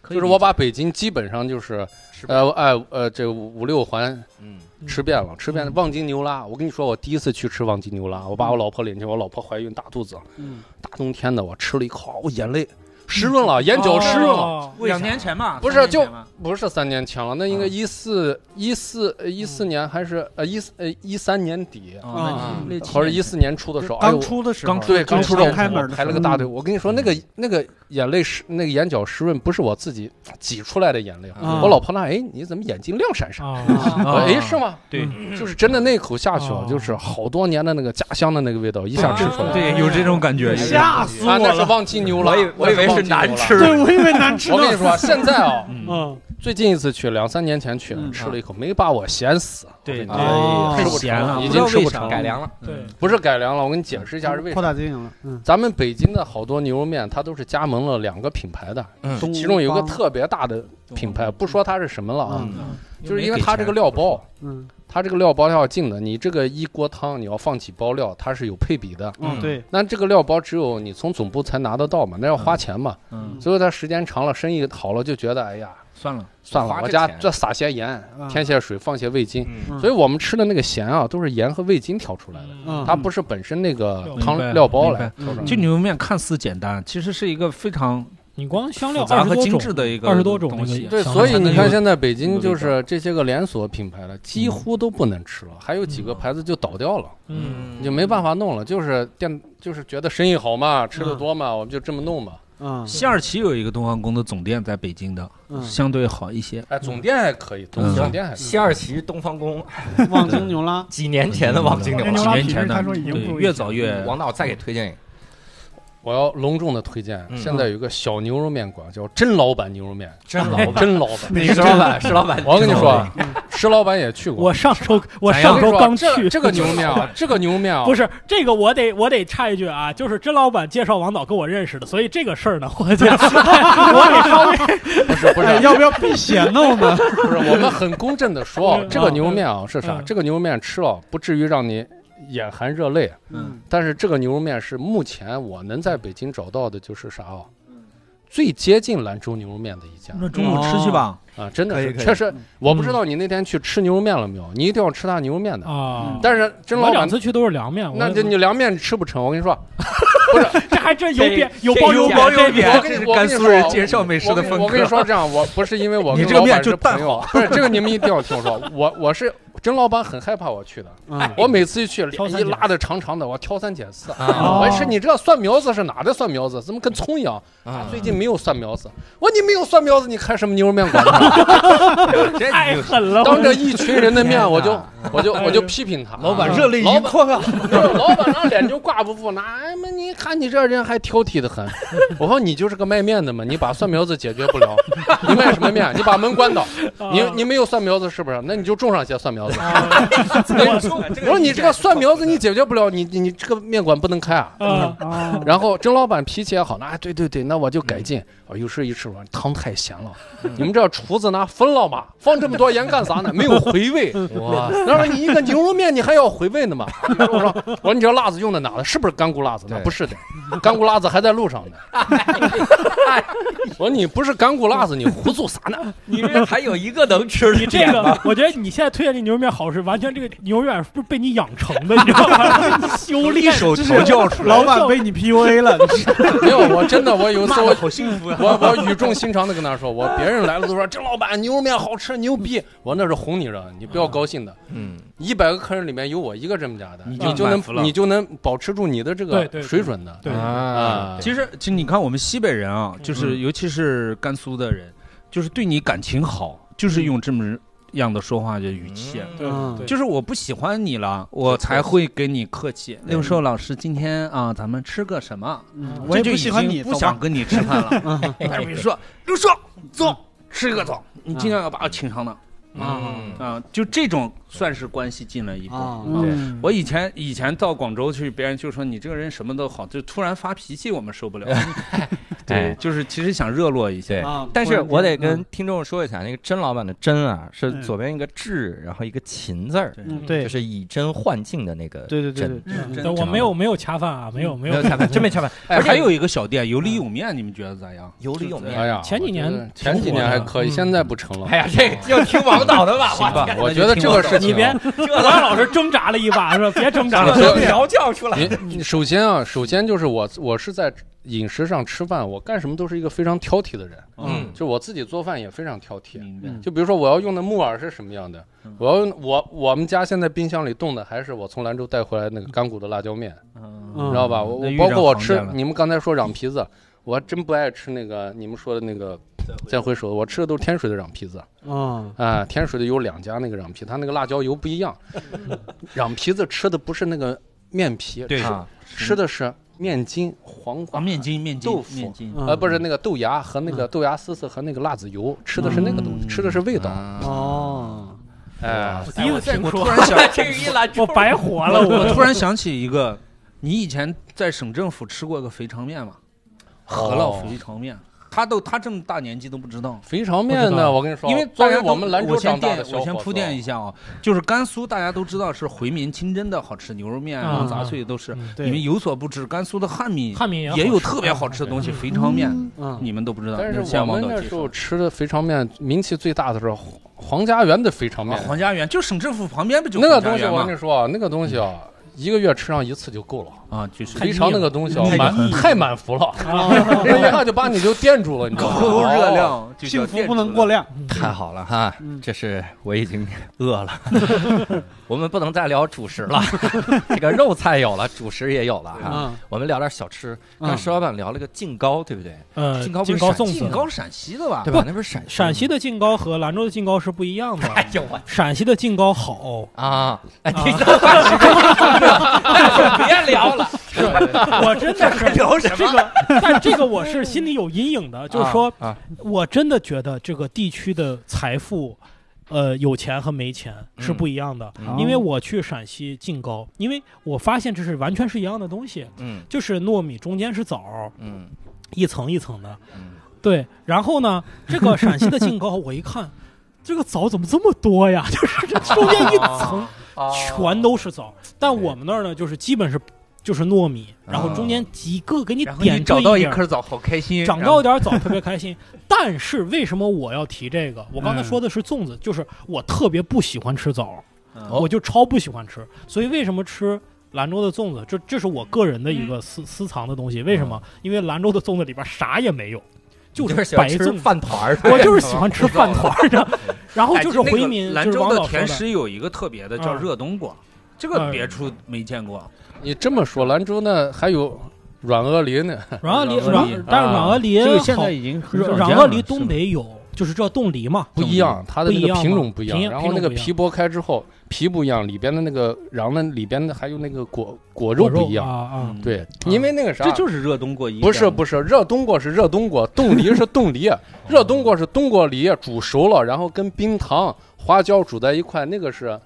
Speaker 1: 可以
Speaker 7: 就是我把北京基本上就是
Speaker 10: 吃遍
Speaker 7: 呃哎呃这五五六环
Speaker 10: 嗯，
Speaker 7: 吃遍了，吃遍了望京牛拉。我跟你说，我第一次去吃望京牛拉，我把我老婆领去，我老婆怀孕大肚子，
Speaker 3: 嗯，
Speaker 7: 大冬天的，我吃了一口，我眼泪湿润了，眼角湿润了。
Speaker 4: 哦
Speaker 1: 两年前吧，
Speaker 7: 不是
Speaker 1: 三年前
Speaker 7: 就
Speaker 1: 吧
Speaker 7: 不是三年前了，那应该一四一四一四年还是呃一四呃一三年底，
Speaker 3: 嗯
Speaker 1: 啊，那
Speaker 7: 或者一四年初的时候，哎
Speaker 3: 啊刚
Speaker 7: 呦，
Speaker 3: 出的时候，
Speaker 1: 刚
Speaker 7: 对，刚出道
Speaker 3: 开门的时候嗯
Speaker 7: 排了个大队。我跟你说，那个那个眼泪湿，那个眼角湿润，不是我自己挤出来的眼泪。
Speaker 3: 啊
Speaker 7: 我老婆那，哎，你怎么眼睛亮闪闪？
Speaker 4: 啊，
Speaker 7: 我说哎，是吗？
Speaker 1: 哦对，
Speaker 7: 就是真的那口下去啊
Speaker 4: 哦，
Speaker 7: 就是好多年的那个家乡的那个味道，一
Speaker 1: 啊
Speaker 7: 下吃出来。
Speaker 1: 对，有这种感觉。
Speaker 3: 吓死我
Speaker 7: 啊，那是
Speaker 3: 了！
Speaker 7: 望京牛拉
Speaker 10: 我以，我以为
Speaker 7: 那
Speaker 10: 是
Speaker 7: 望京牛拉
Speaker 10: 难吃。
Speaker 3: 对，我以为难吃
Speaker 7: 我跟
Speaker 3: 呢。
Speaker 7: 你说，现在啊，
Speaker 3: 嗯，
Speaker 7: 最近一次去两三年前去
Speaker 3: 嗯
Speaker 7: 吃了一口，没把我咸死。
Speaker 1: 对
Speaker 7: 我跟你
Speaker 3: 哦
Speaker 7: 说
Speaker 3: 太
Speaker 7: 吃不成
Speaker 1: 咸了
Speaker 7: 已
Speaker 1: 不知
Speaker 7: 经
Speaker 1: 道
Speaker 7: 吃
Speaker 1: 为
Speaker 7: 不
Speaker 1: 啥
Speaker 7: 成。嗯
Speaker 10: 改良了，
Speaker 4: 对，
Speaker 7: 不是改良了，我给你解释一下是为啥
Speaker 3: 扩。大经营了。嗯，
Speaker 7: 咱们北京的好多牛肉面，它都是加盟了两个品牌的，
Speaker 10: 嗯
Speaker 7: 其中有一
Speaker 1: 嗯
Speaker 7: 个特别大的品牌，不说它是什么了啊，
Speaker 3: 嗯
Speaker 7: 就是因为它这个料包，
Speaker 3: 嗯
Speaker 7: 它这个料包要进的，你这个一锅汤你要放几包料，它是有配比的。
Speaker 3: 嗯，对，
Speaker 7: 那这个料包只有你从总部才拿得到嘛，那要花钱嘛。
Speaker 1: 嗯，
Speaker 7: 所以它时间长了，生意好了，就觉得哎呀，
Speaker 1: 算了，
Speaker 7: 算了
Speaker 11: 花，
Speaker 7: 我
Speaker 11: 这
Speaker 7: 家
Speaker 11: 钱
Speaker 7: 这撒些盐，
Speaker 3: 啊嗯
Speaker 7: 添些水，放些味精。
Speaker 11: 嗯
Speaker 7: 所以我们吃的那个咸啊，都是盐和味精调出来的，
Speaker 3: 嗯，
Speaker 7: 它不是本身那个
Speaker 4: 嗯
Speaker 7: 汤
Speaker 1: 明白
Speaker 7: 料包
Speaker 1: 明白
Speaker 7: 来调出来的。
Speaker 1: 这牛肉面看似简单，其实是一个非常
Speaker 4: 你光香料
Speaker 1: 复杂
Speaker 4: 二
Speaker 1: 和
Speaker 4: 十多
Speaker 1: 精
Speaker 4: 种，
Speaker 1: 致的一个
Speaker 4: 20多种
Speaker 1: 东西
Speaker 4: 那个。
Speaker 7: 对，
Speaker 4: 想
Speaker 7: 啊所
Speaker 4: 到
Speaker 7: 以
Speaker 4: 它
Speaker 7: 你
Speaker 4: 那
Speaker 7: 看
Speaker 4: 个
Speaker 7: 现在北京
Speaker 1: 味
Speaker 7: 就
Speaker 1: 道
Speaker 7: 是这些个连锁品牌的几乎都不能吃了，还有几个牌子就倒掉了，
Speaker 4: 嗯，
Speaker 7: 你就没办法弄了。就是店就是觉得生意好嘛，吃
Speaker 12: 嗯
Speaker 7: 的多嘛，我们就这么弄嘛。
Speaker 3: 嗯
Speaker 1: 西二旗有一个东方宫的总店在北京的，
Speaker 3: 嗯，
Speaker 1: 相对好一些。
Speaker 7: 哎，总店还可以，总
Speaker 1: 嗯
Speaker 7: 总店还可以。
Speaker 12: 西二旗东方宫
Speaker 3: 望京牛拉，
Speaker 12: 几年前的望京牛
Speaker 2: 那牛
Speaker 12: 了，
Speaker 2: 拉
Speaker 1: 几年
Speaker 2: 皮
Speaker 1: 前的
Speaker 2: 他说已经
Speaker 1: 对
Speaker 2: 不如以
Speaker 1: 越
Speaker 2: 前
Speaker 1: 早
Speaker 2: 了
Speaker 1: 越
Speaker 12: 王导再给推荐一个，
Speaker 7: 我要隆重的推荐，
Speaker 12: 嗯
Speaker 7: 现在有一个小牛肉面馆叫甄老板牛肉面，啊
Speaker 12: 真老板，
Speaker 7: 甄老 板，
Speaker 12: 石老板，石老板，
Speaker 7: 我跟你说啊
Speaker 12: 真老板，，
Speaker 7: 石老板也去过。
Speaker 4: 我上周我
Speaker 7: 我
Speaker 4: 上
Speaker 7: 跟你
Speaker 4: 周
Speaker 7: 说啊
Speaker 4: 刚
Speaker 7: 这
Speaker 4: 去，
Speaker 7: 这个 牛肉面啊，这个牛肉 面啊，
Speaker 4: 不是这个，我得我得插一句啊，就是甄老板介绍王导跟我认识的，所以这个事儿呢，我 觉得我得稍微
Speaker 7: 不是 不是
Speaker 3: 哎要不要避嫌呢？我 们
Speaker 7: 不是，我们很公正的说啊，
Speaker 4: 嗯
Speaker 7: 这个牛肉面啊是啥？
Speaker 4: 嗯
Speaker 7: 这个牛肉面吃了不至于让你眼含热泪，啊
Speaker 1: 嗯，
Speaker 7: 但是这个牛肉面是目前我能在北京找到的，就是啥啊？
Speaker 4: 嗯
Speaker 7: 最接近兰州牛肉面的一家
Speaker 1: 中午吃去吧。
Speaker 7: 啊，真的
Speaker 12: 可以
Speaker 7: 是，
Speaker 12: 可以
Speaker 7: 确
Speaker 1: 嗯
Speaker 7: 实，我不知道你那天去吃牛肉面了没有，你一定要吃他牛肉面的。
Speaker 4: 啊，
Speaker 7: 哦但是甄
Speaker 4: 我
Speaker 7: 老
Speaker 4: 两
Speaker 7: 板，
Speaker 4: 次去都是凉面，我
Speaker 7: 那就你凉面吃不成，我跟你说，
Speaker 4: 这还真有
Speaker 12: 这
Speaker 4: 贬有褒
Speaker 12: 有
Speaker 4: 贬，这
Speaker 1: 贬这
Speaker 7: 我跟
Speaker 1: 是
Speaker 7: 你我跟
Speaker 1: 甘
Speaker 7: 你
Speaker 1: 肃
Speaker 7: 说
Speaker 1: 人
Speaker 7: 啊
Speaker 1: 介绍美食
Speaker 7: 我
Speaker 1: 的
Speaker 7: 跟你
Speaker 1: 风格。
Speaker 7: 我跟你说这样，我不是因为我
Speaker 1: 你
Speaker 7: 跟
Speaker 1: 这个
Speaker 7: 老板
Speaker 1: 面就是淡
Speaker 7: 朋 友，不是这个你们一定要听我说，我我是甄老板很害怕我去的，
Speaker 3: 嗯
Speaker 7: 我每次一去，
Speaker 4: 挑
Speaker 7: 脸
Speaker 4: 三
Speaker 7: 一
Speaker 4: 拣
Speaker 7: 拉的长长的，我挑三拣四。
Speaker 12: 啊
Speaker 7: 我说你这蒜苗子是哪的蒜苗子？怎么跟葱一样？
Speaker 12: 啊
Speaker 7: 最近没有蒜苗子。我说你没有蒜苗子，你开什么牛肉面馆呢？
Speaker 4: 太狠了，
Speaker 7: 当着一群人的面，我就
Speaker 12: 天
Speaker 7: 我就我就批评他。
Speaker 12: 老板
Speaker 7: 啊
Speaker 12: 热泪盈眶啊！
Speaker 7: 老板那脸就挂不住，那么你看你这人还挑剔的很。 我说你就是个卖面的嘛，你把蒜苗子解决不了， 你卖什么面？你把门关倒，你
Speaker 4: 啊嗯
Speaker 7: 你没有蒜苗子是不是？那你就种上些蒜苗子。我说你这个蒜苗子你解决不了，你你你这个面馆不能开啊。
Speaker 4: 啊，
Speaker 2: 啊，
Speaker 7: 然后甄老板脾气也好，那哎对对对，那我就改进。啊，有时候一吃完汤太咸了，你们这厨子呢疯了吧？放这么多盐干啥呢？没有回味。
Speaker 12: 哇，
Speaker 7: 然后你一个牛肉面，你还要回味呢嘛？ 我说我说你这辣子用的哪的？是不是干菇辣子？那
Speaker 12: 对
Speaker 7: 不是的，干菇辣子还在路上呢。我说你不是干菇辣子，你胡诌啥呢？
Speaker 12: 你这还有一个能吃的
Speaker 4: 你这个，我觉得你现在推荐这牛肉面好是完全这个牛肉面是被你养成的，你知道吗？ 修炼
Speaker 1: 手调教出
Speaker 3: 老板被你 PUA 了，你是
Speaker 7: 没有，我真的，我有一次我
Speaker 1: 好幸福啊！
Speaker 7: 我我语重心长的跟他说，我别人来了都说这老板牛肉面好吃牛逼，我那是哄你的，你不要高兴的。
Speaker 12: 嗯，
Speaker 7: 一百个客人里面有我一个这么家的，
Speaker 1: 你
Speaker 7: 你
Speaker 1: 就
Speaker 7: 就
Speaker 1: 满
Speaker 7: 能
Speaker 1: 足了
Speaker 7: 你就能保持住你的这
Speaker 4: 对
Speaker 7: 个
Speaker 4: 对对
Speaker 7: 水准的。
Speaker 4: 对
Speaker 7: 啊
Speaker 1: 其实，其实你看我们西北人啊，就是
Speaker 3: 嗯
Speaker 1: 尤其是甘肃的人，就是对你感情好，就是用这么样的说话的语气。啊
Speaker 3: 嗯
Speaker 4: 对
Speaker 1: 就是我不喜欢你了，我才会跟你客气。六兽老师，今天啊，咱们吃个什么？
Speaker 3: 嗯
Speaker 1: 这
Speaker 3: 我也
Speaker 1: 就
Speaker 3: 不
Speaker 1: 已
Speaker 3: 喜欢
Speaker 1: 经
Speaker 3: 你，
Speaker 1: 不想跟你吃饭 了。嗯
Speaker 3: 走吧，
Speaker 1: 但是你说，六兽，走，吃个走，你尽量要把我请上的
Speaker 12: 嗯
Speaker 1: 啊，就这种算是关系近了一
Speaker 3: 嗯
Speaker 1: 步。
Speaker 3: 啊，
Speaker 2: 嗯
Speaker 1: 我以前以前到广州去，别人就说你这个人什么都好，就突然发脾气，我们受不了。嗯 对，就是其实想热络一
Speaker 12: 对
Speaker 1: 些。
Speaker 3: 啊
Speaker 12: 但是我得跟
Speaker 3: 嗯
Speaker 12: 听众说一下，那个甄老板的甄啊，是
Speaker 2: 嗯
Speaker 12: 左边一个志，然后一个秦字儿，
Speaker 3: 嗯
Speaker 12: 就
Speaker 3: 对
Speaker 12: 是以真换境的那个
Speaker 3: 对对对
Speaker 12: 真
Speaker 3: 对，嗯
Speaker 1: 真
Speaker 4: 对我没有没有恰饭啊，没有没
Speaker 12: 没
Speaker 4: 有
Speaker 12: 有恰饭，真没恰饭。
Speaker 1: 哎，还有一个小店有里有面，你们觉得咋样？
Speaker 12: 有里有面
Speaker 7: 哎，呀，
Speaker 4: 前几年
Speaker 7: 我觉得前几
Speaker 4: 挺火
Speaker 7: 年
Speaker 4: 的
Speaker 7: 还可以，
Speaker 4: 嗯
Speaker 7: 现在不成了。嗯
Speaker 12: 哎呀，这个就听王导的 吧，
Speaker 1: 行吧
Speaker 12: 哇
Speaker 7: 我觉得这个事情啊，
Speaker 4: 你别，王老师挣扎了一把，说别挣扎了，
Speaker 7: 这个
Speaker 12: 调教出来。
Speaker 7: 你你首先啊，首先就是我我是在饮食上吃饭，我干什么都是一个非常挑剔的人，
Speaker 12: 嗯
Speaker 7: 就是我自己做饭也非常挑剔。
Speaker 1: 明白。
Speaker 7: 就比如说我要用的木耳是什么样的
Speaker 1: 嗯，
Speaker 7: 我要用我我们家现在冰箱里冻的还是我从兰州带回来那个干骨的辣椒面，
Speaker 1: 嗯，
Speaker 7: 你
Speaker 3: 嗯
Speaker 7: 知道吧？
Speaker 1: 嗯
Speaker 7: 我
Speaker 1: 那
Speaker 7: 我
Speaker 1: 遇
Speaker 7: 包
Speaker 1: 上
Speaker 7: 括我
Speaker 1: 行
Speaker 7: 吃
Speaker 1: 家了
Speaker 7: 你们刚才说瓤皮子，我还真不爱吃那个你们说的那个再回首，我吃的都是天水的瓤皮子。
Speaker 3: 嗯
Speaker 7: 啊，天水的有两家那个瓤皮，它那个辣椒油不一样。 瓤皮子吃的不是那个面皮，
Speaker 1: 对
Speaker 7: 吃
Speaker 1: 啊
Speaker 7: 吃的是面筋、黄瓜、
Speaker 1: 啊，面筋、面筋、
Speaker 7: 豆腐
Speaker 1: 面
Speaker 3: 嗯
Speaker 6: 嗯
Speaker 1: 筋。
Speaker 7: 呃，不是那个豆芽和那个豆芽丝丝和那个辣子油，吃的是那个
Speaker 6: 嗯
Speaker 7: 东西，吃的是味道。
Speaker 3: 哦，
Speaker 7: 哎，
Speaker 4: 第一次听
Speaker 1: 嗯我
Speaker 4: 说
Speaker 1: 突，然想，
Speaker 12: 这个一拦
Speaker 4: 我白活 了，我
Speaker 1: 我突然想起一个，你以前在省政府吃过一个肥肠面吗？阖
Speaker 7: 哦
Speaker 1: 烙肥肠面，
Speaker 6: 他都他这么大年纪都不知道。
Speaker 7: 肥肠面
Speaker 4: 不知
Speaker 7: 呢，
Speaker 4: 道
Speaker 7: 我跟你说，
Speaker 6: 因为
Speaker 7: 作
Speaker 6: 大
Speaker 7: 为
Speaker 6: 家都
Speaker 7: 我们兰州
Speaker 6: 我先
Speaker 7: 长大
Speaker 6: 垫
Speaker 7: 的小
Speaker 6: 我先
Speaker 7: 伙
Speaker 6: 铺
Speaker 7: 子
Speaker 6: 垫一下啊，就是甘肃大家都知道是回民清真的好吃，牛肉面、
Speaker 4: 啊
Speaker 6: 羊杂碎都是。
Speaker 4: 嗯
Speaker 3: 对
Speaker 6: 你们有所不知，甘肃的汉民
Speaker 4: 汉民也好
Speaker 6: 也有
Speaker 4: 吃
Speaker 6: 特别好吃的东西，肥肠面，
Speaker 3: 嗯，
Speaker 6: 你们都不知道。
Speaker 7: 但
Speaker 6: 那
Speaker 7: 是
Speaker 6: 向
Speaker 7: 我
Speaker 6: 王
Speaker 7: 们
Speaker 6: 导
Speaker 7: 那
Speaker 6: 介
Speaker 7: 时
Speaker 6: 绍
Speaker 7: 候
Speaker 6: 的
Speaker 7: 吃的肥肠面名气最大的时候，黄黄家园的肥肠面
Speaker 6: 啊，，黄家园就省政府旁边不就
Speaker 7: 那个
Speaker 6: 黄家
Speaker 7: 东西
Speaker 6: 园
Speaker 7: 我
Speaker 6: 吗
Speaker 7: 跟你说啊，那个东西啊，一个月吃上一次就够了。
Speaker 6: 啊，就是
Speaker 7: 肥肠那个东西啊，
Speaker 2: 太腻了
Speaker 7: 满太满服了， 一下就把你就垫住了，你知道吗？
Speaker 6: 高热
Speaker 7: 哦。
Speaker 6: 量，就叫
Speaker 3: 幸福
Speaker 6: 电
Speaker 3: 不
Speaker 6: 子
Speaker 3: 能过量。
Speaker 1: 太好了哈
Speaker 3: 嗯，
Speaker 1: 这是我已经饿了。我们不能再聊主食了，这个肉菜有了，主食也有了哈。
Speaker 12: 啊
Speaker 3: 嗯，
Speaker 1: 我们聊点小吃，
Speaker 3: 嗯
Speaker 1: 刚石老板聊了个晋糕，对不对？
Speaker 4: 呃，
Speaker 1: 晋糕不是
Speaker 4: 糕
Speaker 1: 陕
Speaker 4: 粽
Speaker 1: 西
Speaker 6: 晋
Speaker 4: 子，
Speaker 6: 高陕西的吧？
Speaker 1: 对吧？那不是陕西
Speaker 4: 陕西
Speaker 1: 的
Speaker 4: 的晋糕和兰州的晋糕是不一样的。
Speaker 1: 有我
Speaker 4: 陕西的晋糕好，
Speaker 1: 啊！哎，
Speaker 4: 啊
Speaker 1: 你这话题就别聊了，
Speaker 4: 我真的是
Speaker 1: 聊什
Speaker 4: 这个，但这个我是心里有阴影的，就是说
Speaker 1: 啊啊，
Speaker 4: 我真的觉得这个地区的财富，呃，有钱和没钱是不一样的。
Speaker 2: 哦
Speaker 1: 嗯
Speaker 4: 因为我去陕西晋高，因为我发现这是完全是一样的东西，
Speaker 1: 嗯
Speaker 4: 就是糯米中间是枣儿，
Speaker 1: 嗯
Speaker 4: 一层一层的。
Speaker 1: 嗯，
Speaker 4: 对，然后呢，这个陕西的 晋高，我一看，这个枣怎么这么多呀？ 就是这中间一层
Speaker 6: 啊
Speaker 4: 全都是枣，但我们那儿呢，就是基本是就是糯米，然后中间几个给你
Speaker 6: 啊然后你
Speaker 4: 点
Speaker 6: 找
Speaker 4: 缀
Speaker 6: 到一
Speaker 4: 点儿
Speaker 6: 颗枣，好开心。
Speaker 4: 长
Speaker 6: 然后
Speaker 4: 到一点枣特别开心。 但是为什么我要提这个？我刚才
Speaker 3: 嗯
Speaker 4: 说的是粽子，就是我特别不喜欢吃枣，
Speaker 6: 嗯
Speaker 1: 啊
Speaker 4: 我就超不喜欢吃。所以为什么吃兰州的粽子？这这是我个人的一个私私藏的东西。为什么？因为兰州的粽子里边啥也没有，就
Speaker 1: 就是
Speaker 4: 是
Speaker 1: 喜欢
Speaker 4: 白
Speaker 1: 吃
Speaker 4: 粽子。
Speaker 1: 饭团儿，
Speaker 4: 我就是喜欢吃饭团儿的， 然后
Speaker 6: 哎
Speaker 4: 就是
Speaker 6: 那个
Speaker 4: 回民，
Speaker 6: 兰
Speaker 4: 就是
Speaker 6: 州
Speaker 4: 王
Speaker 6: 的
Speaker 4: 导说
Speaker 6: 甜
Speaker 4: 的。
Speaker 6: 食有一个特别的叫
Speaker 4: 嗯
Speaker 6: 热冬瓜，这
Speaker 4: 嗯
Speaker 6: 个别处没见过。
Speaker 7: 你这么说，兰州那还有软鹅梨呢，
Speaker 4: 软鹅梨，
Speaker 6: 软鹅梨
Speaker 4: 软但是软鹅梨
Speaker 3: 这
Speaker 4: 好，
Speaker 3: 个现在已经很少见了
Speaker 4: 软鹅梨东。
Speaker 3: 是吧
Speaker 4: 北有，就是这冻梨嘛，
Speaker 7: 不一样，它的
Speaker 4: 不
Speaker 7: 那
Speaker 4: 一
Speaker 7: 个
Speaker 4: 样
Speaker 7: 品
Speaker 4: 吗
Speaker 7: 种不一样
Speaker 4: 品，
Speaker 7: 然
Speaker 4: 品
Speaker 7: 后那
Speaker 4: 种
Speaker 7: 个
Speaker 4: 不一样
Speaker 7: 皮剥开之后，皮不一样，里边的那个瓤的里边的还有那个果果肉
Speaker 4: 果
Speaker 7: 不一
Speaker 4: 啊
Speaker 7: 样，
Speaker 4: 啊，
Speaker 6: 嗯，
Speaker 7: 对，因为那个啥
Speaker 6: 这。就是热冬瓜一样。
Speaker 7: 不是不是，热冬瓜是热冬瓜，冻梨是冻梨，啊热冬瓜是冬瓜梨，煮熟了，然后跟冰糖、花椒煮在一块，那个是，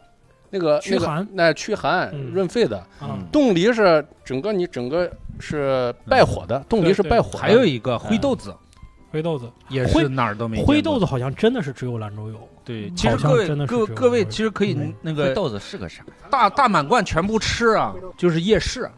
Speaker 7: 那个
Speaker 4: 驱
Speaker 7: 那个
Speaker 4: 寒
Speaker 7: 那驱寒
Speaker 4: 嗯
Speaker 7: 润肺的。
Speaker 4: 啊
Speaker 7: 冻梨是整个你整个是败火的，冻梨是败火的。
Speaker 6: 还有一个灰豆子，
Speaker 4: 灰豆子，
Speaker 6: 也
Speaker 4: 灰
Speaker 6: 是哪儿都没见过
Speaker 4: 灰豆子好像真的是只有兰州有。
Speaker 6: 对，其
Speaker 4: 好
Speaker 6: 实
Speaker 4: 像
Speaker 6: 各位
Speaker 4: 真的是
Speaker 3: 哎
Speaker 4: 只
Speaker 6: 各
Speaker 4: 有
Speaker 6: 各位
Speaker 4: 兰州
Speaker 6: 其实可以
Speaker 4: 嗯
Speaker 6: 那
Speaker 1: 这
Speaker 6: 个
Speaker 1: 豆子是个啥？
Speaker 6: 大大满贯全部吃啊，就是夜市，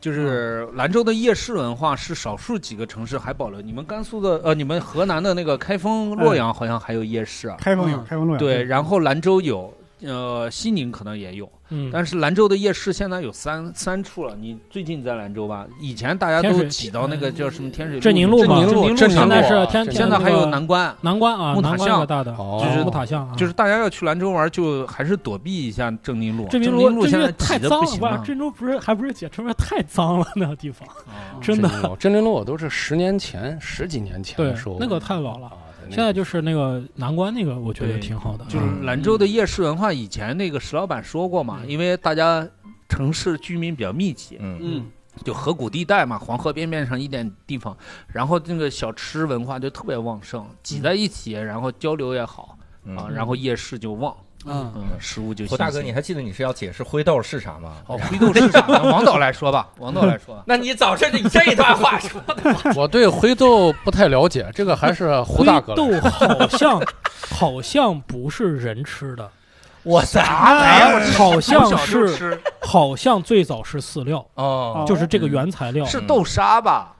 Speaker 6: 就是
Speaker 3: 嗯
Speaker 6: 兰州的夜市文化是少数几个城市还保留。你们甘肃的呃，你们河南的那个开封、洛阳好像还有夜市啊，
Speaker 2: 开封有，
Speaker 3: 嗯
Speaker 2: 开封洛阳
Speaker 6: 对，，然后兰州有。呃，西宁可能也有，
Speaker 4: 嗯，
Speaker 6: 但是兰州的夜市现在有三三处了。你最近在兰州吧？以前大家
Speaker 4: 天
Speaker 6: 都
Speaker 4: 水嗯
Speaker 6: 挤到那个叫什么天水
Speaker 4: 镇宁路
Speaker 6: 路
Speaker 4: 嘛，
Speaker 6: 镇
Speaker 7: 镇宁
Speaker 6: 路
Speaker 7: 路
Speaker 6: 镇
Speaker 7: 镇
Speaker 6: 宁
Speaker 4: 现
Speaker 7: 宁
Speaker 6: 路
Speaker 7: 路
Speaker 4: 在
Speaker 7: 啊
Speaker 4: 是天，
Speaker 7: 镇宁路
Speaker 6: 现在还有南关，
Speaker 4: 南关啊，
Speaker 6: 木塔
Speaker 4: 南关有
Speaker 6: 巷
Speaker 4: 个大的，
Speaker 7: 哦
Speaker 4: 就是木塔巷啊，
Speaker 6: 就是大家要去兰州玩，就还是躲避一下镇宁路。
Speaker 4: 镇
Speaker 6: 宁
Speaker 4: 明路，
Speaker 6: 路
Speaker 4: 镇
Speaker 6: 现
Speaker 4: 明
Speaker 6: 在
Speaker 4: 路太
Speaker 6: 挤得
Speaker 4: 脏
Speaker 6: 不
Speaker 4: 了
Speaker 6: 行
Speaker 4: 哇，
Speaker 6: 了
Speaker 4: 镇州不是还不是解城市太脏了那个地方， 真的，
Speaker 7: 的，真灵路都是十年前、十几年前
Speaker 4: 对
Speaker 7: 的时候，
Speaker 4: 那个太老了。
Speaker 7: 啊，
Speaker 4: 现在就是那个南关那个，我觉得挺好的，
Speaker 6: 就是
Speaker 3: 嗯
Speaker 6: 兰州的夜市文化，以前那个石老板说过嘛，
Speaker 4: 嗯
Speaker 6: 因为大家城市居民比较密集，
Speaker 1: 嗯
Speaker 3: 嗯，
Speaker 6: 就河谷地带嘛，黄河边边上一点地方，然后那个小吃文化就特别旺盛，
Speaker 3: 嗯
Speaker 6: 挤在一起，然后交流也好啊，
Speaker 1: 嗯，
Speaker 6: 然后夜市就旺，
Speaker 3: 嗯，
Speaker 6: 嗯，食物就新
Speaker 1: 胡
Speaker 6: 鲜。
Speaker 1: 大哥，你还记得你是要解释灰豆是啥吗？
Speaker 6: 哦，灰豆
Speaker 1: ，
Speaker 6: 市场，那王导来说吧，王导来说吧
Speaker 1: 那你早上你这一段话 说的，
Speaker 7: 我对灰豆不太了解，这个还是胡大哥来
Speaker 4: 豆好像好像不是人吃的，
Speaker 1: 我操！
Speaker 4: 哎，好像
Speaker 6: 从小就是吃
Speaker 4: 好像最早是饲料，
Speaker 1: 哦，
Speaker 4: 就是这个原材料，
Speaker 6: 是豆沙吧？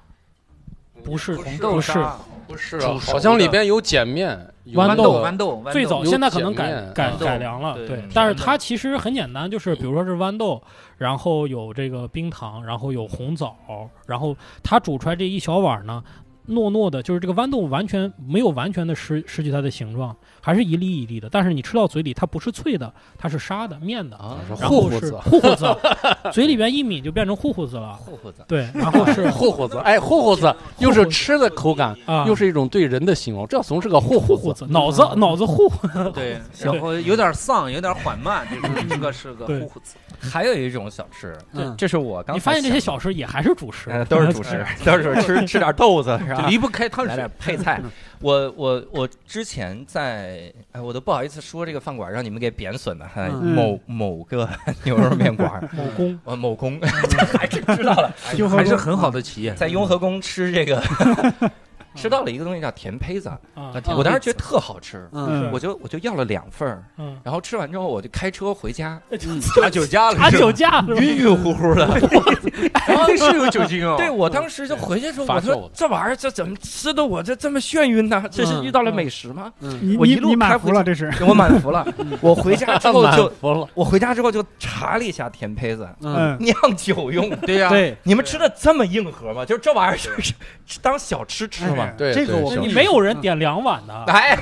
Speaker 4: 不是
Speaker 6: 红
Speaker 4: 不
Speaker 6: 豆
Speaker 4: 是
Speaker 6: 沙，
Speaker 7: 不是
Speaker 6: 煮熟
Speaker 7: 好像里
Speaker 6: 的
Speaker 7: 边有碱面、有
Speaker 4: 豌
Speaker 6: 豌
Speaker 4: 豆
Speaker 6: 豌豆，豌
Speaker 4: 最
Speaker 6: 豆
Speaker 4: 早
Speaker 7: 有
Speaker 4: 现在可
Speaker 7: 碱
Speaker 4: 能改
Speaker 7: 面
Speaker 4: 改
Speaker 6: 豌豆
Speaker 4: 改良了，
Speaker 6: 对
Speaker 4: 对
Speaker 6: 嗯，
Speaker 4: 但是
Speaker 6: 豌豆嗯
Speaker 4: 它其实很简单，就是比如说是豌豆，然后有这个冰糖，然后有红枣，然后它煮出来这一小碗儿呢，糯糯的，就是这个豌豆完全没有完全的失失去它的形状，还是一粒一粒的，但是你吃到嘴里它不是脆的，它是沙的面的，
Speaker 1: 啊，
Speaker 7: 是
Speaker 4: 然
Speaker 7: 糊
Speaker 4: 后
Speaker 7: 糊
Speaker 4: 是
Speaker 7: 子，
Speaker 4: 糊糊 子，嘴里边一抿就变成糊糊子了，
Speaker 1: 糊糊 子，
Speaker 4: 对，然后 是
Speaker 7: 糊糊子，哎，糊糊子又
Speaker 4: 糊
Speaker 7: 是
Speaker 4: 子
Speaker 7: 吃的口感，
Speaker 4: 啊
Speaker 7: 又。是一种对人的形容，这总是个糊
Speaker 4: 糊
Speaker 7: 糊
Speaker 4: 糊
Speaker 7: 子。嗯
Speaker 4: 子，脑子脑子糊糊，
Speaker 6: 对，
Speaker 4: 行
Speaker 6: 然后有点丧，有点缓慢，就是 这个是个
Speaker 4: 对
Speaker 6: 糊糊子。
Speaker 1: 还有一种小吃，
Speaker 3: 嗯
Speaker 1: 这是我刚
Speaker 4: 你
Speaker 1: 才
Speaker 4: 发现这些
Speaker 1: 想
Speaker 4: 小吃也还是主食
Speaker 7: 哎
Speaker 4: 哎
Speaker 1: 的，嗯，都是主 食，都是主食吃吃点豆子是吧？
Speaker 6: 离不开汤
Speaker 1: 来
Speaker 6: 水
Speaker 1: 点。配菜。我我我之前在，哎，我都不好意思说这个饭馆，让你们给贬损了。哎
Speaker 3: 嗯
Speaker 1: 某某个牛肉面馆 儿，
Speaker 4: 某工
Speaker 1: 呃，某工 还是知道了，
Speaker 2: 雍和
Speaker 6: 还是
Speaker 2: 宫
Speaker 6: 很好的企 业。
Speaker 1: 在雍和宫吃这个吃到了一个东西叫甜胚子，
Speaker 7: 嗯
Speaker 4: 啊，
Speaker 3: 甜
Speaker 1: 我当时觉得特好吃，
Speaker 3: 嗯，
Speaker 4: 是
Speaker 1: 我就我就要了两份儿，
Speaker 4: 嗯，
Speaker 1: 然后吃完之后我就开车回家，
Speaker 5: 查酒驾了，
Speaker 4: 打酒驾了，
Speaker 5: 晕晕乎乎的，
Speaker 1: 然后
Speaker 5: 是有酒精哦。
Speaker 1: 对，我当时就回去的时候，
Speaker 7: 发
Speaker 1: 我
Speaker 7: 酵
Speaker 1: 说
Speaker 7: 了
Speaker 1: 这玩意儿这怎么吃的我这这么眩晕呢？这是遇到了美食吗？
Speaker 2: 你
Speaker 1: 我
Speaker 2: 你
Speaker 1: 一路
Speaker 2: 你
Speaker 1: 开
Speaker 2: 满
Speaker 1: 回
Speaker 2: 服
Speaker 1: 去
Speaker 2: 了，这是
Speaker 1: 我满服了，我回家之后就
Speaker 5: 服了，
Speaker 1: 我回家之后就查了一下甜胚子
Speaker 3: 嗯，
Speaker 2: 嗯，
Speaker 1: 酿酒用的，
Speaker 5: 对呀，
Speaker 3: 对，
Speaker 1: 你们吃的这么硬核吗？就是这玩意儿是是是当小吃吃吗？
Speaker 7: 对，
Speaker 3: 这个
Speaker 7: 对
Speaker 3: 我
Speaker 7: 小
Speaker 3: 跟
Speaker 4: 你没有人点两碗的，
Speaker 1: 哎，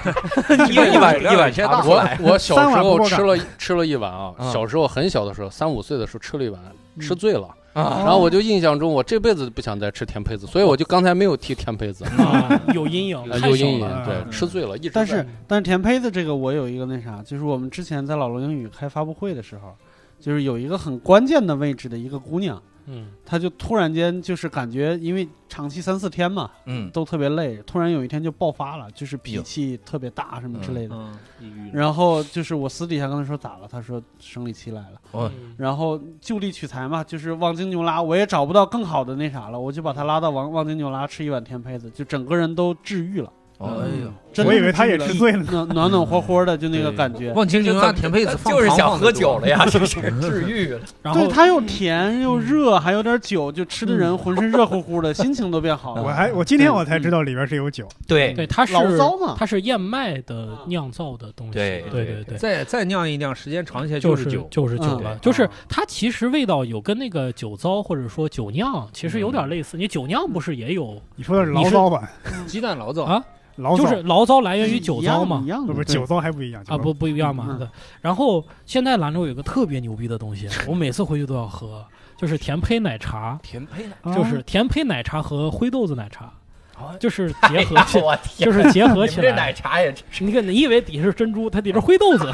Speaker 1: 一碗一碗一碗
Speaker 5: 大
Speaker 7: 我我小
Speaker 2: 三
Speaker 7: 时
Speaker 2: 碗不
Speaker 7: 候
Speaker 2: 够
Speaker 7: 吃了吃了一碗啊，
Speaker 1: 嗯
Speaker 7: 小时候很小的时候，三五岁的时候吃了一碗，吃醉了，
Speaker 1: 啊，
Speaker 7: 然后我就印象中我这辈子不想再吃甜胚子，所以我就刚才没有提甜胚子，
Speaker 4: 啊，有阴 影，
Speaker 7: 呃
Speaker 4: 太
Speaker 7: 有
Speaker 4: 小
Speaker 7: 阴
Speaker 4: 了
Speaker 7: 影，对，
Speaker 6: 嗯
Speaker 7: 吃醉了一直在。
Speaker 3: 但是但是甜胚子这个我有一个那啥，就是我们之前在老罗英语开发布会的时候，就是有一个很关键的位置的一个姑娘，
Speaker 4: 嗯，
Speaker 3: 她就突然间就是感觉因为长期三四天嘛
Speaker 1: 嗯，
Speaker 3: 都特别累，突然有一天就爆发了，就是脾
Speaker 1: 有
Speaker 3: 气特别大什么之类的。
Speaker 6: 嗯，抑郁了，
Speaker 3: 然后就是我私底下跟她说咋了，她说生理期来了。
Speaker 1: 我
Speaker 4: 嗯
Speaker 3: 然后就地取材嘛，就是望京牛拉，我也找不到更好的那啥了，我就把他拉到望望京牛拉吃一碗甜胚子，就整个人都治愈了，
Speaker 1: 哎呦，
Speaker 3: 哦真的
Speaker 2: 我以为他也吃醉了呢。
Speaker 3: 暖暖暖和和的，就那个感觉。
Speaker 6: 望京牛
Speaker 1: 咱
Speaker 6: 拉甜胚子放
Speaker 1: 就是想喝
Speaker 6: 糖
Speaker 1: 酒
Speaker 6: 放得多
Speaker 1: 了呀，这是治愈了。
Speaker 4: 然
Speaker 3: 对，
Speaker 4: 后
Speaker 3: 它又甜又热，还有点酒，就吃的人浑身热乎乎的，心情都变好
Speaker 2: 我
Speaker 3: 了。
Speaker 2: 还我今天我才知道里边是有酒，
Speaker 1: 对
Speaker 4: 对它是
Speaker 3: 醪糟嘛
Speaker 4: 它是燕麦的酿造的东西，
Speaker 1: 对
Speaker 4: 对
Speaker 1: 对
Speaker 4: 对。
Speaker 6: 啊再再酿一酿，时间长一些
Speaker 4: 就是
Speaker 6: 酒。
Speaker 4: 就是酒
Speaker 3: 嗯
Speaker 4: 了，
Speaker 3: 对
Speaker 4: 就是
Speaker 3: 啊
Speaker 4: 它其实味道有跟那个酒糟或者说酒酿其实有点类似。你酒酿不是也有，
Speaker 2: 你说的是醪糟吧？
Speaker 6: 鸡蛋醪糟
Speaker 4: 啊
Speaker 2: 醪糟
Speaker 4: 就是醪糟来源于
Speaker 3: 一
Speaker 4: 酒糟嘛
Speaker 3: 一，样的，
Speaker 2: 不是
Speaker 3: 对
Speaker 2: 酒，糟还不一样
Speaker 4: 啊，不不一样嘛
Speaker 3: 嗯。
Speaker 4: 对。然后现在兰州有个特别牛逼的东西，我每次回去都要喝，就是甜胚奶茶，
Speaker 1: 甜胚 呢？
Speaker 2: 不
Speaker 4: 就是甜胚奶茶和灰豆子奶茶
Speaker 1: 啊，
Speaker 4: 就是结合起，
Speaker 1: 我天，
Speaker 4: 就是结合
Speaker 1: 你
Speaker 4: 起
Speaker 1: 们这
Speaker 4: 来
Speaker 1: 奶。啊茶也
Speaker 4: 你看，你以为底下是珍珠，它底下是灰 豆子，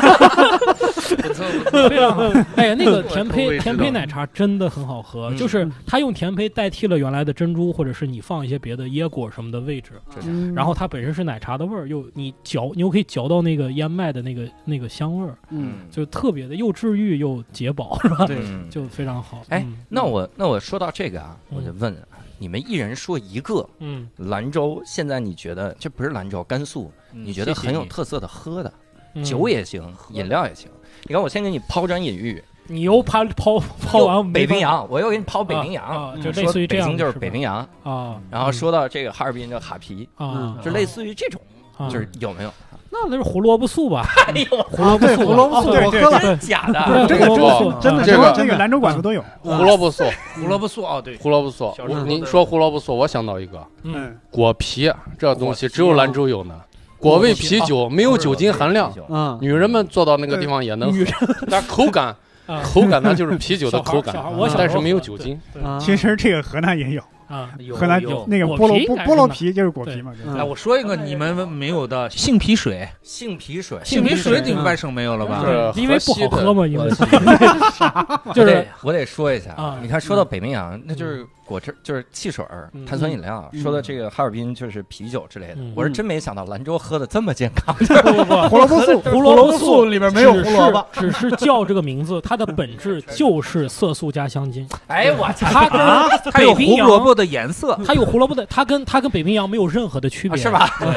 Speaker 5: 不错
Speaker 4: 非常好。哎，那个甜
Speaker 5: 我也知
Speaker 4: 胚
Speaker 5: 道
Speaker 4: 甜胚奶茶真的很好
Speaker 1: 嗯
Speaker 4: 喝，就是它用甜胚代替了原来的珍珠，或者是你放一些别的椰果什么的位置，
Speaker 3: 嗯
Speaker 4: 然后它本身是奶茶的味儿，又你嚼，你又可以嚼到那个燕麦的那个那个香味儿，
Speaker 3: 嗯，
Speaker 4: 就特别的又治愈又解饱， 是吧？
Speaker 3: 对，
Speaker 1: 嗯
Speaker 4: 就非常好。
Speaker 1: 哎
Speaker 4: 嗯
Speaker 1: 那我那我说到这个啊，
Speaker 4: 嗯
Speaker 1: 我就问啊你们一人说一个
Speaker 4: 嗯
Speaker 1: 兰州，现在你觉得这不是兰州，甘肃，
Speaker 6: 嗯
Speaker 1: 你觉得很有特色的喝的
Speaker 4: 嗯
Speaker 1: 酒也行，饮料也行。你看，我先给你抛砖引玉，
Speaker 4: 你又 抛抛抛
Speaker 1: 又
Speaker 4: 完没
Speaker 1: 北冰
Speaker 4: 法
Speaker 1: 洋，我又给你抛北冰
Speaker 4: 啊啊
Speaker 1: 洋，嗯
Speaker 4: 就
Speaker 1: 说
Speaker 4: 类似于这
Speaker 1: 北
Speaker 4: 样
Speaker 1: 京
Speaker 4: 的
Speaker 1: 就是
Speaker 4: 是
Speaker 1: 北
Speaker 4: 吧
Speaker 1: 冰洋，
Speaker 4: 啊
Speaker 1: 然后说到这个哈尔滨叫哈啤，
Speaker 4: 啊，
Speaker 1: 嗯就类似于这种，
Speaker 4: 啊
Speaker 1: 就是有没有？
Speaker 4: 那那是胡萝卜素吧？
Speaker 1: 哎呦，啊
Speaker 4: 胡萝卜素，啊
Speaker 3: 胡萝卜素
Speaker 2: 对
Speaker 3: 我
Speaker 2: 对
Speaker 3: 喝了，
Speaker 1: 真假
Speaker 4: 对
Speaker 1: 的？
Speaker 2: 这
Speaker 4: 胡
Speaker 2: 个
Speaker 4: 萝卜素
Speaker 3: 真的真的
Speaker 7: 这个
Speaker 2: 这个兰州馆子都有。
Speaker 7: 胡萝卜素，
Speaker 6: 胡萝卜素哦，对，
Speaker 7: 胡萝卜素
Speaker 6: 小，时候
Speaker 7: 我
Speaker 6: 都
Speaker 7: 您
Speaker 6: 在
Speaker 7: 说胡萝卜素，我想到一个
Speaker 4: 嗯，
Speaker 7: 果啤，这东西只有兰州有呢。果味啤酒没有酒精含量，
Speaker 3: 嗯，
Speaker 7: 女人们坐到那个地方也能
Speaker 2: 女
Speaker 7: 喝，但口感
Speaker 4: 啊
Speaker 7: 口感那就是啤酒 的
Speaker 4: 小孩儿
Speaker 7: 口
Speaker 4: 小孩
Speaker 7: 感，
Speaker 4: 儿我小时候
Speaker 7: 但是没有
Speaker 4: 喝
Speaker 7: 酒
Speaker 4: 对
Speaker 7: 精。
Speaker 3: 啊
Speaker 2: 其实这个河南也有，
Speaker 4: 啊，
Speaker 2: 河南
Speaker 6: 有
Speaker 2: 那个菠
Speaker 4: 果
Speaker 2: 萝
Speaker 4: 皮
Speaker 2: 菠
Speaker 4: 还
Speaker 2: 菠
Speaker 4: 是
Speaker 2: 萝
Speaker 4: 什么
Speaker 2: 皮就是果皮嘛，就是
Speaker 3: 嗯
Speaker 6: 哎，我说一个你们没有的杏皮水，
Speaker 1: 杏皮水，
Speaker 6: 杏皮水
Speaker 3: 嗯
Speaker 6: 你们外省没有了吧？
Speaker 7: 是
Speaker 4: 对因为不好喝 嘛，因为
Speaker 1: 就
Speaker 4: 嗯就是
Speaker 1: 是我得说一下
Speaker 4: 啊
Speaker 1: 你看说到北冰洋，那就是果汁，就是汽水儿
Speaker 4: 嗯、
Speaker 1: 碳酸饮料。
Speaker 3: 嗯
Speaker 1: 说到这个哈尔滨就是啤酒之类的
Speaker 4: 嗯，
Speaker 1: 我是真没想到兰州喝的这么健康。
Speaker 4: 不不不，
Speaker 2: 胡萝卜素。
Speaker 4: 胡萝卜
Speaker 3: 素里边没有胡萝卜，
Speaker 4: 只是叫这个名字，它的本质就是色素加香精。
Speaker 1: 哎，我操！
Speaker 4: 它跟
Speaker 6: 它
Speaker 4: 北
Speaker 6: 有
Speaker 4: 冰
Speaker 6: 胡
Speaker 4: 洋
Speaker 6: 萝卜，的颜色，
Speaker 4: 它有胡萝卜的，它跟它跟北冰洋没有任何的区别，
Speaker 1: 啊是？吧？
Speaker 4: 对，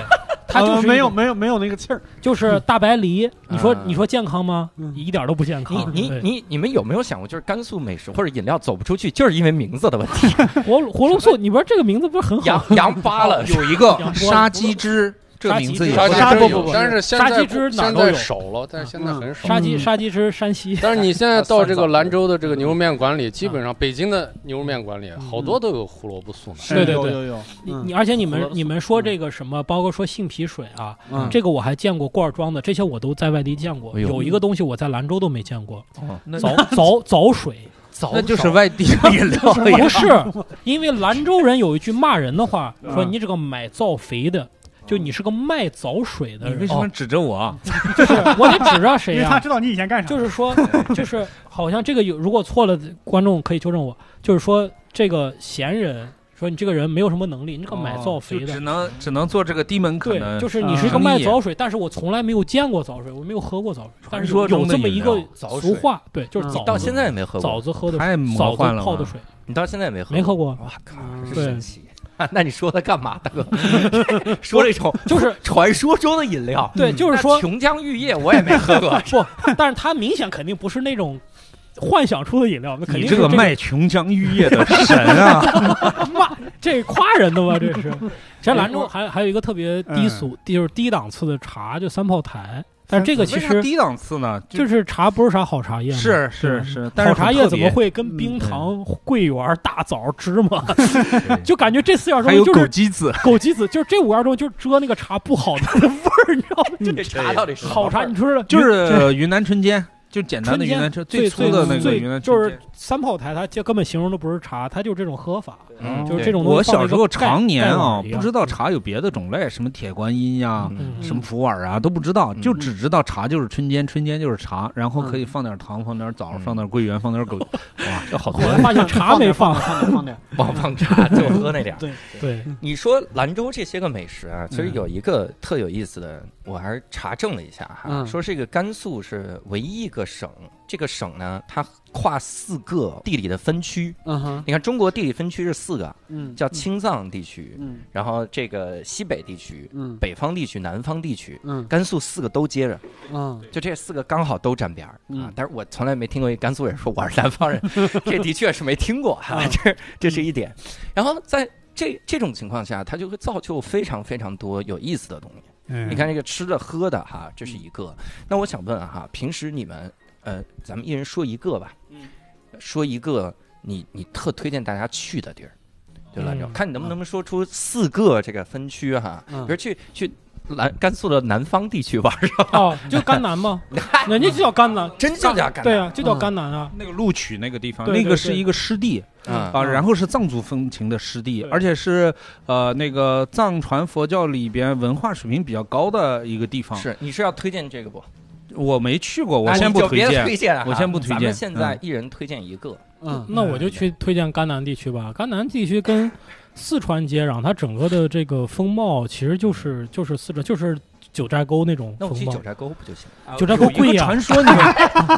Speaker 4: 它就
Speaker 3: 呃
Speaker 4: 是
Speaker 3: 没有，没有没有那个气儿，
Speaker 4: 就是大白梨。你说
Speaker 1: 嗯
Speaker 4: 你说健康吗
Speaker 3: 嗯？
Speaker 4: 一点都不健
Speaker 1: 你
Speaker 4: 康。
Speaker 1: 你
Speaker 4: 对
Speaker 1: 你你们有没有想过，就是甘肃美食或者饮料走不出去，就是因为名字的问题？
Speaker 4: 胡胡萝卜素，你不是这个名字不是很 好
Speaker 1: 羊？羊扒了，
Speaker 6: 哦有一个
Speaker 4: 洋菠萝
Speaker 6: 杀 鸡汁，这
Speaker 4: 杀鸡
Speaker 6: 名字也
Speaker 4: 汁
Speaker 7: 杀
Speaker 6: 不
Speaker 7: 鸡
Speaker 6: 太
Speaker 7: 汁
Speaker 3: 不不
Speaker 7: 有
Speaker 3: 不，
Speaker 7: 但是现
Speaker 4: 杀
Speaker 7: 在
Speaker 4: 鸡汁哪
Speaker 7: 现
Speaker 4: 都有
Speaker 7: 在少了，但是现在很少。
Speaker 4: 杀鸡
Speaker 3: 嗯
Speaker 4: 杀鸡汁，山西
Speaker 7: 但是你现
Speaker 4: 啊
Speaker 7: 在到这个兰州的
Speaker 4: 嗯
Speaker 7: 这个牛肉面馆里，基本上北京的牛肉面馆里好多都有胡萝卜素呢。
Speaker 4: 对对
Speaker 3: 有
Speaker 4: 对
Speaker 3: 有有，
Speaker 4: 你
Speaker 3: 嗯
Speaker 4: 你，而且你
Speaker 3: 胡
Speaker 4: 们
Speaker 3: 萝卜
Speaker 4: 你们
Speaker 6: 嗯
Speaker 4: 说这个什么，包括说杏皮水啊，
Speaker 3: 嗯
Speaker 4: 这个我还见过罐装的，这些我都在外地见过。
Speaker 1: 哎呦
Speaker 4: 有一个东西我在兰州都没见过，
Speaker 1: 哦
Speaker 6: 那
Speaker 4: 枣枣枣水。
Speaker 1: 早
Speaker 6: 那就是外地的 饮料了呀
Speaker 4: 不是，因为兰州人有一句骂人的话，
Speaker 6: 嗯
Speaker 4: 说你这个买造肥的，就你是个卖枣水的
Speaker 6: 你为
Speaker 4: 人
Speaker 6: 什。么指着我啊？
Speaker 1: 哦
Speaker 4: 就是我得指着谁
Speaker 2: 因为
Speaker 4: 呀、
Speaker 2: 他知道你以前干啥，
Speaker 4: 就是说，就是好像这个有，如果错了，观众可以纠正我。就是说，这个闲人说你这个人没有什么能力，你这个买造肥
Speaker 6: 哦就
Speaker 4: 的
Speaker 6: 只。能只能啊做这个低门槛
Speaker 4: 对，
Speaker 6: 的，
Speaker 4: 就是你是个卖枣水，但是我从来没有见过枣水，我没有喝过枣水，但是有有这么一个俗话，对，就是
Speaker 3: 嗯
Speaker 4: 枣
Speaker 1: 到现在也没喝
Speaker 4: 枣
Speaker 1: 过，
Speaker 4: 子喝的水
Speaker 6: 太魔
Speaker 4: 枣
Speaker 6: 幻
Speaker 4: 子
Speaker 6: 了吧
Speaker 4: 泡的水，
Speaker 1: 你到现在也没喝，
Speaker 4: 没喝过。
Speaker 1: 哇靠，
Speaker 3: 嗯
Speaker 1: 真
Speaker 4: 对
Speaker 1: 神奇！ 那你说它干嘛，大 哥？说这种就是 传说中的饮料，
Speaker 4: 对，就是说，
Speaker 1: 那琼浆玉液我也没喝过
Speaker 4: 不，但是它明显肯定不是那种幻想出的饮料，那 肯定
Speaker 6: 你
Speaker 4: 是
Speaker 6: 这个卖琼浆玉液的神啊！
Speaker 4: 骂这夸人的吧？这 是。其实
Speaker 6: 哎
Speaker 4: 兰州还还有一个特别
Speaker 6: 嗯
Speaker 4: 低俗，就是低档次的茶，就三炮台。但 是这个其
Speaker 6: 为啥
Speaker 4: 实
Speaker 6: 低档次呢，就
Speaker 4: 就是茶，不是啥好茶叶嘛。
Speaker 6: 是是是，但是
Speaker 4: 好茶叶怎么
Speaker 6: 很特嗯
Speaker 4: 会跟冰糖、桂圆、大枣、芝 麻，就感觉这四样
Speaker 6: 别？
Speaker 4: 东
Speaker 6: 还
Speaker 4: 西
Speaker 6: 有
Speaker 4: 就
Speaker 6: 枸
Speaker 4: 是
Speaker 6: 杞子，
Speaker 4: 枸杞子，就是这五样东西就是遮那个茶不好的味儿，你知道吗？就
Speaker 1: 这茶到底是
Speaker 4: 好茶，你说说
Speaker 6: 就是云南春煎，就简单
Speaker 4: 春
Speaker 6: 的云
Speaker 4: 天
Speaker 6: 南春，粗
Speaker 4: 最
Speaker 6: 的那个
Speaker 4: 最
Speaker 6: 云南
Speaker 4: 就
Speaker 6: 春
Speaker 4: 是
Speaker 6: 煎。
Speaker 4: 三炮台，它就根本形容的不是茶，它就是这种喝法，
Speaker 1: 嗯
Speaker 4: 就是这种东西
Speaker 6: 我
Speaker 4: 放在
Speaker 6: 小
Speaker 4: 一
Speaker 6: 时
Speaker 4: 个
Speaker 6: 候
Speaker 4: 盖
Speaker 6: 常年啊，不
Speaker 4: 盖碗一
Speaker 6: 知。道
Speaker 4: 样
Speaker 6: 茶有别的种类，什么铁观音呀、
Speaker 1: 嗯
Speaker 4: 嗯
Speaker 6: 什么普洱啊都不知道，
Speaker 1: 嗯
Speaker 6: 就只知道茶就是春煎，春煎就是茶，然后可
Speaker 4: 嗯
Speaker 6: 以放点糖，放点枣，
Speaker 1: 嗯
Speaker 6: 放点桂圆，放点 枸，哇，这 好多
Speaker 4: 后 来发现茶没放，
Speaker 3: 放点放点，
Speaker 1: 棒棒茶就喝那点儿。
Speaker 4: 对，
Speaker 1: 你说兰州这些个美食啊，其实
Speaker 6: 嗯
Speaker 1: 有一个特有意思的，我还是查证了一下哈，
Speaker 3: 嗯
Speaker 1: 说这个甘肃是唯一一个省，这个省呢，它跨四个地理的分区。
Speaker 3: 嗯哼，
Speaker 1: 你看，中国地理分区是四个，
Speaker 3: 嗯，
Speaker 1: 叫青藏地区，
Speaker 3: 嗯
Speaker 1: 然后这个西北地区、
Speaker 3: 嗯
Speaker 1: 北方地区、南方地区，
Speaker 3: 嗯
Speaker 1: 甘肃四个都接着，
Speaker 3: 嗯
Speaker 1: 就这四个刚好都沾边儿啊
Speaker 3: 嗯。
Speaker 1: 但是我从来没听过一甘肃人说我是南方人， 这的确是没听过
Speaker 4: 啊
Speaker 1: 哈、这这
Speaker 4: 嗯
Speaker 1: 是一点。然后在这这种情况下，它就会造就非常非常多有意思的东西。
Speaker 2: 嗯
Speaker 1: 你看这个吃的喝的哈、这
Speaker 4: 嗯
Speaker 1: 是一个。那我想问啊哈、平时你们呃，咱们一人说一个吧，
Speaker 4: 嗯
Speaker 1: 说一个你你特推荐大家去的地儿，就兰州，
Speaker 4: 嗯
Speaker 1: 看你能不能说出四个这个分区哈、
Speaker 3: 嗯
Speaker 1: 比如去去兰甘肃的南方地区玩儿，
Speaker 4: 哦，就甘南 嘛，人家就叫甘南，
Speaker 1: 真就叫甘
Speaker 4: 对
Speaker 1: 南
Speaker 4: 啊，就叫甘南啊，
Speaker 6: 那个录取那个地方，
Speaker 4: 对对
Speaker 6: 那个是
Speaker 4: 对
Speaker 6: 一个湿地
Speaker 5: 嗯
Speaker 1: 啊
Speaker 6: 啊，然后是藏族风情的湿地，
Speaker 4: 对
Speaker 6: 而且是呃那个藏传佛教里边文化水平比较高的一个地方。
Speaker 1: 是，你是要推荐这个不？
Speaker 6: 我没去过，我
Speaker 1: 啊
Speaker 6: 先
Speaker 1: 你
Speaker 6: 不
Speaker 1: 就
Speaker 6: 推
Speaker 1: 别
Speaker 6: 荐。
Speaker 1: 推荐啊，
Speaker 6: 我先不推
Speaker 1: 咱们
Speaker 6: 荐
Speaker 1: 现在
Speaker 6: 嗯
Speaker 1: 一人推荐一个，
Speaker 3: 嗯
Speaker 4: 那我就去推荐甘南地区吧。甘南地区跟四川接壤，它整个的这个风貌其实就是就是四川就是九寨沟那种
Speaker 1: 那我
Speaker 4: 风
Speaker 1: 去
Speaker 4: 貌
Speaker 1: 九。寨沟不就行？
Speaker 4: 九寨沟
Speaker 6: 有
Speaker 4: 贵
Speaker 6: 一个
Speaker 4: 呀，
Speaker 6: 传说你们，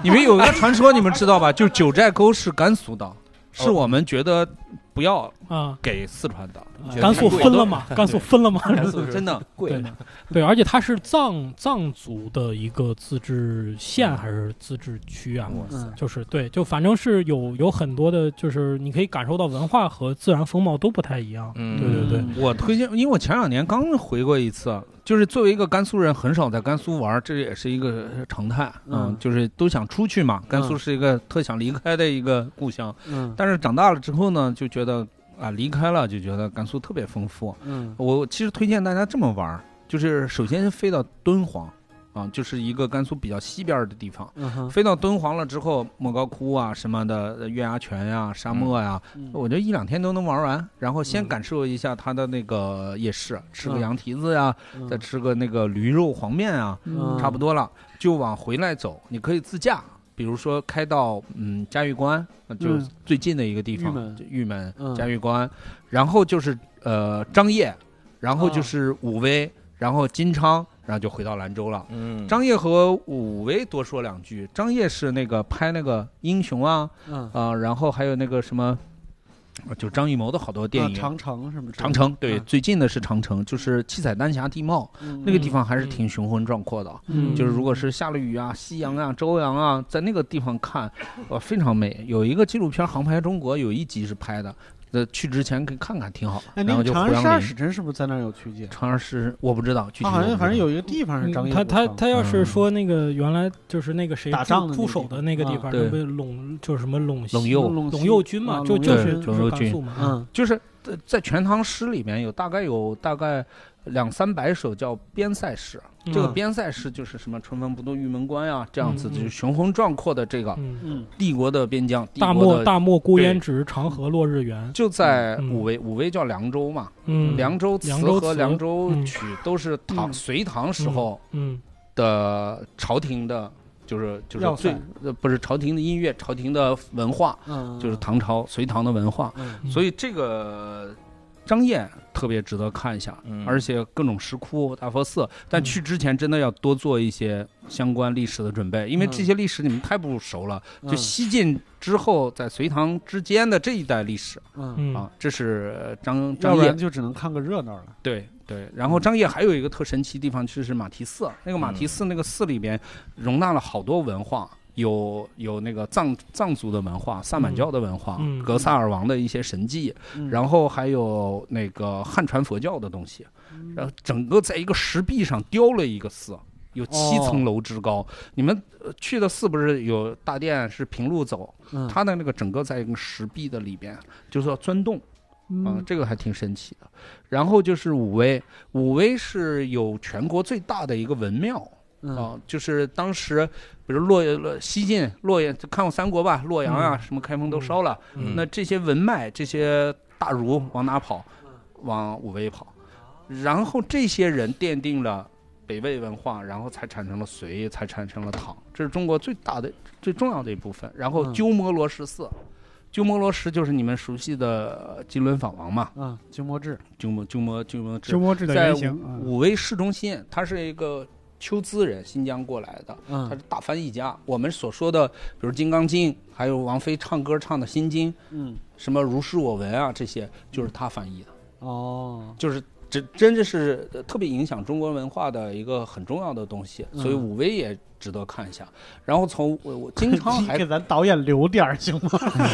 Speaker 6: 你们 有一个传说你们知道吧？就是九寨沟是甘肃的，是我们觉得不要
Speaker 4: 啊，
Speaker 6: 给四川的，
Speaker 1: 觉得
Speaker 4: 甘肃
Speaker 1: 贵
Speaker 4: 分了嘛？甘肃分了嘛？
Speaker 1: 甘肃是
Speaker 6: 真的
Speaker 1: 贵
Speaker 4: 对，对，而且它是藏藏族的一个自治县还是自治区啊？
Speaker 3: 嗯
Speaker 4: 就是对，就反正是有有很多的，就是你可以感受到文化和自然风貌都不太一样。
Speaker 1: 嗯
Speaker 4: 对对对，
Speaker 6: 我推荐，因为我前两年刚回过一次，就是作为一个甘肃人，很少在甘肃玩，这也是一个常态。嗯，
Speaker 3: 嗯
Speaker 6: 就是都想出去嘛。甘肃
Speaker 3: 嗯
Speaker 6: 是一个特想离开的一个故乡，
Speaker 3: 嗯
Speaker 6: 但是长大了之后呢，就觉得啊，离开了就觉得甘肃特别丰富。
Speaker 3: 嗯
Speaker 6: 我其实推荐大家这么玩儿，就是首先飞到敦煌，啊，就是一个甘肃比较西边儿的地方。
Speaker 3: 嗯哼，
Speaker 6: 飞到敦煌了之后，莫高窟啊什么的，呃月牙泉呀、沙漠呀、我觉得一两天都能玩完。然后先
Speaker 3: 嗯
Speaker 6: 感受一下它的那个夜市，吃个
Speaker 3: 嗯
Speaker 6: 羊蹄子呀、再吃个那个驴肉黄面啊，
Speaker 3: 嗯
Speaker 6: 差不多了，就往回来走。你可以自驾，比如说开到嗯嘉峪关，那就
Speaker 3: 嗯
Speaker 6: 最近的一个地方
Speaker 3: 玉，门
Speaker 6: 就玉门、
Speaker 3: 嗯
Speaker 6: 嘉峪关，然后就是呃张掖，然后
Speaker 3: 嗯
Speaker 6: 就是武威，然后金昌，然后就回到兰州了。
Speaker 1: 嗯，
Speaker 6: 张掖和武威多说两句。张掖是那个拍那个英雄啊
Speaker 3: 嗯
Speaker 6: 啊、然后还有那个什么，呃就张艺谋的好多电影。
Speaker 3: 啊长城什么
Speaker 6: 长城对，
Speaker 3: 嗯
Speaker 6: 最近的是长城，就是七彩丹霞地貌，那个地方还是挺雄浑壮阔的。
Speaker 3: 嗯
Speaker 6: 就是如果是下了雨啊、夕阳啊、朝阳啊，在那个地方看，呃，非常美。有一个纪录片《航拍中国》，有一集是拍的，呃，去之前可以看看，挺好。
Speaker 3: 哎，
Speaker 6: 然
Speaker 3: 那
Speaker 6: 后
Speaker 3: 个
Speaker 6: 就胡
Speaker 3: 长安十
Speaker 6: 杨
Speaker 3: 二
Speaker 6: 林
Speaker 3: 时，辰是不是在那儿有曲解？
Speaker 6: 长安是我不知道，具体
Speaker 3: 他好
Speaker 6: 我
Speaker 3: 像
Speaker 6: 不
Speaker 3: 反正
Speaker 6: 知道
Speaker 3: 有一个地方是张
Speaker 4: 嗯
Speaker 3: 掖
Speaker 4: 他
Speaker 3: 不
Speaker 4: 他
Speaker 3: 成
Speaker 4: 他要
Speaker 6: 嗯
Speaker 4: 是说那个原来就是那个谁
Speaker 3: 打
Speaker 4: 驻
Speaker 3: 仗的那个
Speaker 4: 驻
Speaker 3: 地
Speaker 4: 守
Speaker 3: 方
Speaker 4: 的那个地
Speaker 3: 啊
Speaker 4: 方，
Speaker 6: 对
Speaker 4: 那不是陇就是什么陇西
Speaker 6: 陇右
Speaker 3: 陇
Speaker 4: 陇
Speaker 3: 西
Speaker 4: 右军嘛
Speaker 3: 啊，
Speaker 4: 就
Speaker 3: 陇
Speaker 4: 就
Speaker 3: 右
Speaker 4: 是
Speaker 3: 军
Speaker 4: 就
Speaker 6: 陇右
Speaker 4: 是甘
Speaker 6: 军
Speaker 4: 肃嘛，
Speaker 3: 嗯
Speaker 6: 就是呃在全唐诗里面有大概有大概两三百首叫边塞诗，
Speaker 4: 嗯
Speaker 6: 这个边塞诗就是什么“春风不动玉门关”呀，这样子
Speaker 4: 嗯嗯
Speaker 6: 就是雄浑壮阔的这个
Speaker 4: 嗯，
Speaker 3: 嗯
Speaker 6: 帝国的边疆，帝
Speaker 4: 大
Speaker 6: 国
Speaker 4: 漠
Speaker 6: 的
Speaker 4: 大漠孤
Speaker 6: 对
Speaker 4: 烟直，长河落日圆，
Speaker 6: 就在
Speaker 4: 嗯
Speaker 6: 武威，武威叫凉州嘛，
Speaker 4: 嗯，
Speaker 6: 凉州词
Speaker 4: 凉州
Speaker 6: 和
Speaker 4: 词
Speaker 6: 凉州
Speaker 4: 嗯
Speaker 6: 曲都是唐
Speaker 3: 嗯
Speaker 6: 隋唐时候
Speaker 4: 嗯
Speaker 6: 的朝廷的，就是就是
Speaker 3: 要
Speaker 6: 最
Speaker 3: 塞
Speaker 6: 呃不是朝廷的音乐，朝廷的文化，
Speaker 3: 嗯，
Speaker 6: 就是唐朝隋唐的文化，
Speaker 3: 嗯
Speaker 4: 嗯
Speaker 6: 所以这个张掖特别值得看一下，
Speaker 5: 嗯
Speaker 6: 而且各种石窟、大佛寺。
Speaker 3: 嗯
Speaker 6: 但去之前真的要多做一些相关历史的准备，因为
Speaker 3: 嗯
Speaker 6: 这些历史你们太不熟了。就
Speaker 3: 嗯
Speaker 6: 西晋之后，在隋唐之间的这一代历史
Speaker 3: 嗯，
Speaker 4: 嗯
Speaker 6: 啊，这是呃张
Speaker 3: 要
Speaker 6: 张
Speaker 3: 不
Speaker 6: 掖
Speaker 3: 然就只能看个热闹了。
Speaker 6: 对对，然
Speaker 4: 嗯
Speaker 6: 后张掖还有一个特神奇地方就是马蹄寺，那个马蹄寺那个寺里边容纳了好多文化，有有那个藏藏族的文化、萨满教的文化、
Speaker 4: 嗯
Speaker 6: 格萨尔王的一些神迹，
Speaker 3: 嗯
Speaker 6: 然后还有那个汉传佛教的东西，
Speaker 4: 嗯
Speaker 6: 然后整个在一个石壁上雕了一个寺。有七
Speaker 4: 哦
Speaker 6: 层楼之高，你们呃去的寺不是有大殿是平路走，
Speaker 3: 嗯
Speaker 6: 它的那个整个在一个石壁的里边，就是要钻洞，啊、这个还挺神奇的。然后就是武威，武威是有全国最大的一个文庙
Speaker 3: 嗯
Speaker 6: 啊、就是当时比如洛洛西晋洛阳，就看过三国吧，洛阳啊、
Speaker 4: 嗯
Speaker 6: 什么开封都烧了，
Speaker 5: 嗯
Speaker 6: 那这些文脉这些大儒往哪跑？往武威跑，然后这些人奠定了。北魏文化，然后才产生了隋，才产生了唐，这是中国最大的、最重要的一部分。然后
Speaker 3: 嗯
Speaker 6: 鸠摩罗什寺，鸠摩罗什就是你们熟悉的呃金轮法王嘛，
Speaker 3: 啊，鸠摩智，
Speaker 6: 鸠摩鸠摩鸠摩
Speaker 2: 鸠
Speaker 6: 智，
Speaker 2: 摩智的
Speaker 6: 在
Speaker 2: 原
Speaker 6: 武
Speaker 2: 型啊，
Speaker 6: 武威市中心，他是一个丘兹人，新疆过来的，他是
Speaker 3: 嗯
Speaker 6: 大翻译家。我们所说的，比如《金刚经》，还有王菲唱歌唱的《心经》，
Speaker 3: 嗯，
Speaker 6: 什么如是我闻啊，这些就是他翻译的，
Speaker 3: 哦，
Speaker 6: 就是。这真的是呃特别影响中国文化的一个很重要的东西，
Speaker 3: 嗯
Speaker 6: 所以武威也值得看一下。然后从我我经常 还
Speaker 3: 给咱导演留点儿行吗？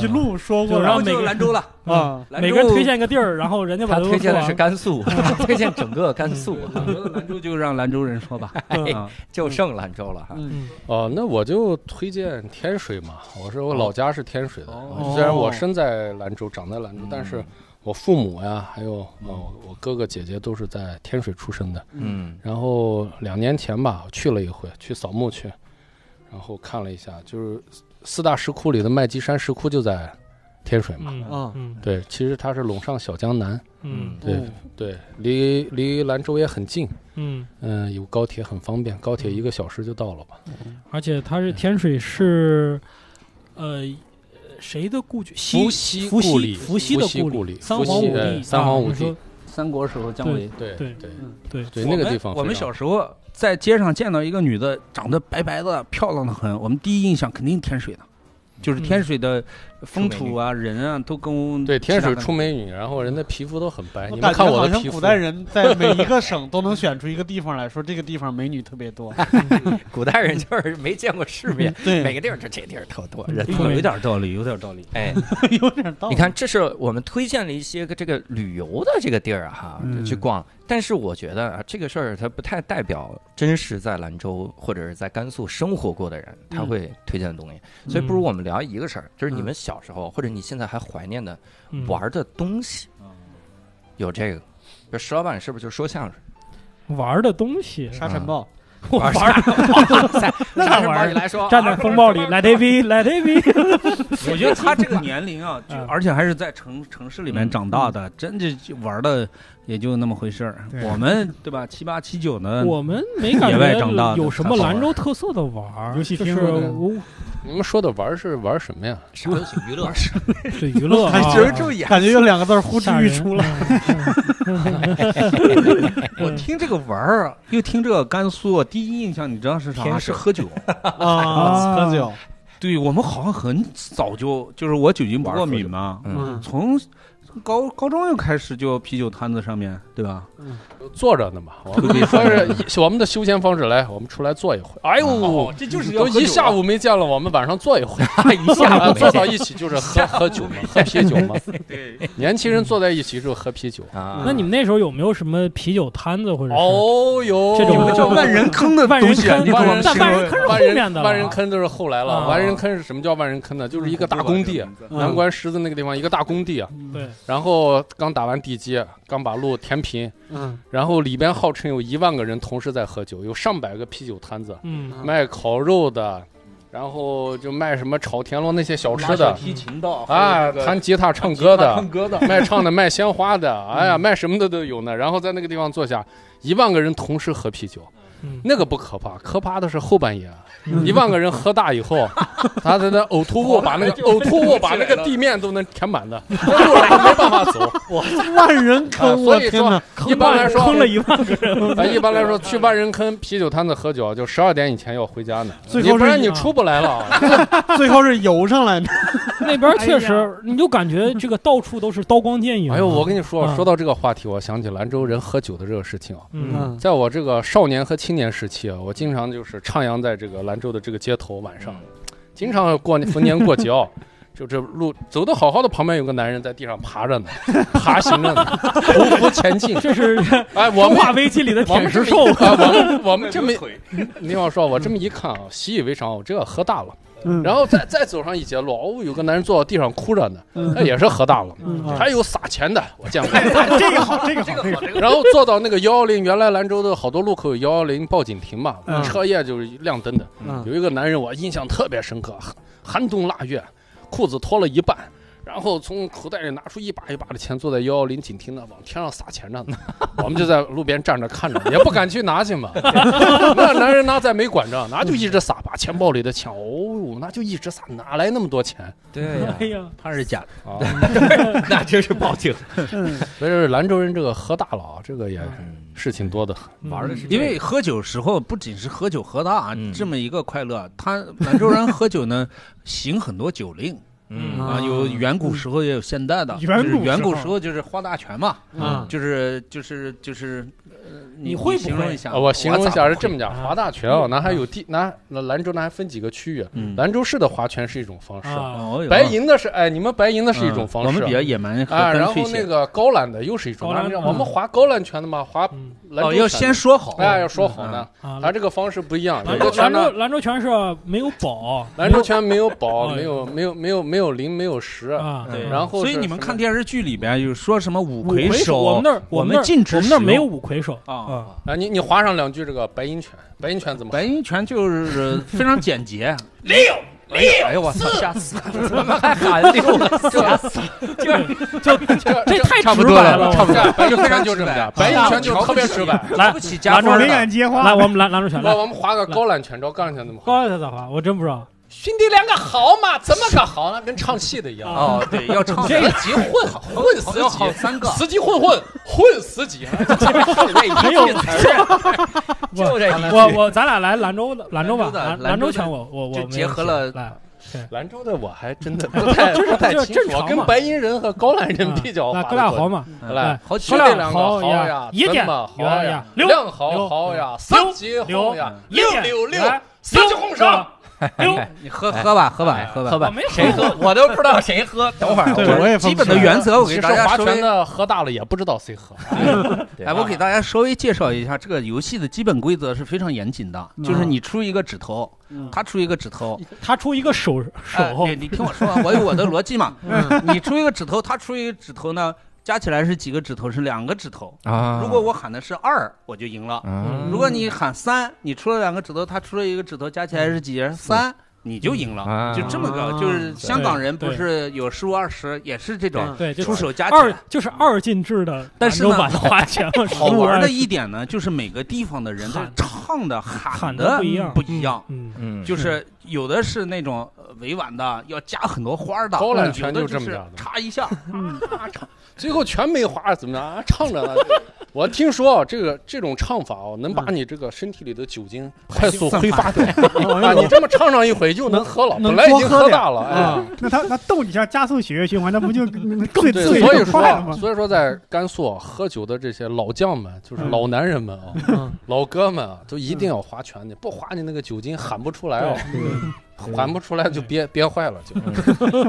Speaker 3: 一路说过
Speaker 4: 就
Speaker 6: 然
Speaker 3: 来
Speaker 6: 后
Speaker 4: 让每
Speaker 6: 就
Speaker 4: 个
Speaker 6: 兰州了，
Speaker 3: 嗯
Speaker 4: 啊，
Speaker 6: 兰
Speaker 4: 每个人
Speaker 6: 州
Speaker 4: 推荐一个地儿，然后人家把
Speaker 5: 他
Speaker 4: 它都
Speaker 5: 推荐的是
Speaker 4: 说完
Speaker 5: 甘 肃，推荐整个甘肃，
Speaker 6: 我觉嗯得兰州就让兰州人 说吧。
Speaker 4: 嗯
Speaker 6: 啊
Speaker 5: 就剩兰州了哈。
Speaker 4: 嗯
Speaker 7: 哦，那我就推荐天水嘛。我说我老家是天水的，呃
Speaker 6: 哦
Speaker 7: 虽然我生在兰州，长在兰州，
Speaker 5: 嗯
Speaker 7: 但是我父母呀，还有呃
Speaker 4: 嗯
Speaker 7: 我我哥哥姐姐都是在天水出生的。
Speaker 5: 嗯
Speaker 7: 然后两年前吧，我去了一回，去扫墓去，然后看了一下，就是四大石窟里的麦积山石窟就在天水嘛。
Speaker 4: 嗯
Speaker 3: 啊
Speaker 4: 嗯
Speaker 7: 对，其实它是陇上小江南，
Speaker 4: 嗯
Speaker 3: 哦
Speaker 7: 对、对，离离兰州也很近，
Speaker 4: 嗯，
Speaker 7: 嗯、有高铁很方便，高铁一个小时就到了吧。
Speaker 4: 而且它是天水是，呃，谁的故居？
Speaker 7: 伏
Speaker 4: 羲
Speaker 7: 羲
Speaker 4: 伏
Speaker 7: 故里
Speaker 4: 伏羲的
Speaker 7: 伏羲
Speaker 4: 故
Speaker 7: 故
Speaker 4: 里，
Speaker 7: 里
Speaker 4: 三
Speaker 7: 伏
Speaker 4: 皇
Speaker 7: 羲
Speaker 4: 武
Speaker 7: 呃
Speaker 4: 帝，
Speaker 7: 三皇武帝
Speaker 4: 啊
Speaker 6: 三国时候姜维，
Speaker 7: 对
Speaker 4: 对
Speaker 7: 对
Speaker 4: 你说对，
Speaker 7: 对，那个
Speaker 6: 我们
Speaker 7: 地方
Speaker 6: 我们
Speaker 7: 非常
Speaker 6: 小时候在街上见到一个女的，长得白白的，漂亮的很，我们第一印象肯定天水的，就是天水的风土啊、人啊，都跟
Speaker 7: 对天水
Speaker 6: 其他的
Speaker 7: 出美女，然后人的皮肤都很白，
Speaker 3: 我
Speaker 7: 你
Speaker 3: 感
Speaker 7: 们
Speaker 3: 觉
Speaker 7: 看
Speaker 3: 好
Speaker 7: 我的
Speaker 3: 像
Speaker 7: 皮肤
Speaker 3: 古，代人在每一个省都能选出一个地方来说，这个地方美女特别多。
Speaker 5: 古代人就是没见过世面，每
Speaker 3: 对，
Speaker 5: 个地儿就这地儿特多
Speaker 4: 嗯
Speaker 5: 人。
Speaker 4: 出美
Speaker 6: 有点道理，有点道 理。
Speaker 5: 哎，
Speaker 3: 有点道理。
Speaker 5: 你看，这是我们推荐了一些个这个旅游的这个地儿啊哈，
Speaker 2: 嗯
Speaker 5: 去逛。但是我觉得啊，这个事儿它不太代表真实在兰州或者是在甘肃生活过的人他会推荐的东西。所以不如我们聊一个事儿，就是你们小时候或者你现在还怀念的
Speaker 4: 嗯
Speaker 5: 玩的东西，有这个。就石老板是不是就说相声？
Speaker 4: 玩的东西，
Speaker 3: 沙尘暴，
Speaker 4: 我 玩儿
Speaker 5: 那
Speaker 2: 咋玩儿
Speaker 5: 你来说，
Speaker 4: 啊
Speaker 5: 啊
Speaker 4: 站在风暴里，Let it be，Let it be。
Speaker 6: 我觉得他这个年龄啊，就
Speaker 4: 嗯
Speaker 6: 而且还是在城城市里面长大的，真的就玩的也就那么回事儿。
Speaker 2: 对
Speaker 6: 我们对吧，七八七九呢，
Speaker 4: 我们没感
Speaker 6: 野外长大
Speaker 4: 觉
Speaker 6: 的
Speaker 4: 有什么
Speaker 6: 才好玩
Speaker 4: 兰州特色的玩儿，
Speaker 2: 游戏
Speaker 4: 就
Speaker 2: 厅
Speaker 4: 是
Speaker 2: 对
Speaker 4: 无
Speaker 7: 你们说的玩儿是玩儿什么呀？
Speaker 5: 啥游戏娱乐？啊
Speaker 4: 是娱乐
Speaker 1: 哎
Speaker 4: 啊，
Speaker 6: 哎其实就 演。
Speaker 3: 感觉有两个字儿呼之
Speaker 4: 吓
Speaker 3: 欲
Speaker 4: 人 嗯
Speaker 3: 出了。。
Speaker 6: 我听这个玩儿啊，又听这个甘肃啊，第一印象你知道是啥？
Speaker 5: 天
Speaker 6: 是喝酒。
Speaker 3: 啊，喝酒，
Speaker 6: 对我们好像很早就就是我酒精不过敏嘛，
Speaker 3: 嗯
Speaker 6: 从高高中就开始就啤酒摊子上面，对吧？
Speaker 7: 坐着呢嘛，我们说是我们的休闲方式，来，我们出来坐一回。哎呦，
Speaker 6: 这就是
Speaker 7: 都
Speaker 1: 啊
Speaker 7: 一
Speaker 6: 啊
Speaker 7: 下午没见了，我们晚上坐一回，
Speaker 5: 一下
Speaker 7: 啊
Speaker 5: 午
Speaker 7: 坐到一起就是喝喝酒嘛，喝啤酒嘛。
Speaker 6: 对，
Speaker 7: 年轻人坐在一起就喝啤酒。
Speaker 5: 啊，
Speaker 4: 那你们那时候有没有什么啤酒摊子或者是
Speaker 7: 哦哟，
Speaker 4: 这种
Speaker 6: 我们叫万人坑的
Speaker 4: 万人
Speaker 6: 东西啊，
Speaker 4: 坑
Speaker 6: 你懂
Speaker 7: 万
Speaker 6: 吗
Speaker 7: 人？
Speaker 4: 但万人坑是后
Speaker 7: 万人
Speaker 4: 面的了
Speaker 7: 万人坑都是后来
Speaker 4: 啊
Speaker 7: 了。万人坑是什么叫万人坑呢？就是一个大工地，
Speaker 3: 嗯
Speaker 7: 南关狮子那个地方一个大工地啊，
Speaker 4: 对，
Speaker 7: 然后刚打完地基，刚把路填平，
Speaker 3: 嗯，
Speaker 7: 然后里边号称有一万个人同时在喝酒，有上百个啤酒摊子，
Speaker 4: 嗯
Speaker 7: 卖烤肉的，然后就卖什么炒田螺那些小吃
Speaker 6: 拿小
Speaker 7: 的
Speaker 6: 提
Speaker 4: 嗯
Speaker 6: 琴的
Speaker 7: 啊，弹吉他唱歌的
Speaker 6: 唱，歌的，
Speaker 7: 卖唱的卖鲜花的，哎呀，卖什么的都有呢。然后在那个地方坐下，一万个人同时喝啤酒，
Speaker 4: 嗯
Speaker 7: 那个不可怕，可怕的是后半夜，啊一万个人喝大以后，他在那呕吐物把那个呕吐物把那个地面都能填满的，那路上没办法走。
Speaker 3: 万人坑，我
Speaker 7: 所以
Speaker 3: 天
Speaker 7: 说
Speaker 3: 哪！
Speaker 7: 一般来说，
Speaker 4: 坑了一万个人，
Speaker 7: 咱一般来说，去万人坑啤酒摊子喝酒，就十二点以前要回家呢，
Speaker 3: 最
Speaker 7: 你
Speaker 3: 后
Speaker 7: 不
Speaker 3: 是
Speaker 7: 然你出不来了。啊
Speaker 3: 最后是游上来的，
Speaker 4: 那边确实，你就感觉这个到处都是刀光剑影。
Speaker 7: 哎呦，我跟你说，
Speaker 4: 嗯
Speaker 7: 说到这个话题，我想起兰州人喝酒的这个事情啊。
Speaker 4: 嗯
Speaker 7: 在我这个少年和青年时期啊，我经常就是徜徉在这个兰州的这个街头，晚上，经常过年逢年过节啊， 就这路走的好好的，旁边有个男人在地上爬着呢，爬行着呢，匍匐前 进。
Speaker 4: 这是《
Speaker 7: 哎，我
Speaker 4: 中
Speaker 7: 们
Speaker 4: 华危机》里的
Speaker 7: 我
Speaker 4: 舔
Speaker 7: 们
Speaker 4: 食
Speaker 7: 是
Speaker 4: 兽。
Speaker 7: 啊，我们我们这
Speaker 5: 啊
Speaker 7: 么，你听我说，我这么一看啊，习以为常，我这个喝大了。
Speaker 3: 嗯
Speaker 7: 然后再再走上一截路，哦，有个男人坐到地上哭着呢，那也是喝大了。
Speaker 4: 啊
Speaker 3: 嗯
Speaker 7: 还有撒钱的，我见过。
Speaker 2: 这个好，这个好，这个好。
Speaker 7: 然后坐到那个幺幺零，原来兰州的好多路口有幺幺零报警亭嘛，
Speaker 3: 嗯
Speaker 7: 车夜就是亮灯的。
Speaker 3: 嗯
Speaker 7: 有一个男人，我印象特别深刻，寒寒冬腊月，裤子脱了一半，然后从口袋里拿出一把一把的钱，坐在幺幺零警亭那往天上撒钱呢。 我们就在路边站着看着，也不敢去拿去嘛。那男人拿在没管着，拿就一直撒，把钱包里的钱，哦，那就一直撒，哪来那么多钱
Speaker 1: 嗯
Speaker 5: 对呀
Speaker 4: 哎呀，
Speaker 6: 他是假的，
Speaker 7: 啊？
Speaker 5: 那真是报警。
Speaker 7: 所以说兰州人这个喝大了啊，这个也
Speaker 3: 嗯
Speaker 6: 嗯
Speaker 7: 事情多的很。
Speaker 5: 玩的
Speaker 4: 嗯
Speaker 5: 是
Speaker 6: 因为喝酒时候不仅是喝酒喝大、啊
Speaker 5: 嗯
Speaker 6: 这么一个快乐，他兰州人喝酒呢行很多酒令
Speaker 5: 嗯
Speaker 6: 啊，
Speaker 3: 啊
Speaker 6: 有远古时候也有现代的，
Speaker 2: 远古
Speaker 6: 就是
Speaker 4: 嗯
Speaker 6: 远古
Speaker 2: 时候
Speaker 6: 时候就是花大拳嘛，
Speaker 3: 啊，
Speaker 6: 嗯就是就是就是，呃
Speaker 4: 你会不
Speaker 6: 形容
Speaker 4: 会
Speaker 6: 一下？
Speaker 7: 啊，我形容一下是这
Speaker 6: 么，
Speaker 7: 么讲：
Speaker 4: 啊
Speaker 7: 划大拳啊，那还有地，那那兰州那还分几个区域？啊
Speaker 6: 嗯，
Speaker 7: 兰州市的划拳是一种方式，
Speaker 4: 啊，
Speaker 6: 哦哟
Speaker 7: 白银的是哎，你们白银的是一种
Speaker 6: 嗯
Speaker 7: 方
Speaker 6: 我
Speaker 7: 式，
Speaker 6: 们比较野蛮和
Speaker 7: 啊，
Speaker 6: 干
Speaker 7: 然
Speaker 6: 脆
Speaker 7: 后
Speaker 6: 些
Speaker 7: 那个高览的又是一种，
Speaker 4: 高
Speaker 7: 那
Speaker 4: 览
Speaker 7: 我们划高览拳的嘛，划
Speaker 4: 嗯
Speaker 7: 兰州
Speaker 6: 哦，
Speaker 7: 拳的
Speaker 6: 要先说好，嗯
Speaker 7: 哎，要说好呢，
Speaker 4: 啊，
Speaker 7: 它这个方式不一样，有
Speaker 4: 兰
Speaker 7: 的
Speaker 4: 州
Speaker 7: 拳
Speaker 4: 兰
Speaker 7: 呢
Speaker 4: 州。兰州全是没有宝
Speaker 7: 兰州拳没有保，
Speaker 4: 哎
Speaker 7: 没有没有没有没有零，没有十，
Speaker 4: 啊，
Speaker 6: 对
Speaker 7: 然后
Speaker 6: 所以
Speaker 7: 是
Speaker 6: 你们
Speaker 7: 什么
Speaker 6: 看电视剧里边有说什么
Speaker 4: 五
Speaker 6: 五
Speaker 4: 魁
Speaker 6: 首，
Speaker 4: 我们那儿
Speaker 6: 我
Speaker 4: 们那
Speaker 6: 们
Speaker 4: 儿
Speaker 6: 禁止
Speaker 4: 我们那儿
Speaker 6: 使
Speaker 4: 没有
Speaker 6: 用
Speaker 4: 五魁首
Speaker 6: 啊，
Speaker 7: 啊！你你划上两句这个白银拳，白银拳怎么划？
Speaker 6: 白银拳就是呃非常简洁， 六六，哎呦我操，吓 死了，怎么还喊六个 字？
Speaker 4: 就
Speaker 7: 这
Speaker 4: 这太
Speaker 6: 差不
Speaker 4: 直
Speaker 6: 多
Speaker 4: 白
Speaker 6: 了
Speaker 4: 了。
Speaker 7: 差不多，白银
Speaker 6: 非常
Speaker 7: 拳就这么
Speaker 6: 直白
Speaker 7: 点，白银拳就特别直白。
Speaker 4: 来
Speaker 6: 瞧不起
Speaker 4: 兰
Speaker 6: 加
Speaker 4: 州
Speaker 6: 分
Speaker 2: 我
Speaker 6: 儿
Speaker 2: 没
Speaker 6: 的，
Speaker 2: 敢接话，
Speaker 4: 来，我们兰兰州拳
Speaker 7: 我
Speaker 4: 来，
Speaker 7: 我们划个高览拳，知道高览拳怎么划？
Speaker 4: 高一他咋划？我真不知道。
Speaker 7: 兄弟两个好嘛，怎么个好呢？跟唱戏的一
Speaker 4: 啊
Speaker 7: 样，
Speaker 6: 哦，对，要唱
Speaker 7: 这个急混混死
Speaker 6: 要好三个
Speaker 7: 几，，死几混混 混死几，
Speaker 4: 没 有，
Speaker 5: 就这一
Speaker 4: 我我咱俩来兰州的兰州吧，
Speaker 6: 兰州的
Speaker 4: 兰
Speaker 6: 兰州
Speaker 4: 州
Speaker 6: 的
Speaker 4: 拳我我我
Speaker 6: 就
Speaker 4: 没
Speaker 6: 结
Speaker 4: 有
Speaker 6: 合
Speaker 4: 学
Speaker 6: 了
Speaker 4: 来
Speaker 7: 兰州的我还真的 不太
Speaker 4: 就是
Speaker 7: 不太
Speaker 4: 就是
Speaker 7: 清
Speaker 4: 正
Speaker 7: 楚，
Speaker 4: 常
Speaker 7: 我跟
Speaker 4: 嘛
Speaker 7: 白银人和高兰人
Speaker 4: 啊
Speaker 7: 比较
Speaker 4: 那
Speaker 7: 划
Speaker 4: 哥
Speaker 7: 得
Speaker 4: 俩
Speaker 7: 过
Speaker 4: 好嘛，哎
Speaker 7: 来，
Speaker 6: 好
Speaker 7: 兄
Speaker 6: 兄
Speaker 7: 弟
Speaker 6: 弟
Speaker 7: 两个
Speaker 4: 好
Speaker 7: 好
Speaker 4: 呀
Speaker 7: 呀，
Speaker 4: 一点
Speaker 7: 怎么好
Speaker 4: 圆
Speaker 7: 呀
Speaker 4: 呀，啊六
Speaker 7: 两好好呀，三级
Speaker 4: 六
Speaker 7: 红呀，
Speaker 4: 六
Speaker 7: 六六六，
Speaker 4: 来
Speaker 7: 三级红上，
Speaker 4: 六，
Speaker 6: 你喝喝吧，喝吧，喝吧，
Speaker 5: 喝
Speaker 4: 我
Speaker 5: 吧，
Speaker 4: 没
Speaker 5: 谁喝我都不知道谁喝。等会儿
Speaker 3: 对，我也分
Speaker 6: 基
Speaker 3: 不
Speaker 6: 本
Speaker 3: 出
Speaker 6: 的
Speaker 3: 来
Speaker 6: 原则我
Speaker 7: 其
Speaker 6: 给
Speaker 7: 实
Speaker 6: 大家
Speaker 7: 划
Speaker 6: 稍
Speaker 7: 拳
Speaker 6: 微，
Speaker 7: 的喝大了也不知道谁喝，
Speaker 6: 哎，我给大家稍微介绍一下这个游戏的基本规则是非常严谨的，就是
Speaker 2: 嗯
Speaker 6: 你出一个指头，
Speaker 3: 嗯
Speaker 6: 他出一个指头，
Speaker 4: 他出一个手
Speaker 6: 哎
Speaker 4: 手
Speaker 6: 你你听我说啊，我有我的逻辑嘛。
Speaker 3: 嗯
Speaker 6: 你出一个指头，他出一个指头呢，加起来是几个指头？是两个指头。
Speaker 5: 啊，
Speaker 6: 如果我喊的是二，我就赢了。
Speaker 5: 嗯
Speaker 6: 如果你喊三，你出了两个指头，他出了一个指头，加起来是几？三，你就赢了。
Speaker 5: 啊
Speaker 6: 就这么个，
Speaker 3: 啊
Speaker 6: 就是香港人
Speaker 4: 对
Speaker 6: 不是有十五二十，也是这
Speaker 3: 嗯
Speaker 6: 种
Speaker 4: 对，就
Speaker 6: 出手加起
Speaker 4: 二
Speaker 6: 来。
Speaker 4: 就是二进制的
Speaker 6: 但
Speaker 4: 兰
Speaker 6: 是
Speaker 4: 州
Speaker 6: 呢
Speaker 4: 版的花拳嘛，
Speaker 6: 好
Speaker 4: 十五
Speaker 6: 玩
Speaker 4: 二
Speaker 6: 的一点呢，就是每个地方的人的
Speaker 4: 喊
Speaker 6: 唱的、喊
Speaker 4: 喊的
Speaker 6: 的
Speaker 4: 不一样，
Speaker 6: 不一样。
Speaker 4: 嗯，嗯
Speaker 5: 嗯，
Speaker 6: 就是有的是那种呃委婉的，要加很多花儿的，嗯
Speaker 7: 高览
Speaker 6: 有
Speaker 7: 拳
Speaker 6: 的
Speaker 7: 就
Speaker 6: 就
Speaker 7: 这么
Speaker 6: 是
Speaker 7: 点儿的
Speaker 6: 插一下，
Speaker 7: 最后全没划，怎么着啊？唱着呢。我听说啊这个这种唱法哦，能把你这个身体里的酒精快速挥发
Speaker 3: 哎
Speaker 7: 掉 啊！你这么唱上一会就能喝了，
Speaker 3: 能
Speaker 7: 本来已
Speaker 3: 多
Speaker 7: 经
Speaker 3: 喝
Speaker 7: 喝
Speaker 3: 点
Speaker 7: 大了，哎，
Speaker 3: 啊，
Speaker 2: 嗯那他那逗你一下，加速血液循环，那不就最
Speaker 7: 对，
Speaker 2: 最
Speaker 7: 所以
Speaker 2: 快了
Speaker 7: 说，
Speaker 2: 吗？
Speaker 7: 所以说在甘肃啊喝酒的这些老将们，就是老男人们啊，
Speaker 4: 嗯
Speaker 7: 老哥们啊，都一定要划拳的，不划你那个酒精喊不出来哦，喊不出来就憋憋坏 了就。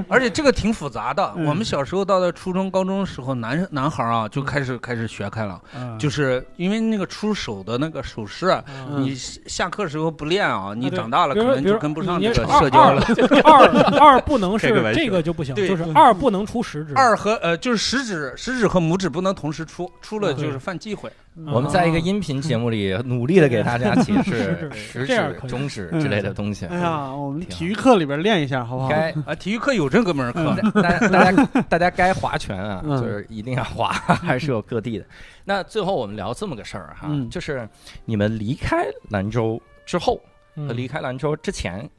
Speaker 6: 而且这个挺复杂的。
Speaker 2: 嗯
Speaker 6: 我们小时候到了初中、高中的时候，男男孩儿啊就开始开始学开了，就是因为那个出手的那个手势啊，
Speaker 3: 嗯
Speaker 6: 你下下课时候不练啊，你
Speaker 4: 对
Speaker 6: 长大了
Speaker 4: 比
Speaker 6: 可
Speaker 4: 如说
Speaker 6: 能
Speaker 4: 比如
Speaker 6: 就
Speaker 4: 说
Speaker 6: 跟不上
Speaker 4: 你
Speaker 6: 这个
Speaker 4: 二
Speaker 6: 社交了。
Speaker 4: 二二不能是
Speaker 5: 开个玩笑
Speaker 4: 这个就不行，
Speaker 6: 对嗯
Speaker 4: 就是二不能出食指，
Speaker 6: 二和呃，就是食指、食指和拇指不能同时出，出了
Speaker 4: 对
Speaker 6: 就是犯忌讳。
Speaker 1: 我
Speaker 4: 嗯
Speaker 1: 们在一个音频节目里努力的给大家解
Speaker 4: 是
Speaker 1: 释
Speaker 4: 是
Speaker 1: 食
Speaker 4: 这样
Speaker 1: 指
Speaker 4: 可、以
Speaker 1: 中指之类的东西。
Speaker 3: 哎
Speaker 6: 嗯
Speaker 3: 呀，我们
Speaker 1: 挺好
Speaker 3: 体育课里边练一下好不好？
Speaker 1: 该
Speaker 6: 啊，体育课有这个门课，
Speaker 1: 大家大家 大家该划拳啊，
Speaker 3: 嗯
Speaker 1: 就是一定要划，还是有各地的。那最后我们聊这么个事儿哈
Speaker 3: 嗯，
Speaker 1: 就是你们离开兰州之后和
Speaker 4: 嗯
Speaker 1: 离开兰州之前，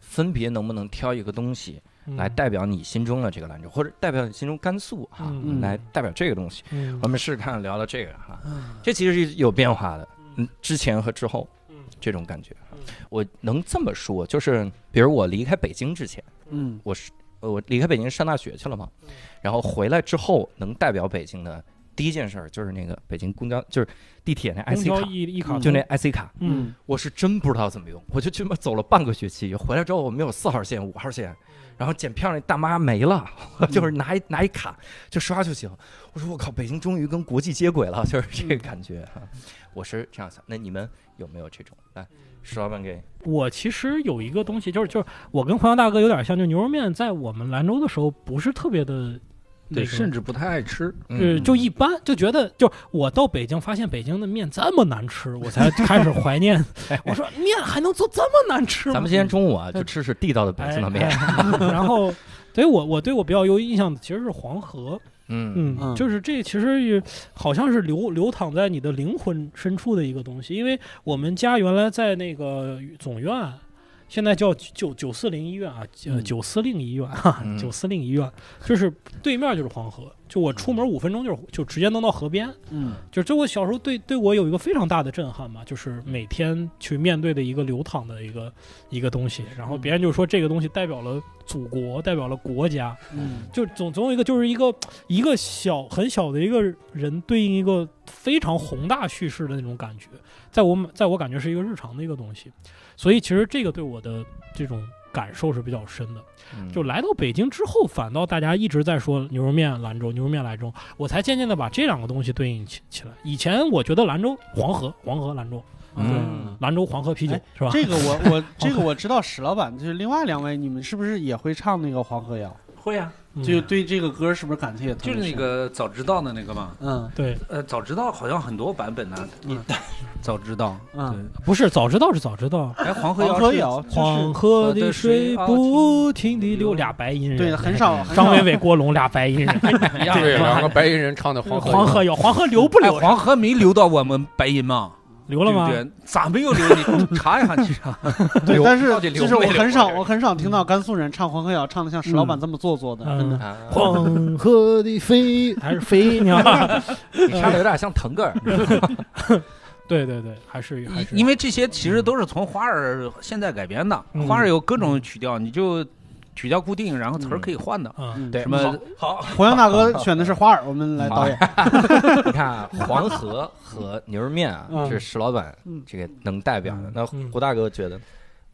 Speaker 1: 分别能不能挑一个东西
Speaker 4: 嗯
Speaker 1: 来代表你心中的这个兰州，或者代表你心中甘肃哈
Speaker 4: 嗯，
Speaker 1: 来代表这个东西？
Speaker 4: 嗯
Speaker 1: 我们试试看聊聊这个哈，
Speaker 3: 嗯
Speaker 1: 这其实是有变化的，嗯，之前和之后
Speaker 4: 嗯
Speaker 1: 这种感觉
Speaker 4: 嗯，
Speaker 1: 我能这么说，就是比如我离开北京之前。
Speaker 3: 嗯
Speaker 1: 我是呃我离开北京上大学去了嘛，然后回来之后能代表北京的第一件事儿就是那个北京公交就是地铁那
Speaker 4: 公
Speaker 1: IC
Speaker 4: 交
Speaker 1: 卡，
Speaker 4: 一一卡
Speaker 1: 就
Speaker 4: 通
Speaker 1: 那 IC 卡，
Speaker 4: 嗯
Speaker 1: 我是真不知道怎么用，我就这么走了半个学期，回来之后我没有四号线、五号线，然后检票那大妈没了，就是拿一拿一卡就刷就行。我说我靠，北京终于跟国际接轨了，就是这个感觉哈。我是这样想，那你们有没有这种？来，石老板给，
Speaker 4: 我其实有一个东西，就是就是我跟黄洋大哥有点像，就牛肉面在我们兰州的时候不是特别的。
Speaker 6: 对，甚
Speaker 4: 至
Speaker 6: 至不太爱吃。
Speaker 4: 呃，
Speaker 1: 嗯
Speaker 4: 就一般，就觉得就我到北京发现北京的面这么难吃，我才开始怀念。我说面还能做这么难吃吗？
Speaker 1: 咱们今天中午啊，就吃吃地道的北
Speaker 4: 哎
Speaker 1: 京的面，
Speaker 4: 哎然后，对我我对我比较有印象的其实是黄河，
Speaker 1: 嗯
Speaker 4: 嗯，
Speaker 3: 嗯
Speaker 4: 就是这其实也好像是流流淌在你的灵魂深处的一个东西，因为我们家原来在那个总院。现在叫九九四零医院啊，呃
Speaker 3: 嗯
Speaker 4: 九司令医院，哈哈
Speaker 1: 嗯
Speaker 4: 九司令医院，就是对面就是黄河，就我出
Speaker 1: 嗯
Speaker 4: 门五分钟就是就直接能到河边，
Speaker 3: 嗯
Speaker 4: 就这我小时候对对我有一个非常大的震撼嘛，就是每天去面对的一个流淌的一个一个东西，
Speaker 1: 嗯
Speaker 4: 然后别人就说这个东西代表了祖国，代表了国家，
Speaker 3: 嗯
Speaker 4: 就总总有一个就是一个一个小很小的一个人对应一个非常宏大叙事的那种感觉，在我们在我感觉是一个日常的一个东西，所以其实这个对我的这种感受是比较深的。
Speaker 1: 嗯
Speaker 4: 就来到北京之后，反倒大家一直在说牛肉面兰州，牛肉面兰州，我才渐渐的把这两个东西对应起起来。以前我觉得兰州黄河，黄河兰州，
Speaker 1: 嗯，
Speaker 4: 兰州黄河啤酒、
Speaker 3: 哎
Speaker 4: 是吧？
Speaker 3: 这个我我这个我知道，史老板就是另外两位，你们是不是也会唱那个《黄河谣》？
Speaker 6: 会啊，
Speaker 4: 嗯
Speaker 3: 就对这个歌是不是感情也特
Speaker 6: 就
Speaker 3: 别
Speaker 6: 是那
Speaker 3: 深
Speaker 6: 个早知道的那个嘛。
Speaker 3: 嗯
Speaker 4: 对，
Speaker 6: 呃，早知道好像很多版本呢。你嗯早知道，
Speaker 3: 嗯，
Speaker 4: 不是早知道是早知道，
Speaker 6: 哎，黄河
Speaker 3: 黄河谣
Speaker 6: 谣
Speaker 3: 啊就是
Speaker 4: 黄河的水不停地流，俩白银人，
Speaker 3: 啊对很少很少
Speaker 4: 张伟伟、郭龙俩白 银
Speaker 6: 哎
Speaker 4: 人，
Speaker 6: 是一样
Speaker 7: 对，
Speaker 6: 的。
Speaker 7: 两个白衣人唱的《黄河谣
Speaker 4: 黄》河有黄河流不
Speaker 6: 哎，
Speaker 4: 流？
Speaker 6: 黄河没流到我们白银吗？
Speaker 4: 流了吗？
Speaker 6: 对不对？咋没有流？你查一下去查。
Speaker 3: 对，但是
Speaker 6: 到底流
Speaker 3: 就是我
Speaker 6: 没流
Speaker 3: 很少，
Speaker 6: 这
Speaker 3: 我很少听到甘肃人唱《黄河谣》唱的像史老板这么做作的，真
Speaker 4: 嗯
Speaker 3: 的。，
Speaker 1: 啊
Speaker 4: 黄河的飞 还是飞鸟？
Speaker 1: 你唱的有点像腾格尔，
Speaker 4: 对对对，还是还是
Speaker 6: 因因为这些其实都是从花儿现在改编的，
Speaker 4: 嗯
Speaker 6: 花儿有各种曲调，你就曲调固定，然后词儿可以换的。
Speaker 4: 啊，
Speaker 3: 嗯，
Speaker 1: 对
Speaker 6: 什么好
Speaker 3: 黄洋大哥选的是花儿，我们来导演。
Speaker 1: 你看啊黄河和牛肉面啊，
Speaker 3: 嗯
Speaker 1: 是石老板
Speaker 3: 嗯
Speaker 1: 这个能代表的。那
Speaker 4: 嗯
Speaker 1: 胡大哥觉得，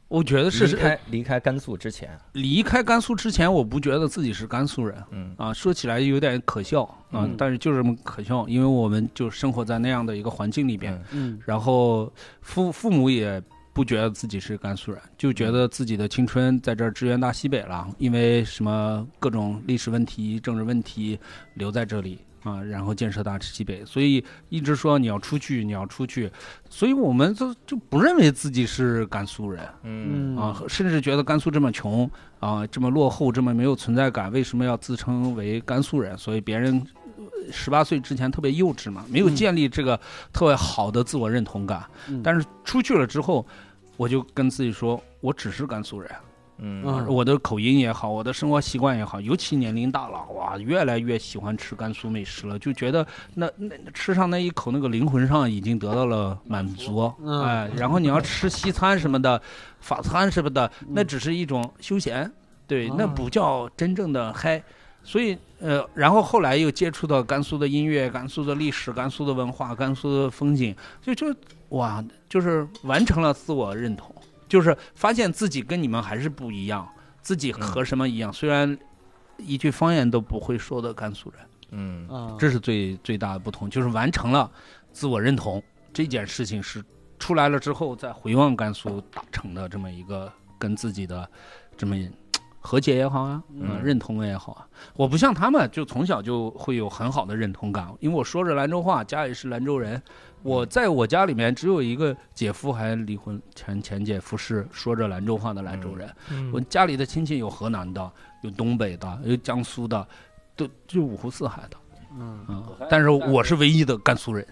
Speaker 6: 我觉得
Speaker 1: 离
Speaker 6: 嗯是
Speaker 1: 开离开甘肃之前，
Speaker 6: 离开甘肃之前，我不觉得自己是甘肃人
Speaker 1: 嗯
Speaker 6: 啊，说起来有点可笑啊，
Speaker 1: 嗯
Speaker 6: 但是就是这么可笑，因为我们就生活在那样的一个环境里边，
Speaker 1: 嗯
Speaker 3: 嗯
Speaker 6: 然后父父母也不觉得自己是甘肃人，就觉得自己的青春在这儿支援大西北了，因为什么各种历史问题、政治问题留在这里啊，然后建设大西北，所以一直说你要出去，你要出去，所以我们就就不认为自己是甘肃人。
Speaker 1: 嗯
Speaker 3: 嗯
Speaker 6: 啊，甚至觉得甘肃这么穷啊，这么落后，这么没有存在感，为什么要自称为甘肃人？所以别人十八岁之前特别幼稚嘛，没有
Speaker 3: 嗯
Speaker 6: 建立这个特别好的自我认同感。
Speaker 3: 嗯
Speaker 6: 但是出去了之后，我就跟自己说，我只是甘肃人。
Speaker 1: 嗯
Speaker 3: 嗯
Speaker 6: 我的口音也好，我的生活习惯也好，尤其年龄大了，哇，越来越喜欢吃甘肃美食了，就觉得那那吃上那一口，那个灵魂上已经得到了满足，
Speaker 3: 嗯
Speaker 6: 哎，然后你要吃西餐什么的，法餐什么的，那只是一种休闲，对
Speaker 3: 啊，
Speaker 6: 那不叫真正的嗨。所以，呃，然后后来又接触到甘肃的音乐、甘肃的历史、甘肃的文化、甘肃的风景，就就哇，就是完成了自我认同，就是发现自己跟你们还是不一样，自己和什么一样？虽然一句方言都不会说的甘肃人，
Speaker 1: 嗯
Speaker 3: 啊，
Speaker 6: 这是最最大的不同，就是完成了自我认同这件事情是出来了之后，再回望甘肃达成的这么一个跟自己的这么和解也好啊，
Speaker 1: 嗯
Speaker 6: 认同也好啊。我不像他们，就从小就会有很好的认同感，因为我说着兰州话，家里是兰州人。我在我家里面只有一个姐夫还离婚，前前姐夫是说着兰州话的兰州人。
Speaker 4: 嗯
Speaker 6: 我家里的亲戚有河南的，有东北的，有江苏的，都就五湖四海的。
Speaker 3: 嗯
Speaker 6: 嗯，但是我是唯一的甘肃人。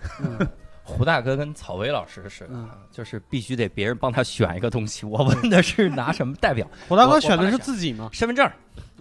Speaker 1: 胡大哥跟草薇老师似的
Speaker 3: 嗯
Speaker 1: 啊，就是必须得别人帮他选一个东西。我问的是拿什么代表？
Speaker 3: 我大
Speaker 1: 我
Speaker 3: 哥
Speaker 1: 我
Speaker 3: 选的
Speaker 1: 帮
Speaker 3: 是
Speaker 1: 他
Speaker 3: 自己嘛，
Speaker 1: 身份证儿，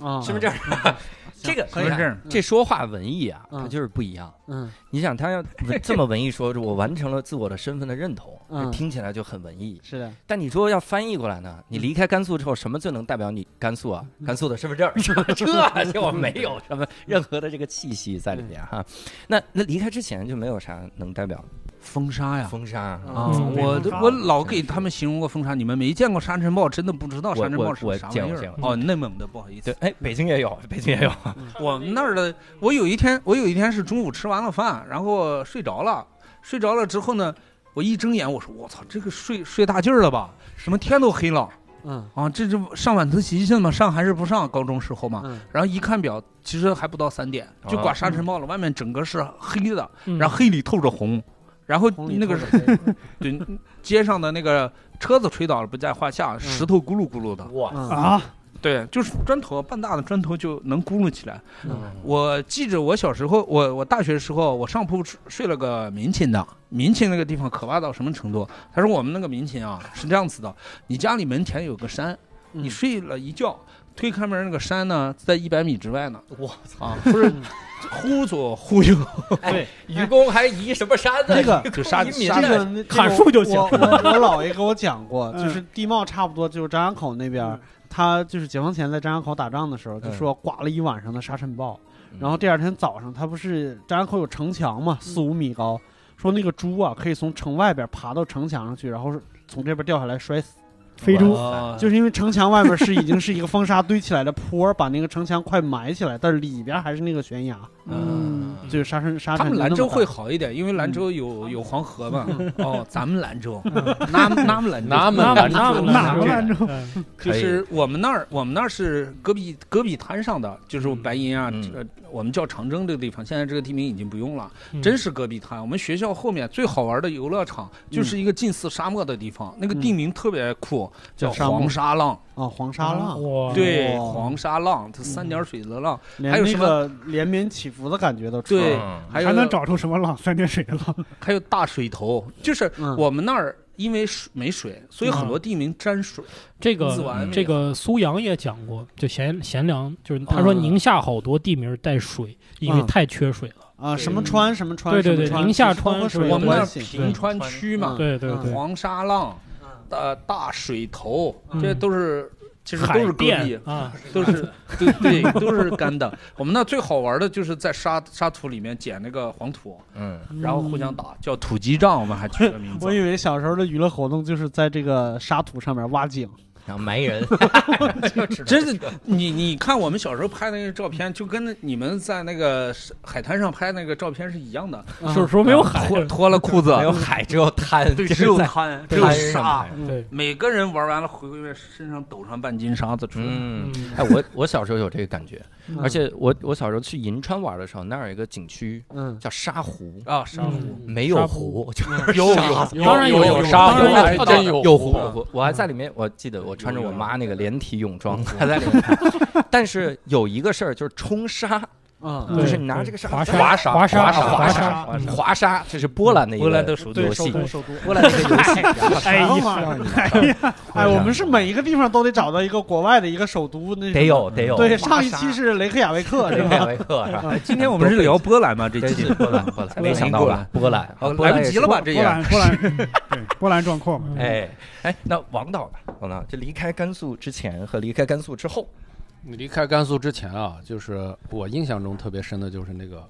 Speaker 3: 啊，
Speaker 1: 身份证儿， 这个
Speaker 3: 可以
Speaker 1: 嗯
Speaker 3: 啊
Speaker 1: 身份证儿这说话文艺啊，
Speaker 3: 嗯
Speaker 1: 它就是不一样。
Speaker 3: 嗯
Speaker 1: 你想， 他要文这么文艺说，我完成了自我的身份的认同，
Speaker 3: 嗯
Speaker 1: 这听起来就很文艺。
Speaker 3: 是的，
Speaker 1: 但你说要翻译过来呢？你离开甘肃之后，什么最能代表你甘肃啊？甘肃的身份证儿， 是吧这 这我没有什么任何的这个气息在里面哈。那那离开之前就没有啥能代表
Speaker 6: 风沙呀，
Speaker 1: 风沙啊。
Speaker 6: 啊，
Speaker 4: 嗯
Speaker 6: 我
Speaker 2: 北方
Speaker 6: 我老给他们形容过风沙，你们没见过沙尘暴，真的不知道
Speaker 1: 我
Speaker 6: 沙尘暴
Speaker 1: 我
Speaker 6: 是个啥
Speaker 1: 我
Speaker 6: 玩意
Speaker 1: 见过
Speaker 6: 儿
Speaker 1: 见。
Speaker 6: 哦，内蒙的，不好意思
Speaker 1: 对，，哎，北京也有，北京也有。
Speaker 6: 我们那儿的，我有一天，我有一天是中午吃完了饭，然后睡着了，睡着了之后呢，我一睁眼，我说我操，这个睡睡大劲儿了吧？什么天都黑了
Speaker 3: 嗯
Speaker 6: 啊？这就上晚自习去了吗？上还是不上？高中时候嘛。
Speaker 3: 嗯，
Speaker 6: 然后一看表，其实还不到三点，就刮
Speaker 1: 啊
Speaker 6: 沙尘暴了，外面整个是黑的，
Speaker 4: 嗯
Speaker 6: 然后黑里透着红，然后
Speaker 3: 红里
Speaker 6: 啊那个
Speaker 3: 透着黑
Speaker 6: 对，街上的那个车子吹倒了不在话下，石头咕噜咕噜的。
Speaker 3: 嗯
Speaker 2: 啊，
Speaker 6: 对，就是砖头，半大的砖头就能咕噜起来。
Speaker 3: 嗯
Speaker 6: 我记着我小时候，我我大学时候，我上铺睡睡了个民寝的，民寝那个地方可怕到什么程度？他说我们那个民寝啊是这样子的，你家里门前有个山，
Speaker 3: 嗯
Speaker 6: 你睡了一觉，推开门那个山呢在一百米之外呢，
Speaker 1: 我
Speaker 6: 操啊，不是忽左忽右，
Speaker 1: 愚公还移什么山呢？
Speaker 3: 那个
Speaker 6: 就杀
Speaker 1: 移民啊
Speaker 3: 这
Speaker 1: 呢？
Speaker 3: 个那
Speaker 4: 砍树就行
Speaker 3: 我我我姥爷给我讲过，
Speaker 2: 嗯
Speaker 3: 就是地貌差不多，就是张家口那边
Speaker 6: 嗯
Speaker 3: 儿，他就是解放前在张家口打仗的时候，就说刮了一晚上的沙尘暴，
Speaker 6: 嗯
Speaker 3: 然后第二天早上，他不是张家口有城墙嘛，四五米高，说那个猪啊可以从城外边爬到城墙上去，然后是从这边掉下来摔死。
Speaker 2: 非洲
Speaker 6: 哦
Speaker 3: 就是因为城墙外面是已经是一个风沙堆起来的坡儿，把那个城墙快埋起来，但是里边还是那个悬崖，
Speaker 1: 嗯，
Speaker 3: 就是沙尘沙
Speaker 6: 他
Speaker 3: 尘就
Speaker 6: 们
Speaker 3: 那么大。
Speaker 6: 兰州会好一点，因为兰州有有黄河嘛。哦，咱们兰州，那那们兰州，
Speaker 7: 南门兰州，
Speaker 4: 那
Speaker 2: 哪个兰州？
Speaker 4: 嗯
Speaker 6: 就是我们那儿，我们那儿是戈壁戈壁滩上的， 就是白银啊，
Speaker 1: 嗯
Speaker 6: 呃，我们叫长征这个地方，现在这个地名已经不用了，
Speaker 4: 嗯
Speaker 6: 真是戈壁滩。我们学校后面最好玩的游乐场就是一个近似沙漠的地方，那个地名特别酷，叫
Speaker 3: 沙漠
Speaker 6: 黄沙浪。哦
Speaker 3: 啊，黄沙浪，
Speaker 4: 哇，嗯
Speaker 6: 对，
Speaker 3: 哦
Speaker 6: 黄沙浪，它三点水的浪，还
Speaker 3: 连
Speaker 6: 有
Speaker 3: 那
Speaker 6: 什么
Speaker 3: 个连绵起伏的感觉都出来了。
Speaker 6: 对，
Speaker 1: 嗯
Speaker 6: 还有
Speaker 2: 还能找出什么浪？三点水的浪，
Speaker 6: 还有大水头，就是
Speaker 3: 嗯
Speaker 6: 我们那儿因为水没水，所以很多
Speaker 4: 嗯
Speaker 6: 地名沾水。
Speaker 4: 这
Speaker 6: 自完
Speaker 4: 个
Speaker 6: 美
Speaker 4: 这个苏阳也讲过，就贤贤良，就是他说
Speaker 6: 嗯
Speaker 4: 宁夏好多地名带水，因为
Speaker 3: 嗯
Speaker 4: 太缺水了。
Speaker 3: 啊，什么川什么川，
Speaker 4: 对对对
Speaker 3: 什么
Speaker 4: 宁夏
Speaker 3: 其实都
Speaker 4: 川
Speaker 3: 和
Speaker 4: 是
Speaker 3: 水
Speaker 6: 我
Speaker 3: 有
Speaker 6: 们那
Speaker 3: 关
Speaker 6: 儿
Speaker 3: 系
Speaker 1: 嗯
Speaker 6: 平川区
Speaker 3: 嗯
Speaker 6: 嘛，
Speaker 4: 对对对，
Speaker 6: 嗯黄沙浪，呃，大水头，
Speaker 4: 嗯
Speaker 6: 这都是其实
Speaker 4: 海
Speaker 6: 都是戈壁
Speaker 4: 淀，啊，
Speaker 6: 都是对对， 都是干的。我们那最好玩的就是在沙沙土里面捡那个黄土，
Speaker 1: 嗯，
Speaker 6: 然后互相打，叫土鸡仗，我们还取了名字
Speaker 3: 我。以为小时候的娱乐活动就是在这个沙土上面挖井，
Speaker 1: 然后埋 人，
Speaker 6: 真是你，你看我们小时候拍那个照片，就跟那你们在那个海滩上拍那个照片是一样的，
Speaker 4: 就是说没有海，
Speaker 6: 脱 脱了裤子，
Speaker 1: 没有海，只有滩，
Speaker 6: 对，
Speaker 1: 就是
Speaker 6: 只有
Speaker 1: 在
Speaker 6: 滩，只
Speaker 1: 滩
Speaker 6: 有
Speaker 1: 上
Speaker 6: 沙
Speaker 1: 海。
Speaker 4: 对，
Speaker 6: 每个人玩完了回回身上抖上半斤沙子出来。
Speaker 1: 嗯，
Speaker 4: 嗯
Speaker 1: 哎，我我小时候有这个感觉，
Speaker 3: 嗯
Speaker 1: 而且我我小时候去银川玩的时候，那儿有一个景区
Speaker 3: 嗯，
Speaker 1: 叫沙湖，
Speaker 6: 啊，沙湖，
Speaker 1: 没有湖，就是
Speaker 7: 有有
Speaker 4: 嗯当然
Speaker 7: 有
Speaker 4: 有
Speaker 7: 沙
Speaker 4: 当然
Speaker 7: 有
Speaker 4: 有
Speaker 7: 还真有
Speaker 1: 有湖啊嗯有湖。我还在里面，我记得我穿着我妈那个连体泳装还在里面看，但是有一个事儿就是冲沙，
Speaker 3: 啊，
Speaker 2: 嗯
Speaker 4: 对
Speaker 1: 就是你拿这个沙
Speaker 4: 滑沙
Speaker 1: 滑沙
Speaker 4: 滑沙
Speaker 1: 滑
Speaker 4: 滑
Speaker 1: 沙滑沙滑沙，这是波兰的一个
Speaker 6: 波兰的首都
Speaker 1: 游戏，
Speaker 4: 首都，
Speaker 1: 波兰的一个游 戏，
Speaker 3: 哎呀，哎，我们是每一个地方都得找到一个国外的一个首都，那什么
Speaker 1: 得有得有。
Speaker 3: 对，上一期是雷克雅未克 是
Speaker 1: 这
Speaker 3: 吧？
Speaker 1: 个维克是吧？
Speaker 6: 今天我们是聊波兰吗？这
Speaker 1: 真
Speaker 6: 期
Speaker 1: 是波兰，波兰，没想到啊吧？波兰，
Speaker 6: 好
Speaker 1: 波兰
Speaker 6: 来不
Speaker 1: 也
Speaker 6: 及
Speaker 1: 是
Speaker 6: 了吧？这
Speaker 2: 波
Speaker 6: 也
Speaker 2: 兰波兰，对波兰壮阔嘛。
Speaker 1: 哎哎，那王导吧，王导，这离开甘肃之前和离开甘肃之后，
Speaker 7: 你离开甘肃之前啊，就是我印象中特别深的就是那个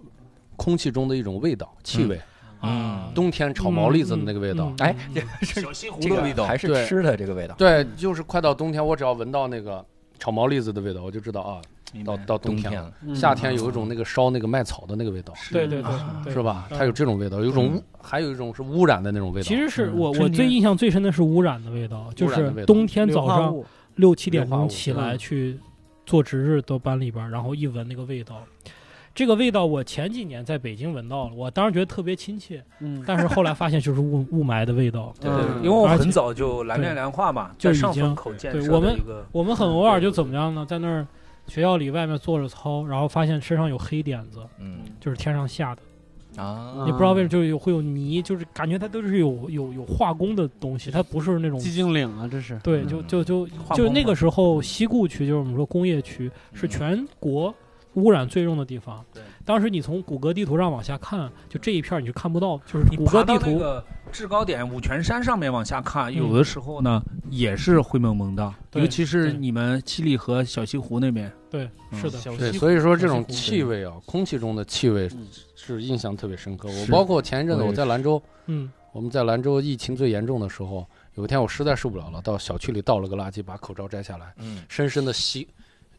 Speaker 7: 空气中的一种味道，气味，
Speaker 1: 嗯，
Speaker 7: 冬天炒毛栗子的那个味道。
Speaker 4: 啊嗯
Speaker 1: 哎，这是
Speaker 6: 小西 湖
Speaker 1: 这个还是
Speaker 7: 对
Speaker 1: 吃的这个味道。
Speaker 7: 对，就是快到冬天，我只要闻到那个炒毛栗子的味道，我就知道啊，到到冬
Speaker 1: 冬
Speaker 7: 天
Speaker 1: 天
Speaker 7: 了。
Speaker 1: 了，
Speaker 3: 嗯
Speaker 7: 夏天有一种那个烧那个麦草的那个味道，
Speaker 4: 对对对
Speaker 6: 啊
Speaker 4: 对，
Speaker 7: 是吧？
Speaker 4: 嗯
Speaker 7: 它有这种味道，有一种污，还有一种是污染的那种味道。
Speaker 4: 其实是我
Speaker 7: 嗯
Speaker 4: 我最印象最深的是污染的味道，就
Speaker 7: 污染
Speaker 4: 是
Speaker 7: 的味道
Speaker 4: 冬天
Speaker 3: 硫
Speaker 4: 早
Speaker 3: 化
Speaker 4: 上
Speaker 3: 物
Speaker 4: 六七点
Speaker 7: 硫化
Speaker 4: 钟
Speaker 7: 物
Speaker 4: 起来去做值日到班里边儿，然后一闻那个味道，这个味道我前几年在北京闻到了，我当时觉得特别亲切，
Speaker 3: 嗯
Speaker 4: 但是后来发现就是雾雾霾的味道。
Speaker 13: 对
Speaker 3: 嗯
Speaker 13: 对，
Speaker 6: 因为我
Speaker 4: 而且
Speaker 6: 很早就蓝面梁化嘛，
Speaker 4: 对就
Speaker 6: 在
Speaker 4: 已
Speaker 6: 上
Speaker 4: 经
Speaker 6: 风口建
Speaker 4: 对
Speaker 6: 设
Speaker 4: 我
Speaker 6: 的
Speaker 4: 们
Speaker 6: 一个，
Speaker 4: 我们很偶尔就怎么样呢，在那儿学校里外面坐着操，然后发现身上有黑点子，
Speaker 1: 嗯
Speaker 4: 就是天上下的，
Speaker 1: 啊，
Speaker 3: 嗯
Speaker 4: 也不知道为什么就是有会有泥，就是感觉它都是有有有化工的东西，它不是那种
Speaker 3: 寂静岭啊，这是
Speaker 4: 对，就就就
Speaker 6: 化
Speaker 4: 就
Speaker 6: 嗯工
Speaker 4: 那
Speaker 6: 嘛
Speaker 4: 个时候，西固区就是我们说工业区，是全国污染最重的地方。
Speaker 6: 对，
Speaker 4: 当时你从谷歌地图上往下看，就这一片儿你就看不到，就是
Speaker 6: 你
Speaker 4: 谷
Speaker 6: 爬
Speaker 4: 歌
Speaker 6: 到
Speaker 4: 地
Speaker 6: 那
Speaker 4: 图。
Speaker 6: 个制高点五泉山上面往下看，
Speaker 4: 嗯
Speaker 6: 有的时候呢也是灰蒙蒙的，
Speaker 4: 对
Speaker 6: 尤其是
Speaker 4: 对
Speaker 6: 你们七里河小西湖那边，
Speaker 4: 对，
Speaker 6: 嗯
Speaker 4: 是的，
Speaker 7: 对，所以说这
Speaker 4: 小
Speaker 7: 种
Speaker 4: 西湖
Speaker 7: 气味啊，空气中的气味
Speaker 3: 嗯
Speaker 7: 是印象特别深刻。我
Speaker 6: 是
Speaker 7: 包括前一阵子
Speaker 6: 我
Speaker 7: 我
Speaker 6: 也
Speaker 7: 在兰州，
Speaker 4: 嗯，
Speaker 7: 我们在兰州疫情最严重的时候，有一天我实在受不了了，到小区里倒了个垃圾，把口罩摘下来，
Speaker 1: 嗯
Speaker 7: 深深的吸，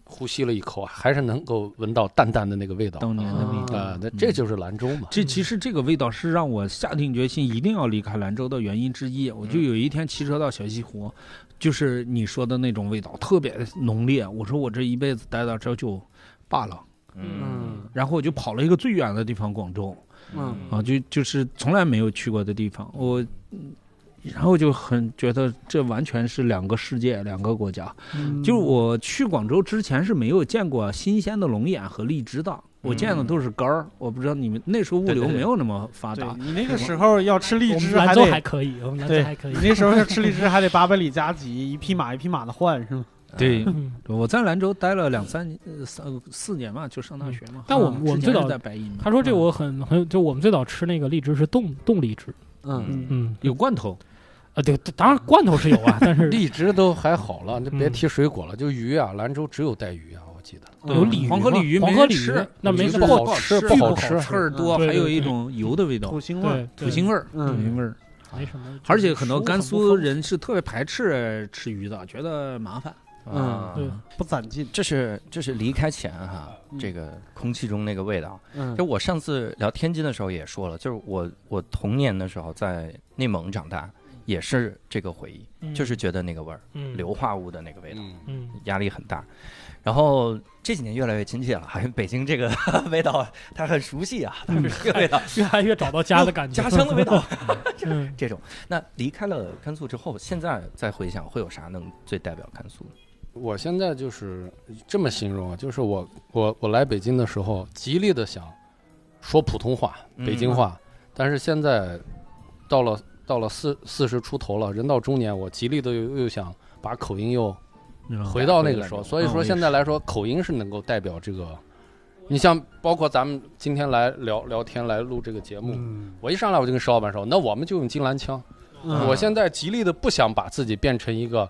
Speaker 7: 呼吸了一口啊，还是能够闻到淡淡的那个味道。
Speaker 6: 当年的味道。
Speaker 7: 啊，那这就是兰州嘛。
Speaker 6: 这其实这个味道是让我下定决心一定要离开兰州的原因之一。我就有一天骑车到小西湖，就是你说的那种味道，特别浓烈。我说我这一辈子待到这就罢了，
Speaker 3: 嗯
Speaker 6: 然后我就跑了一个最远的地方，广州
Speaker 3: 嗯
Speaker 6: 啊，就就是从来没有去过的地方。我，嗯然后就很觉得这完全是两个世界，两个国家。
Speaker 2: 嗯
Speaker 6: 就是我去广州之前是没有见过新鲜的龙眼和荔枝的，我见的都是干儿。我不知道你们那时候物流没有那么发
Speaker 3: 对
Speaker 6: 达，
Speaker 3: 你那个时候要吃荔
Speaker 4: 我们
Speaker 3: 枝
Speaker 4: 兰
Speaker 3: 还
Speaker 4: 州
Speaker 3: 得
Speaker 4: 还可以，我们兰州
Speaker 3: 对
Speaker 4: 还可以
Speaker 3: 你。那时候要吃荔枝还得八百里加急，一匹马一匹马的换是吗？
Speaker 6: 对，
Speaker 4: 嗯，
Speaker 6: 我在兰州待了两三年，呃三四年嘛，就上大学嘛。
Speaker 4: 但我们
Speaker 6: 啊之
Speaker 4: 我们最
Speaker 6: 前是
Speaker 4: 早
Speaker 6: 在嗯白银嘛，
Speaker 4: 他说这我很很，就我们最早吃那个荔枝是冻冻荔枝，
Speaker 3: 嗯，
Speaker 4: 嗯，
Speaker 6: 有罐头，
Speaker 4: 啊对，当然罐头是有啊，但是
Speaker 7: 荔枝都还好了，那别
Speaker 4: 嗯
Speaker 7: 提水果了，就鱼啊，兰州只有带鱼啊，我记得。
Speaker 3: 嗯
Speaker 4: 有鲤鱼
Speaker 6: 嗯黄河
Speaker 4: 嘛
Speaker 6: 鲤鱼没
Speaker 4: 黄河
Speaker 6: 人
Speaker 4: 鲤
Speaker 6: 吃
Speaker 4: 鱼那没
Speaker 7: 鱼
Speaker 6: 就是
Speaker 7: 不
Speaker 4: 过
Speaker 7: 好吃
Speaker 6: 巨
Speaker 7: 不
Speaker 6: 好
Speaker 7: 好吃
Speaker 6: 刺儿多，
Speaker 4: 嗯对
Speaker 6: 还有
Speaker 4: 对
Speaker 6: 一
Speaker 4: 对
Speaker 6: 种油的味道
Speaker 3: 土，星味儿，
Speaker 4: 对
Speaker 6: 土腥
Speaker 4: 味
Speaker 6: 味儿，土
Speaker 3: 嗯
Speaker 6: 腥味儿。
Speaker 4: 没什么，
Speaker 6: 而且很多
Speaker 4: 食物
Speaker 6: 甘
Speaker 4: 很不
Speaker 6: 肃
Speaker 4: 丰
Speaker 6: 人是特别排斥吃鱼的，觉得麻烦。
Speaker 1: 啊
Speaker 3: 嗯
Speaker 4: 对
Speaker 3: 不攒劲，
Speaker 1: 这是这是离开前哈
Speaker 3: 嗯，
Speaker 1: 这个空气中那个味道。
Speaker 3: 嗯
Speaker 1: 就我上次聊天津的时候也说了，就是我我童年的时候在内蒙长大，也是这个回忆，
Speaker 4: 富，
Speaker 1: 就是觉得那个味儿，
Speaker 4: 嗯
Speaker 1: 硫化物的那个味道，
Speaker 7: 嗯，
Speaker 4: 嗯，
Speaker 1: 压力很大。然后这几年越来越亲切了，好像北京这个 味道它很熟悉啊，它是这个味 道，
Speaker 4: 越来越找到家的感觉，
Speaker 1: 家乡的味道。
Speaker 4: 嗯，
Speaker 1: 这种，那离开了甘肃之后，现在再回想会有啥能最代表甘肃？
Speaker 7: 我现在就是这么形容啊，就是我我我来北京的时候，极力的想说普通话、
Speaker 1: 嗯
Speaker 7: 北京话，但是现在到了到了四四十出头了，人到中年，我极力的又又想把口音又回到那个时候，所以说现在来说，口音是能够代表这个。你像包括咱们今天来聊聊天来录这个节目，
Speaker 2: 嗯，
Speaker 7: 我一上来我就跟石老板说，那我们就用金兰腔。
Speaker 3: 嗯
Speaker 7: 我现在极力的不想把自己变成一个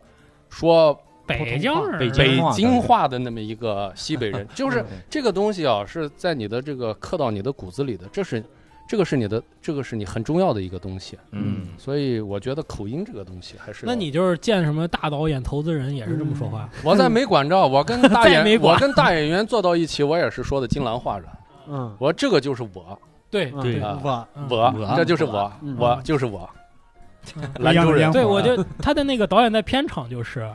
Speaker 7: 说
Speaker 4: 北京啊人，
Speaker 6: 北
Speaker 7: 北
Speaker 6: 京话
Speaker 7: 京话的那么一 个西北人，就是
Speaker 4: 嗯
Speaker 7: 这个东西啊，是在你的这个刻到你的骨子里的，这是这个是你的，这个是你很重要的一个东西。
Speaker 1: 嗯，
Speaker 7: 所以我觉得口音这个东西还是要
Speaker 4: 那你就是见什么大导演、投资人也是这么说话，
Speaker 7: 我在没管 着，我跟大
Speaker 4: 在没
Speaker 7: 演
Speaker 4: 管
Speaker 7: 我跟大演员坐到一起，我也是说的金兰话的。
Speaker 3: 嗯
Speaker 7: 我这个就是我，
Speaker 4: 对
Speaker 3: 嗯
Speaker 4: 对
Speaker 7: 啊
Speaker 3: 我
Speaker 4: 嗯
Speaker 7: 我这就是我
Speaker 3: 嗯，
Speaker 7: 我就 是我，
Speaker 4: 嗯
Speaker 7: 兰州人
Speaker 2: 嗯
Speaker 4: 对，我就他的那个导演在片场就是。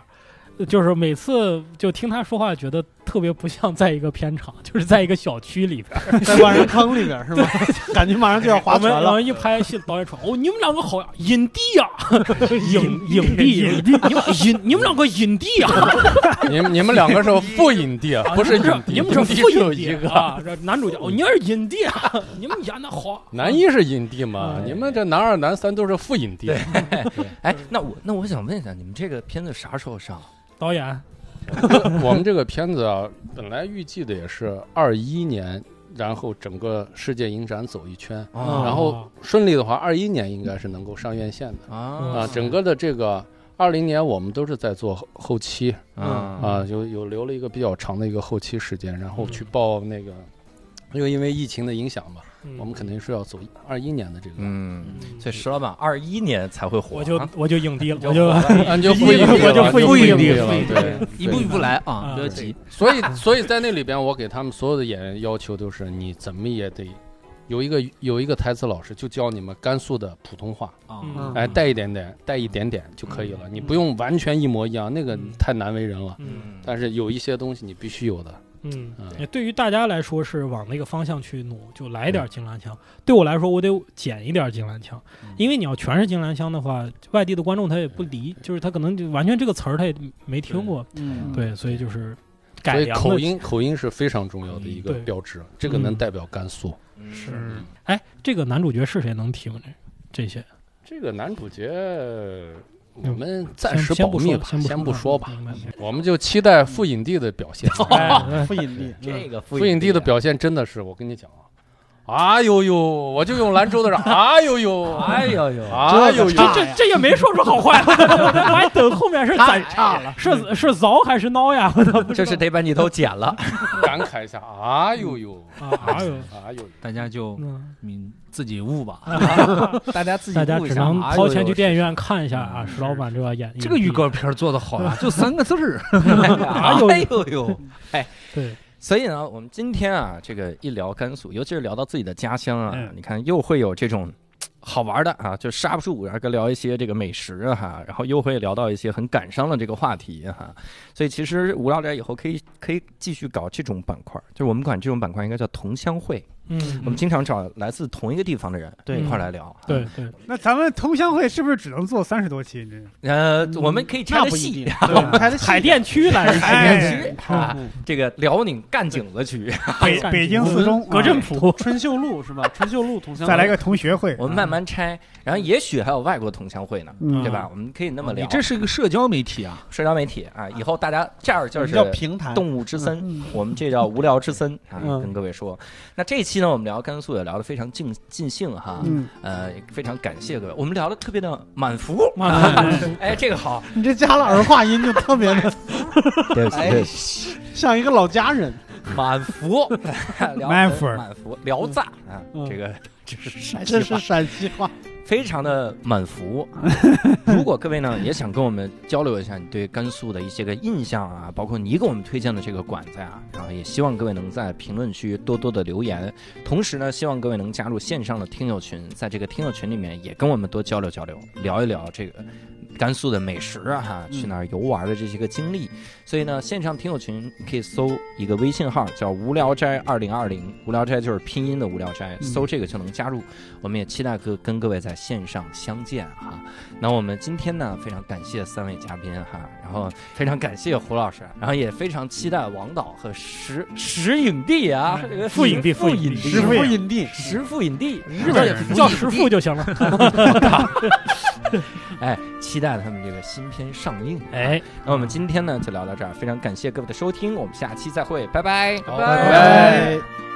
Speaker 4: 就是每次就听他说话，觉得特别不像在一个片场，就是在一个小区里 边。
Speaker 3: 在万人坑里边是吗？感觉马上就要
Speaker 4: 我
Speaker 3: 划
Speaker 4: 们
Speaker 3: 船
Speaker 4: 然
Speaker 3: 了
Speaker 4: 后，一拍戏，导演说：“哦，你们两个好呀，影帝呀，影影帝，影帝，你们影你们两个影帝呀，
Speaker 7: 你们你们两个是副影帝，啊不是影帝，
Speaker 4: 啊你们是
Speaker 7: 影帝
Speaker 4: 副
Speaker 7: 只有
Speaker 4: 影帝
Speaker 7: 一个。
Speaker 4: 啊。这男主角，哦，你也是影帝啊，你们演的好。”
Speaker 7: 男一是影帝嘛，
Speaker 4: 嗯
Speaker 7: 你们这男二、男三都是副影帝。
Speaker 1: 哎，那我那我想问一下，你们这个片子啥时候上？
Speaker 4: 嗯导演，
Speaker 7: 我们这个片子啊，本来预计的也是二一年，然后整个世界影展走一圈，
Speaker 3: 嗯
Speaker 1: 哦
Speaker 7: 然后顺利的话，二一年应该是能够上院线的
Speaker 1: 啊
Speaker 4: 嗯
Speaker 7: 啊。整个的这个二零年，我们都是在做后后期
Speaker 1: 啊
Speaker 4: 嗯
Speaker 7: 啊，有有留了一个比较长的一个后期时间，然后去报那个，因为因为疫情的影响嘛，
Speaker 4: 嗯
Speaker 7: 我们肯定是要走二一年的这个。
Speaker 1: 嗯，所以石老板二一年才会火啊，
Speaker 4: 我就我就影帝了，我
Speaker 1: 火
Speaker 4: 就
Speaker 1: 了
Speaker 7: 啊，你就不
Speaker 4: 我
Speaker 7: 一定了
Speaker 4: 就
Speaker 7: 你
Speaker 4: 不
Speaker 7: 不
Speaker 4: 一
Speaker 7: 一
Speaker 4: 定
Speaker 7: 定
Speaker 4: 了
Speaker 7: 了，对，
Speaker 6: 一步一步来啊，
Speaker 4: 啊
Speaker 6: 不要急。
Speaker 7: 所以，所以在那里边，我给他们所有的演员要求都是，你怎么也得有一个有一个台词老师就教你们甘肃的普通话，
Speaker 4: 嗯
Speaker 7: 哎，带一点点，带一点点就可以了，你不用完全一模一样，那个太难为人了。
Speaker 4: 嗯
Speaker 7: 但是有一些东西你必须有的，
Speaker 4: 嗯
Speaker 7: 嗯，
Speaker 4: 也对于大家来说是往那个方向去努，就来一点金兰腔。对我来说，我得减一点金兰腔，因为你要全是金兰腔的话，外地的观众他也不理，就是他可能就完全这个词儿他也没听过，
Speaker 3: 嗯，
Speaker 4: 对，所以就是改
Speaker 7: 所以
Speaker 4: 良的
Speaker 7: 口音口音是非常重要的一个
Speaker 4: 嗯对
Speaker 7: 标志，这个能
Speaker 4: 嗯
Speaker 7: 代表甘肃。
Speaker 4: 是。哎，这个男主角是谁？能提吗？这这些
Speaker 7: 这个男主角，我们暂时保密吧，
Speaker 4: 先
Speaker 7: 嗯先
Speaker 4: 不
Speaker 7: 不说吧，
Speaker 4: 明白明白
Speaker 7: 我们就期待傅影帝的表现。
Speaker 4: 哎
Speaker 3: 不嗯引力，
Speaker 1: 这个
Speaker 7: 傅影
Speaker 1: 啊
Speaker 7: 帝的表现真的是，我跟你讲啊，哎呦呦，我就用兰州的人，哎呦呦，
Speaker 1: 哎 呦呦，
Speaker 7: 哎呦呦
Speaker 4: 这，这这也没说出好坏来， 我还等后面是
Speaker 3: 太
Speaker 4: 咋
Speaker 3: 差了，
Speaker 4: 是是凿还是孬呀？ 我都不知
Speaker 1: 这
Speaker 4: 道
Speaker 1: 是得把你头剪了。
Speaker 7: 感慨一下，哎呦呦，
Speaker 4: 啊，哎呦，
Speaker 7: 哎呦呦，
Speaker 6: 大家就
Speaker 4: 嗯，
Speaker 6: 嗯自己悟 吧。
Speaker 1: 大家自己
Speaker 4: 大家
Speaker 1: 顾一
Speaker 4: 只
Speaker 1: 下
Speaker 4: 能
Speaker 1: 啊
Speaker 4: 掏
Speaker 1: 哎
Speaker 4: 钱
Speaker 1: 呦
Speaker 4: 去
Speaker 1: 呦
Speaker 4: 电影院看一下啊，石老板这个演
Speaker 6: 这个预
Speaker 4: 演
Speaker 6: 告
Speaker 4: 技
Speaker 6: 片儿做的好呀，就三个字儿。
Speaker 1: 哎呦呦呦！
Speaker 4: 对，
Speaker 1: 所以呢，我们今天啊，这个一聊甘肃，尤其是聊到自己的家乡啊，
Speaker 2: 嗯
Speaker 1: 你看又会有这种嘖好玩的啊，就刹不住，然后跟聊一些这个美食啊哈，然后又会聊到一些很感伤的这个话题啊哈、所以其实无聊斋以后可以可以继续搞这种板块，就是我们管这种板块应该叫同乡会，
Speaker 4: 嗯，
Speaker 1: 我们经常找来自同一个地方的人
Speaker 3: 对
Speaker 1: 一块儿来聊。
Speaker 4: 对对，
Speaker 2: 那咱们同乡会是不是只能做三十多期？这
Speaker 1: 呃，我们可以拆
Speaker 3: 那
Speaker 1: 的
Speaker 3: 不一
Speaker 1: 细
Speaker 3: 定，，哎对，还得
Speaker 4: 海淀区来哎着，
Speaker 2: 海淀
Speaker 3: 嗯
Speaker 1: 区啊，这个辽宁赣景子区，
Speaker 2: 北北京四中
Speaker 4: 葛振
Speaker 2: 啊
Speaker 4: 普，
Speaker 3: 春秀路是吧？春秀路同乡会，
Speaker 2: 再来个同学会，
Speaker 1: 我们慢慢拆，然后也许还有外国同乡会呢，
Speaker 2: 嗯
Speaker 1: 对吧？我们可以那么聊。
Speaker 6: 你这是一个社交媒体啊，
Speaker 1: 社交媒体啊，以后大家这儿就
Speaker 3: 我们
Speaker 1: 是
Speaker 3: 叫平台，
Speaker 1: 动物之森，
Speaker 3: 嗯
Speaker 1: 我们这叫无聊之森啊，
Speaker 3: 嗯
Speaker 1: 跟各位说。那这一期呢，我们聊甘肃也聊得非常尽尽兴哈，
Speaker 2: 嗯，
Speaker 1: 呃，非常感谢各位，我们聊得特别的满福，
Speaker 4: 满
Speaker 1: 福， 哎，这个好，
Speaker 3: 你这加了儿化音就特别的
Speaker 1: 对不起
Speaker 3: 对不像一个老家人，
Speaker 1: 满福， 聊得
Speaker 2: 满福
Speaker 1: 满福，聊赞啊
Speaker 3: 嗯，
Speaker 1: 这个 这是陕西
Speaker 3: 这
Speaker 1: 话
Speaker 3: 是陕西话。
Speaker 1: 非常的满 福。如果各位呢也想跟我们交流一下你对甘肃的一些个印象啊，包括你给我们推荐的这个馆子啊，然后也希望各位能在评论区多多的留言。同时呢，希望各位能加入线上的听友群，在这个听友群里面也跟我们多交流交流，聊一聊这个甘肃的美食啊，哈，
Speaker 4: 嗯
Speaker 1: 去哪儿游玩的这些个经历。所以呢，线上听友群你可以搜一个微信号叫“无聊斋二零二零”，无聊斋就是拼音的无聊
Speaker 4: 嗯
Speaker 1: 斋，搜这个就能加入。我们也期待各跟各位在线上相见哈。那我们今天呢，非常感谢三位嘉宾哈，然后非常感谢胡老师，然后也非常期待王导和石石影帝啊，这个
Speaker 4: 副影帝
Speaker 1: 副
Speaker 4: 嗯副
Speaker 1: 影
Speaker 4: 影帝
Speaker 1: 帝，
Speaker 3: 师傅引地，
Speaker 1: 石副影帝，
Speaker 4: 日本人叫石富就行了。
Speaker 1: 哎，期待他们这个新片上映。
Speaker 4: 哎，
Speaker 1: 那我们今天呢就聊到这儿，非常感谢各位的收听，我们下期再会，拜拜，拜
Speaker 7: 拜
Speaker 3: 哎。